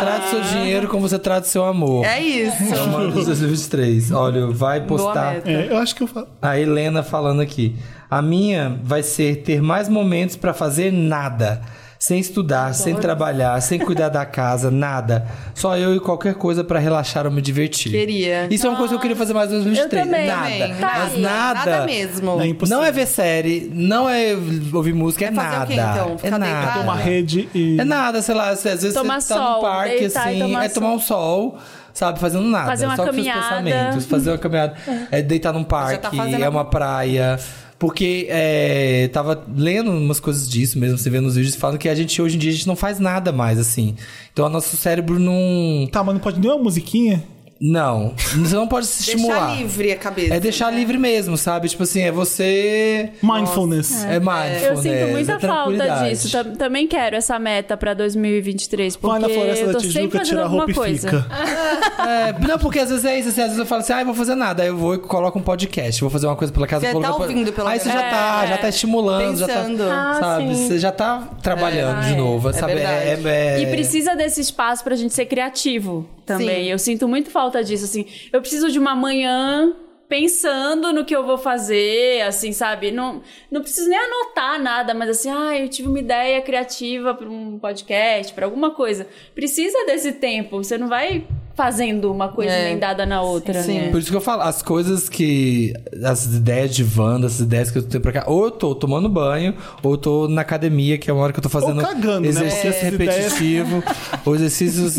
Speaker 1: Trate seu dinheiro como você trata seu amor.
Speaker 5: É isso.
Speaker 1: É o Mano dos 2023. Olha, vai
Speaker 5: Boa
Speaker 1: postar
Speaker 2: tá.
Speaker 5: meta.
Speaker 3: É, eu acho que eu falo.
Speaker 1: a Helena falando aqui. A minha vai ser ter mais momentos pra fazer nada. Sem estudar, sem trabalhar, sem cuidar da casa,
Speaker 5: <laughs>
Speaker 1: nada. Só eu e qualquer coisa pra relaxar ou me divertir.
Speaker 5: Queria.
Speaker 1: Isso é uma coisa que eu queria fazer mais em 2023.
Speaker 2: Eu também,
Speaker 1: nada.
Speaker 5: Também. Tá
Speaker 1: Mas nada.
Speaker 5: Nada mesmo.
Speaker 3: É impossível.
Speaker 1: Não é ver série, não é ouvir música, é,
Speaker 5: fazer
Speaker 1: nada.
Speaker 5: o quê, então? Ficar
Speaker 1: é nada.
Speaker 5: deitado?
Speaker 3: Uma rede e.
Speaker 1: É nada, sei lá, às vezes
Speaker 2: Tomar
Speaker 1: você tá num
Speaker 2: sol,
Speaker 1: parque,
Speaker 2: deitar e
Speaker 1: assim,
Speaker 2: tomar
Speaker 1: é
Speaker 2: sol.
Speaker 1: tomar um sol, sabe, fazendo nada.
Speaker 2: Fazer uma
Speaker 1: só com seus
Speaker 2: caminhada. <laughs>
Speaker 1: pensamentos, fazer uma caminhada. É deitar num É parque,
Speaker 5: tá fazendo
Speaker 1: é uma praia. Porque é, tava lendo umas coisas disso mesmo, você vê nos vídeos, falando que a gente hoje em dia a gente não faz nada mais, assim. Então o nosso cérebro não.
Speaker 3: Tá, mas não pode nem uma musiquinha?
Speaker 1: Não. Você não pode se estimular.
Speaker 5: Deixar livre a cabeça.
Speaker 1: É deixar
Speaker 5: né?
Speaker 1: livre mesmo, sabe? Tipo assim, é você.
Speaker 3: Mindfulness.
Speaker 1: É mindfulness.
Speaker 2: Eu sinto
Speaker 1: é
Speaker 2: muita falta
Speaker 1: tranquilidade.
Speaker 2: disso. Tam- Também quero essa meta pra 2023, porque
Speaker 3: Vai na Floresta
Speaker 2: eu
Speaker 3: da
Speaker 2: tô sempre
Speaker 3: Tijuca,
Speaker 2: fazendo
Speaker 3: tira a
Speaker 2: alguma
Speaker 3: roupa e
Speaker 2: coisa.
Speaker 3: fica.
Speaker 1: É, não, porque às vezes é isso, assim, às vezes eu falo assim, ah, eu vou fazer nada. Aí eu vou e coloco um podcast, vou fazer uma coisa pela casa.
Speaker 5: Já
Speaker 1: vou
Speaker 5: tá
Speaker 1: colocar-
Speaker 5: ouvindo, pelo
Speaker 1: Aí você
Speaker 5: menos.
Speaker 1: já tá, já tá estimulando, já
Speaker 5: Pensando. É.
Speaker 1: tá.
Speaker 4: Ah,
Speaker 1: sabe?
Speaker 4: sim.
Speaker 1: Você já tá trabalhando de novo, sabe?
Speaker 5: verdade.
Speaker 1: é-
Speaker 2: E precisa desse espaço pra gente ser criativo também.
Speaker 5: Sim.
Speaker 2: Eu sinto muito falta disso, assim. Eu preciso de uma manhã pensando no que eu vou fazer, assim, sabe? Não, não preciso nem anotar nada, mas assim, ah, eu tive uma ideia criativa pra um podcast, pra alguma coisa. Precisa desse tempo. Você não vai fazendo uma coisa
Speaker 5: É.
Speaker 2: nem dada na outra,
Speaker 5: Sim.
Speaker 2: né?
Speaker 1: Por isso que eu falo, as coisas que. As ideias de Wanda, as ideias que eu tenho pra cá, ou eu tô tomando banho, ou eu tô na academia, que é uma hora que eu tô fazendo
Speaker 3: cagando, né?
Speaker 1: exercício
Speaker 3: Porque essas
Speaker 1: repetitivo, ou
Speaker 5: <laughs>
Speaker 1: exercícios.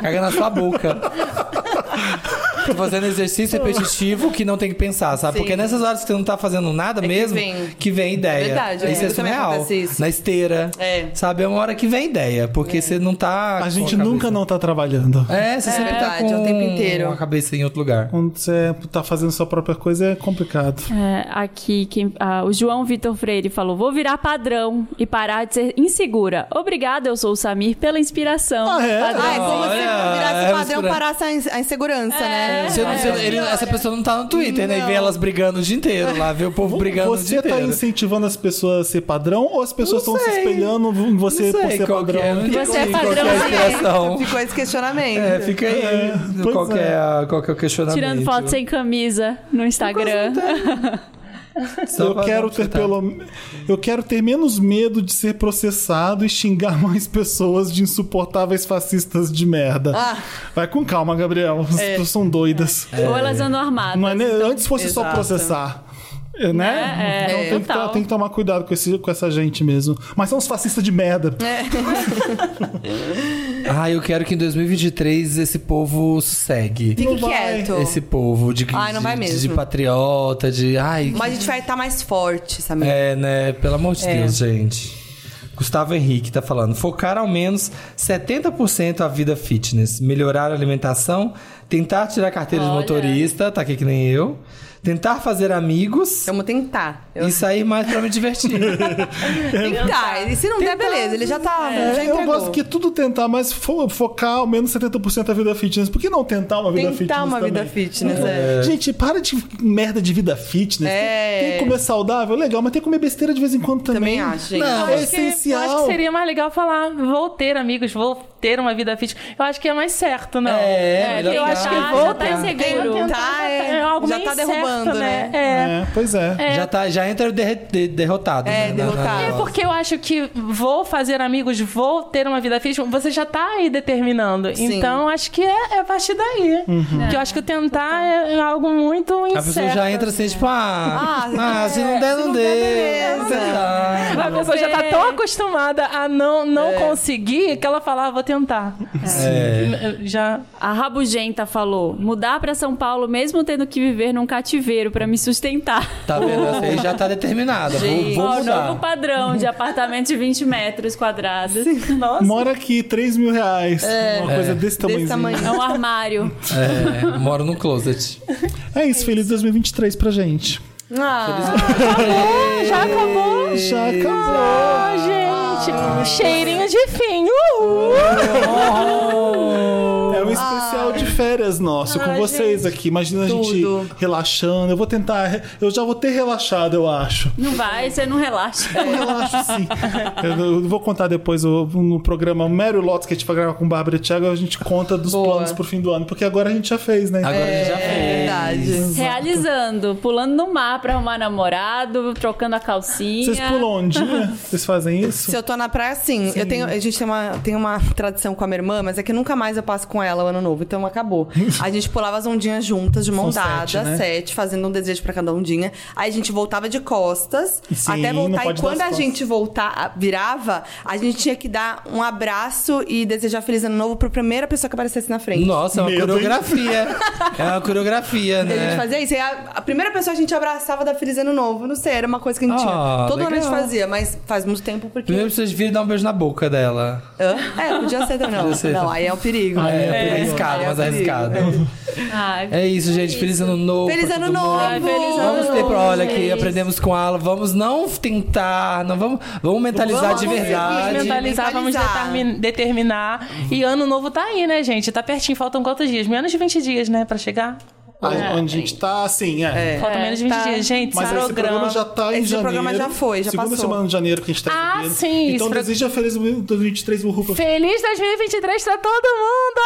Speaker 1: Caga na sua boca. Tô fazendo exercício repetitivo que não tem que pensar, sabe?
Speaker 5: Sim. É
Speaker 1: Porque nessas horas que você não tá fazendo nada mesmo, que
Speaker 5: vem.
Speaker 1: vem, ideia.
Speaker 5: verdade, é.
Speaker 1: isso é
Speaker 5: Eu também
Speaker 1: surreal.
Speaker 5: acontece isso.
Speaker 1: Na esteira.
Speaker 5: É.
Speaker 1: Sabe? É uma hora que vem ideia. Porque você não tá.
Speaker 3: A
Speaker 1: com
Speaker 3: gente
Speaker 1: cabeça.
Speaker 3: nunca não tá trabalhando.
Speaker 1: É, você sempre
Speaker 5: verdade,
Speaker 1: tá com
Speaker 5: é o tempo inteiro.
Speaker 1: a cabeça em outro lugar.
Speaker 3: Quando você tá fazendo sua própria coisa é complicado.
Speaker 2: É, aqui, quem- ah, o João Vitor Freire falou: vou virar padrão e parar de ser insegura. Obrigada, eu sou o Samir, pela inspiração.
Speaker 3: Ah, é?
Speaker 5: Ah, é
Speaker 2: Padrão.
Speaker 5: como se
Speaker 1: Olha,
Speaker 5: virasse
Speaker 1: é
Speaker 5: padrão
Speaker 1: mistura-
Speaker 5: parasse a in- a insegurança, né?
Speaker 1: Você- você- ele- essa pessoa não tá no Twitter, né? E vê elas brigando o dia inteiro lá, vê o povo brigando o dia
Speaker 3: Você tá
Speaker 1: inteiro.
Speaker 3: incentivando as pessoas a ser padrão ou as pessoas
Speaker 1: Não
Speaker 3: estão se
Speaker 1: sei.
Speaker 3: espelhando em você
Speaker 1: Não
Speaker 3: por
Speaker 1: sei
Speaker 3: ser
Speaker 1: qual que
Speaker 3: padrão?
Speaker 1: é, não entendi
Speaker 2: Você
Speaker 1: qual
Speaker 2: é
Speaker 1: que
Speaker 2: padrão,
Speaker 1: a
Speaker 2: né?
Speaker 1: inspiração.
Speaker 5: Ficou esse questionamento.
Speaker 1: É, fica aí
Speaker 3: É, pois
Speaker 1: qual, que
Speaker 3: é.
Speaker 1: é a- qual que é o questionamento.
Speaker 2: Tirando foto sem camisa no Instagram.
Speaker 1: Só
Speaker 3: Eu
Speaker 1: pra um
Speaker 3: quero
Speaker 1: não
Speaker 3: ter
Speaker 1: chutar.
Speaker 3: pelo eu quero ter menos medo de ser processado e xingar <laughs> mais pessoas de insuportáveis fascistas de merda.
Speaker 5: Ah.
Speaker 3: Vai com calma, Gabriel. As pessoas são doidas.
Speaker 2: Ou elas andam armadas.
Speaker 3: Não é, nem- antes fosse só
Speaker 5: Exato.
Speaker 3: processar. é, Né?
Speaker 2: É, é,
Speaker 3: então tem que,
Speaker 2: total.
Speaker 3: to- tem que tomar cuidado com, esse, com essa gente mesmo. Mas são uns fascistas de merda.
Speaker 1: Ah, eu quero que em 2023 esse povo sossegue.
Speaker 5: Fique
Speaker 3: Não vai.
Speaker 5: quieto.
Speaker 1: Esse povo de,
Speaker 5: Ai, não
Speaker 1: de-
Speaker 5: vai
Speaker 1: de-
Speaker 5: mesmo.
Speaker 1: de patriota, de. Ai,
Speaker 5: Mas a gente vai estar mais forte, Samir.
Speaker 1: É, né? Pelo amor de Deus, gente. Gustavo Henrique tá falando: focar ao menos 70% a vida fitness, melhorar a alimentação, tentar tirar a carteira de
Speaker 2: Olha.
Speaker 1: motorista, tá aqui que nem eu, tentar fazer amigos
Speaker 5: Vamos tentar. Eu-
Speaker 1: e sair mais pra me divertir.
Speaker 5: Tentar. E se não der,
Speaker 1: Tentar.
Speaker 5: beleza. Ele já tá.
Speaker 3: É,
Speaker 5: já
Speaker 3: eu
Speaker 5: entregou.
Speaker 3: gosto que tudo tentar, mas fo- focar ao menos 70% a vida fitness. Por que não tentar uma vida fitness?
Speaker 5: Tentar uma vida
Speaker 3: também?
Speaker 5: fitness, é.
Speaker 3: Gente, para de merda de vida fitness.
Speaker 5: É.
Speaker 3: Tem, tem que comer saudável, legal, mas tem que comer besteira de vez em quando também.
Speaker 5: Também acho, gente.
Speaker 3: Não,
Speaker 4: Eu acho que-
Speaker 3: é
Speaker 4: eu acho que
Speaker 3: essencial.
Speaker 4: seria mais legal falar, vou ter amigos, vou ter uma vida fit. Eu acho que é mais certo, não?
Speaker 1: É, melhor
Speaker 4: eu
Speaker 1: tá.
Speaker 4: acho que
Speaker 1: Já
Speaker 4: vou
Speaker 2: tá
Speaker 4: ter-
Speaker 2: inseguro.
Speaker 5: Tentar, é,
Speaker 4: é algo
Speaker 5: já
Speaker 4: meio
Speaker 5: tá
Speaker 4: incerto,
Speaker 5: derrubando, né?
Speaker 4: É.
Speaker 3: É, pois é.
Speaker 1: Já, tá, já entra o derre- de- derrotado.
Speaker 5: É,
Speaker 1: né,
Speaker 5: derrotado.
Speaker 4: É porque eu acho que vou fazer amigos, vou ter uma vida física, você já tá aí determinando.
Speaker 5: Sim.
Speaker 4: Então, acho que é, é a partir daí. Que eu acho que tentar é algo muito
Speaker 1: A pessoa
Speaker 4: incerto.
Speaker 1: já entra assim, tipo, ah, <laughs>
Speaker 5: Ah,
Speaker 1: ah, se não der,
Speaker 5: se
Speaker 1: não, É deu.
Speaker 5: não der, beleza.
Speaker 1: Tá.
Speaker 4: A pessoa já
Speaker 2: É.
Speaker 4: tá tão acostumada a não, não conseguir que ela fala, ah, vou tentar. É. Já.
Speaker 2: A Rabugenta falou: mudar pra São Paulo mesmo tendo que viver num cativeiro pra me sustentar.
Speaker 1: Tá vendo? Essa aí já tá determinada. Vou, vou
Speaker 2: Ó, o
Speaker 1: mudar.
Speaker 2: <laughs> novo padrão de apartamento de 20 metros quadrados.
Speaker 4: Nossa.
Speaker 3: Mora aqui, 3 mil reais. uma coisa desse
Speaker 5: É. Desse
Speaker 3: tamanhozinho.
Speaker 5: tamanho.
Speaker 2: É um armário.
Speaker 1: É, moro num closet.
Speaker 3: É isso, feliz 2023 pra gente.
Speaker 5: Ah,
Speaker 4: Já acabou.
Speaker 3: Já acabou.
Speaker 4: Ah, gente.
Speaker 2: Ah.
Speaker 1: um
Speaker 4: Cheirinho de fim. Uh, Uhul.
Speaker 3: É um especial de férias nosso com
Speaker 4: Ai,
Speaker 3: vocês aqui. Imagina a gente
Speaker 5: Tudo.
Speaker 3: relaxando. Eu vou tentar. re- Eu já vou ter relaxado, eu acho.
Speaker 2: Não vai, você não
Speaker 1: <laughs>
Speaker 2: relaxa.
Speaker 3: Eu relaxo sim. Eu, eu vou contar depois o- no programa Mary Lotus que a gente vai gravar com Bárbara e Thiago. A gente conta dos
Speaker 5: Boa.
Speaker 3: planos pro fim do ano, porque agora a gente já fez, né?
Speaker 1: Agora a gente já
Speaker 5: é
Speaker 1: fez.
Speaker 5: verdade.
Speaker 2: Realizando, pulando no mar pra arrumar namorado, trocando a calcinha.
Speaker 3: Vocês pulam ondinha? Vocês fazem isso?
Speaker 5: <laughs> Se eu tô na praia, sim. Eu tenho, a gente tem uma, tem uma tradição com a minha irmã, mas é que nunca mais eu passo com ela o ano novo. Então
Speaker 3: <laughs>
Speaker 5: acabou. A gente pulava as ondinhas juntas, de mão
Speaker 3: São
Speaker 5: dada,
Speaker 3: sete, né?
Speaker 5: sete, fazendo um desejo pra cada ondinha. Aí a gente voltava de costas,
Speaker 3: Sim,
Speaker 5: até
Speaker 3: não
Speaker 5: voltar. E
Speaker 3: pode dar
Speaker 5: quando
Speaker 3: as
Speaker 5: a
Speaker 3: costas.
Speaker 5: gente voltar, virava, a gente tinha que dar um abraço e desejar feliz ano novo pra primeira pessoa que aparecesse na frente.
Speaker 1: Nossa, é uma
Speaker 3: Medo, hein? <laughs>
Speaker 1: coreografia. É uma coreografia,
Speaker 5: E A gente
Speaker 1: né?
Speaker 5: fazia isso. E a, a primeira pessoa que a gente abraçava da Feliz Ano Novo. Não sei, era uma coisa que a gente
Speaker 1: Ah,
Speaker 5: tinha. Todo ano a gente
Speaker 1: legal.
Speaker 5: fazia, mas faz muito tempo porque.
Speaker 1: Primeiro vocês viram dar um beijo na boca dela.
Speaker 5: Hã? É, podia ser também. Não,
Speaker 1: Podia ser.
Speaker 5: não aí é um perigo.
Speaker 1: É,
Speaker 5: É,
Speaker 1: arriscado,
Speaker 5: aí é
Speaker 1: mas
Speaker 5: um perigo.
Speaker 1: arriscado.
Speaker 2: Ah,
Speaker 6: Ai,
Speaker 1: É isso, gente. Feliz ano novo.
Speaker 5: Feliz
Speaker 1: pra
Speaker 5: ano
Speaker 1: todo mundo.
Speaker 5: novo!
Speaker 6: Ai, feliz ano
Speaker 1: Vamos ter pra, olha aqui,
Speaker 6: gente.
Speaker 1: aprendemos com ela. Vamos não tentar, não vamos, vamos mentalizar
Speaker 5: Vamos
Speaker 1: de
Speaker 5: conseguir
Speaker 1: verdade.
Speaker 5: mentalizar.
Speaker 4: mentalizar, vamos determin- determinar. E ano novo tá aí, né, gente? Tá pertinho, faltam quantos dias? Menos de 20 dias, né, pra chegar?
Speaker 3: Ah, Onde a gente tá, assim, é.
Speaker 4: Faltam menos de 20
Speaker 6: tá.
Speaker 4: dias, gente.
Speaker 3: Mas
Speaker 4: esse
Speaker 3: esse programa já tá em
Speaker 5: Esse
Speaker 3: janeiro.
Speaker 5: programa já foi, já
Speaker 3: segunda
Speaker 5: passou.
Speaker 3: semana de janeiro que a gente tá
Speaker 4: Ah,
Speaker 3: recebendo.
Speaker 4: sim,
Speaker 3: Então
Speaker 4: esse pro-
Speaker 3: deseja feliz 2023, Uhul. pra-
Speaker 4: Feliz 2023 pra todo mundo!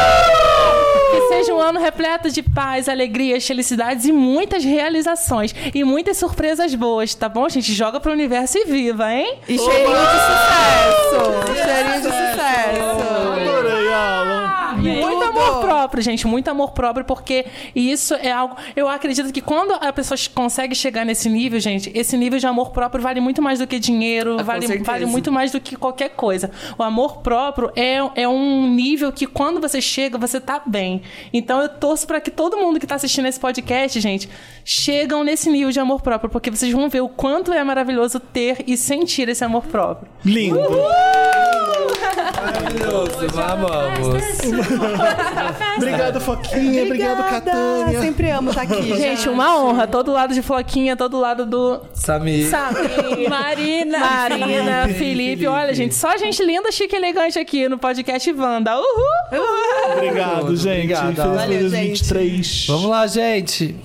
Speaker 4: Uhul! Que seja um ano repleto de paz, alegrias, felicidades e muitas realizações. E muitas surpresas boas, tá bom, gente? Joga pro universo e viva, hein?
Speaker 5: E cheirinho de sucesso! Cheirinho de sucesso!
Speaker 3: Adorei, Alan.
Speaker 4: Muito
Speaker 5: Tudo.
Speaker 4: amor próprio, gente. Muito amor próprio, porque isso é algo. Eu acredito que quando a pessoa consegue chegar nesse nível, gente, esse nível de amor próprio vale muito mais do que dinheiro,
Speaker 5: Ah, com
Speaker 4: vale,
Speaker 5: certeza.
Speaker 4: vale muito mais do que qualquer coisa. O amor próprio é, é um nível que quando você chega, você tá bem. Então eu torço pra que todo mundo que tá assistindo esse podcast, gente, chegam nesse nível de amor próprio, porque vocês vão ver o quanto é maravilhoso ter e sentir esse amor próprio.
Speaker 3: Lindo.
Speaker 1: Maravilhoso, vamos.
Speaker 3: Obrigado, Foquinha. Obrigado, Catânia.
Speaker 5: Sempre amo estar aqui.
Speaker 4: Gente, uma honra. Todo lado de Floquinha, todo lado do
Speaker 1: Samir.
Speaker 4: Samir.
Speaker 6: Marina.
Speaker 4: Marina, Felipe,
Speaker 3: Felipe, Felipe.
Speaker 4: olha, gente, só gente linda, chique e elegante aqui no podcast Wanda. Uhul!
Speaker 3: Obrigado, gente.
Speaker 1: Obrigado, Alan.
Speaker 3: Feliz
Speaker 5: Valeu, gente.
Speaker 3: 2023.
Speaker 1: Vamos lá, gente.